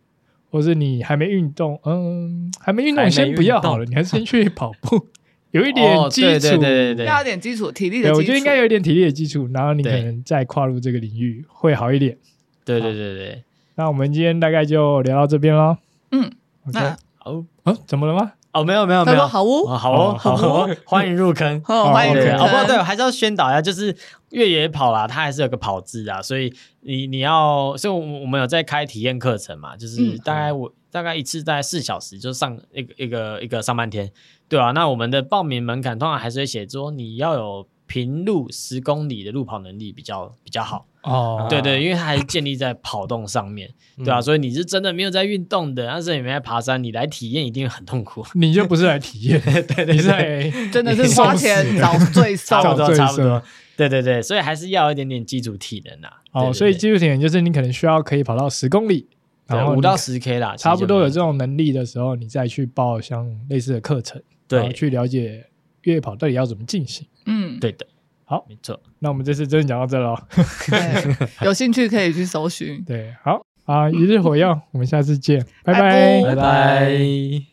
Speaker 4: 或是你还没运动，嗯，还没运
Speaker 2: 还
Speaker 4: 动
Speaker 2: 没
Speaker 4: 先不要好了，
Speaker 2: 运
Speaker 4: 你还是先去跑步， 有一
Speaker 1: 一
Speaker 4: 点基础。
Speaker 1: 哦对对对对
Speaker 3: 要有点基础体力的基
Speaker 4: 对
Speaker 3: 础，
Speaker 4: 我觉得应该有一点体力的基础，然后你可
Speaker 1: 对
Speaker 4: 能再跨入这个领域会好一点。
Speaker 1: 对对对对对，
Speaker 4: 那我们今天大概就聊到这边喽。
Speaker 3: 嗯，
Speaker 4: OK，
Speaker 3: 那
Speaker 1: 哦
Speaker 4: 啊，怎么了吗？
Speaker 1: 哦，没有没有没
Speaker 3: 他说
Speaker 1: 有，
Speaker 3: 好哦，
Speaker 1: 哦好哦好
Speaker 3: 好
Speaker 1: 哦，欢迎入坑。
Speaker 3: 哦，欢迎
Speaker 4: 对
Speaker 1: 对，
Speaker 3: 人
Speaker 1: 哦不，对，
Speaker 3: 坑，
Speaker 1: 还是要宣导一下，就是越野跑啦，它还是有个跑字啊，所以你你要，所以我们我们有在开体验课程嘛，就是
Speaker 3: 嗯
Speaker 1: 大概我、大概一次大概四小时，就上一个一个一个上半天，对啊，那我们的报名门槛通常还是会写说你要有平路十公里的路跑能力比较比较好，
Speaker 4: 哦，
Speaker 1: 对
Speaker 3: 啊
Speaker 1: 对，因为它还是建立在跑动上面，对啊，
Speaker 2: 嗯
Speaker 1: 所以你是真的没有在运动的，但是你没在爬山，你来体验一定很痛 苦，
Speaker 4: 你就不是来体 验，你是来
Speaker 3: 真的是花钱找罪受
Speaker 1: 差，不多
Speaker 4: 找罪
Speaker 1: 差不
Speaker 4: 受
Speaker 1: 多，对对对，所以还是要有一点点基础体能啊。对
Speaker 4: 哦，
Speaker 1: 对
Speaker 4: 所以
Speaker 1: 对
Speaker 4: 技术点就是你可能需要可以跑到十公里，然
Speaker 1: 对
Speaker 4: 后
Speaker 1: 五到
Speaker 4: 你
Speaker 1: 十 K 啦，
Speaker 4: 差不多有
Speaker 1: 其
Speaker 4: 这
Speaker 1: 实
Speaker 4: 种能力的时候，你再去报像类似的课程，
Speaker 1: 就
Speaker 4: 然
Speaker 1: 没有
Speaker 4: 后
Speaker 1: 对
Speaker 4: 去了解越野跑到底要怎么进行。
Speaker 3: 嗯，
Speaker 1: 对的，
Speaker 4: 好
Speaker 1: 没错，
Speaker 4: 那我们这次真的讲到这了，
Speaker 3: 对，有兴趣可以去搜寻。
Speaker 4: 对，好啊，一日火药，我们下次见，拜
Speaker 3: 拜
Speaker 1: 拜
Speaker 3: 拜。
Speaker 4: 拜
Speaker 1: 拜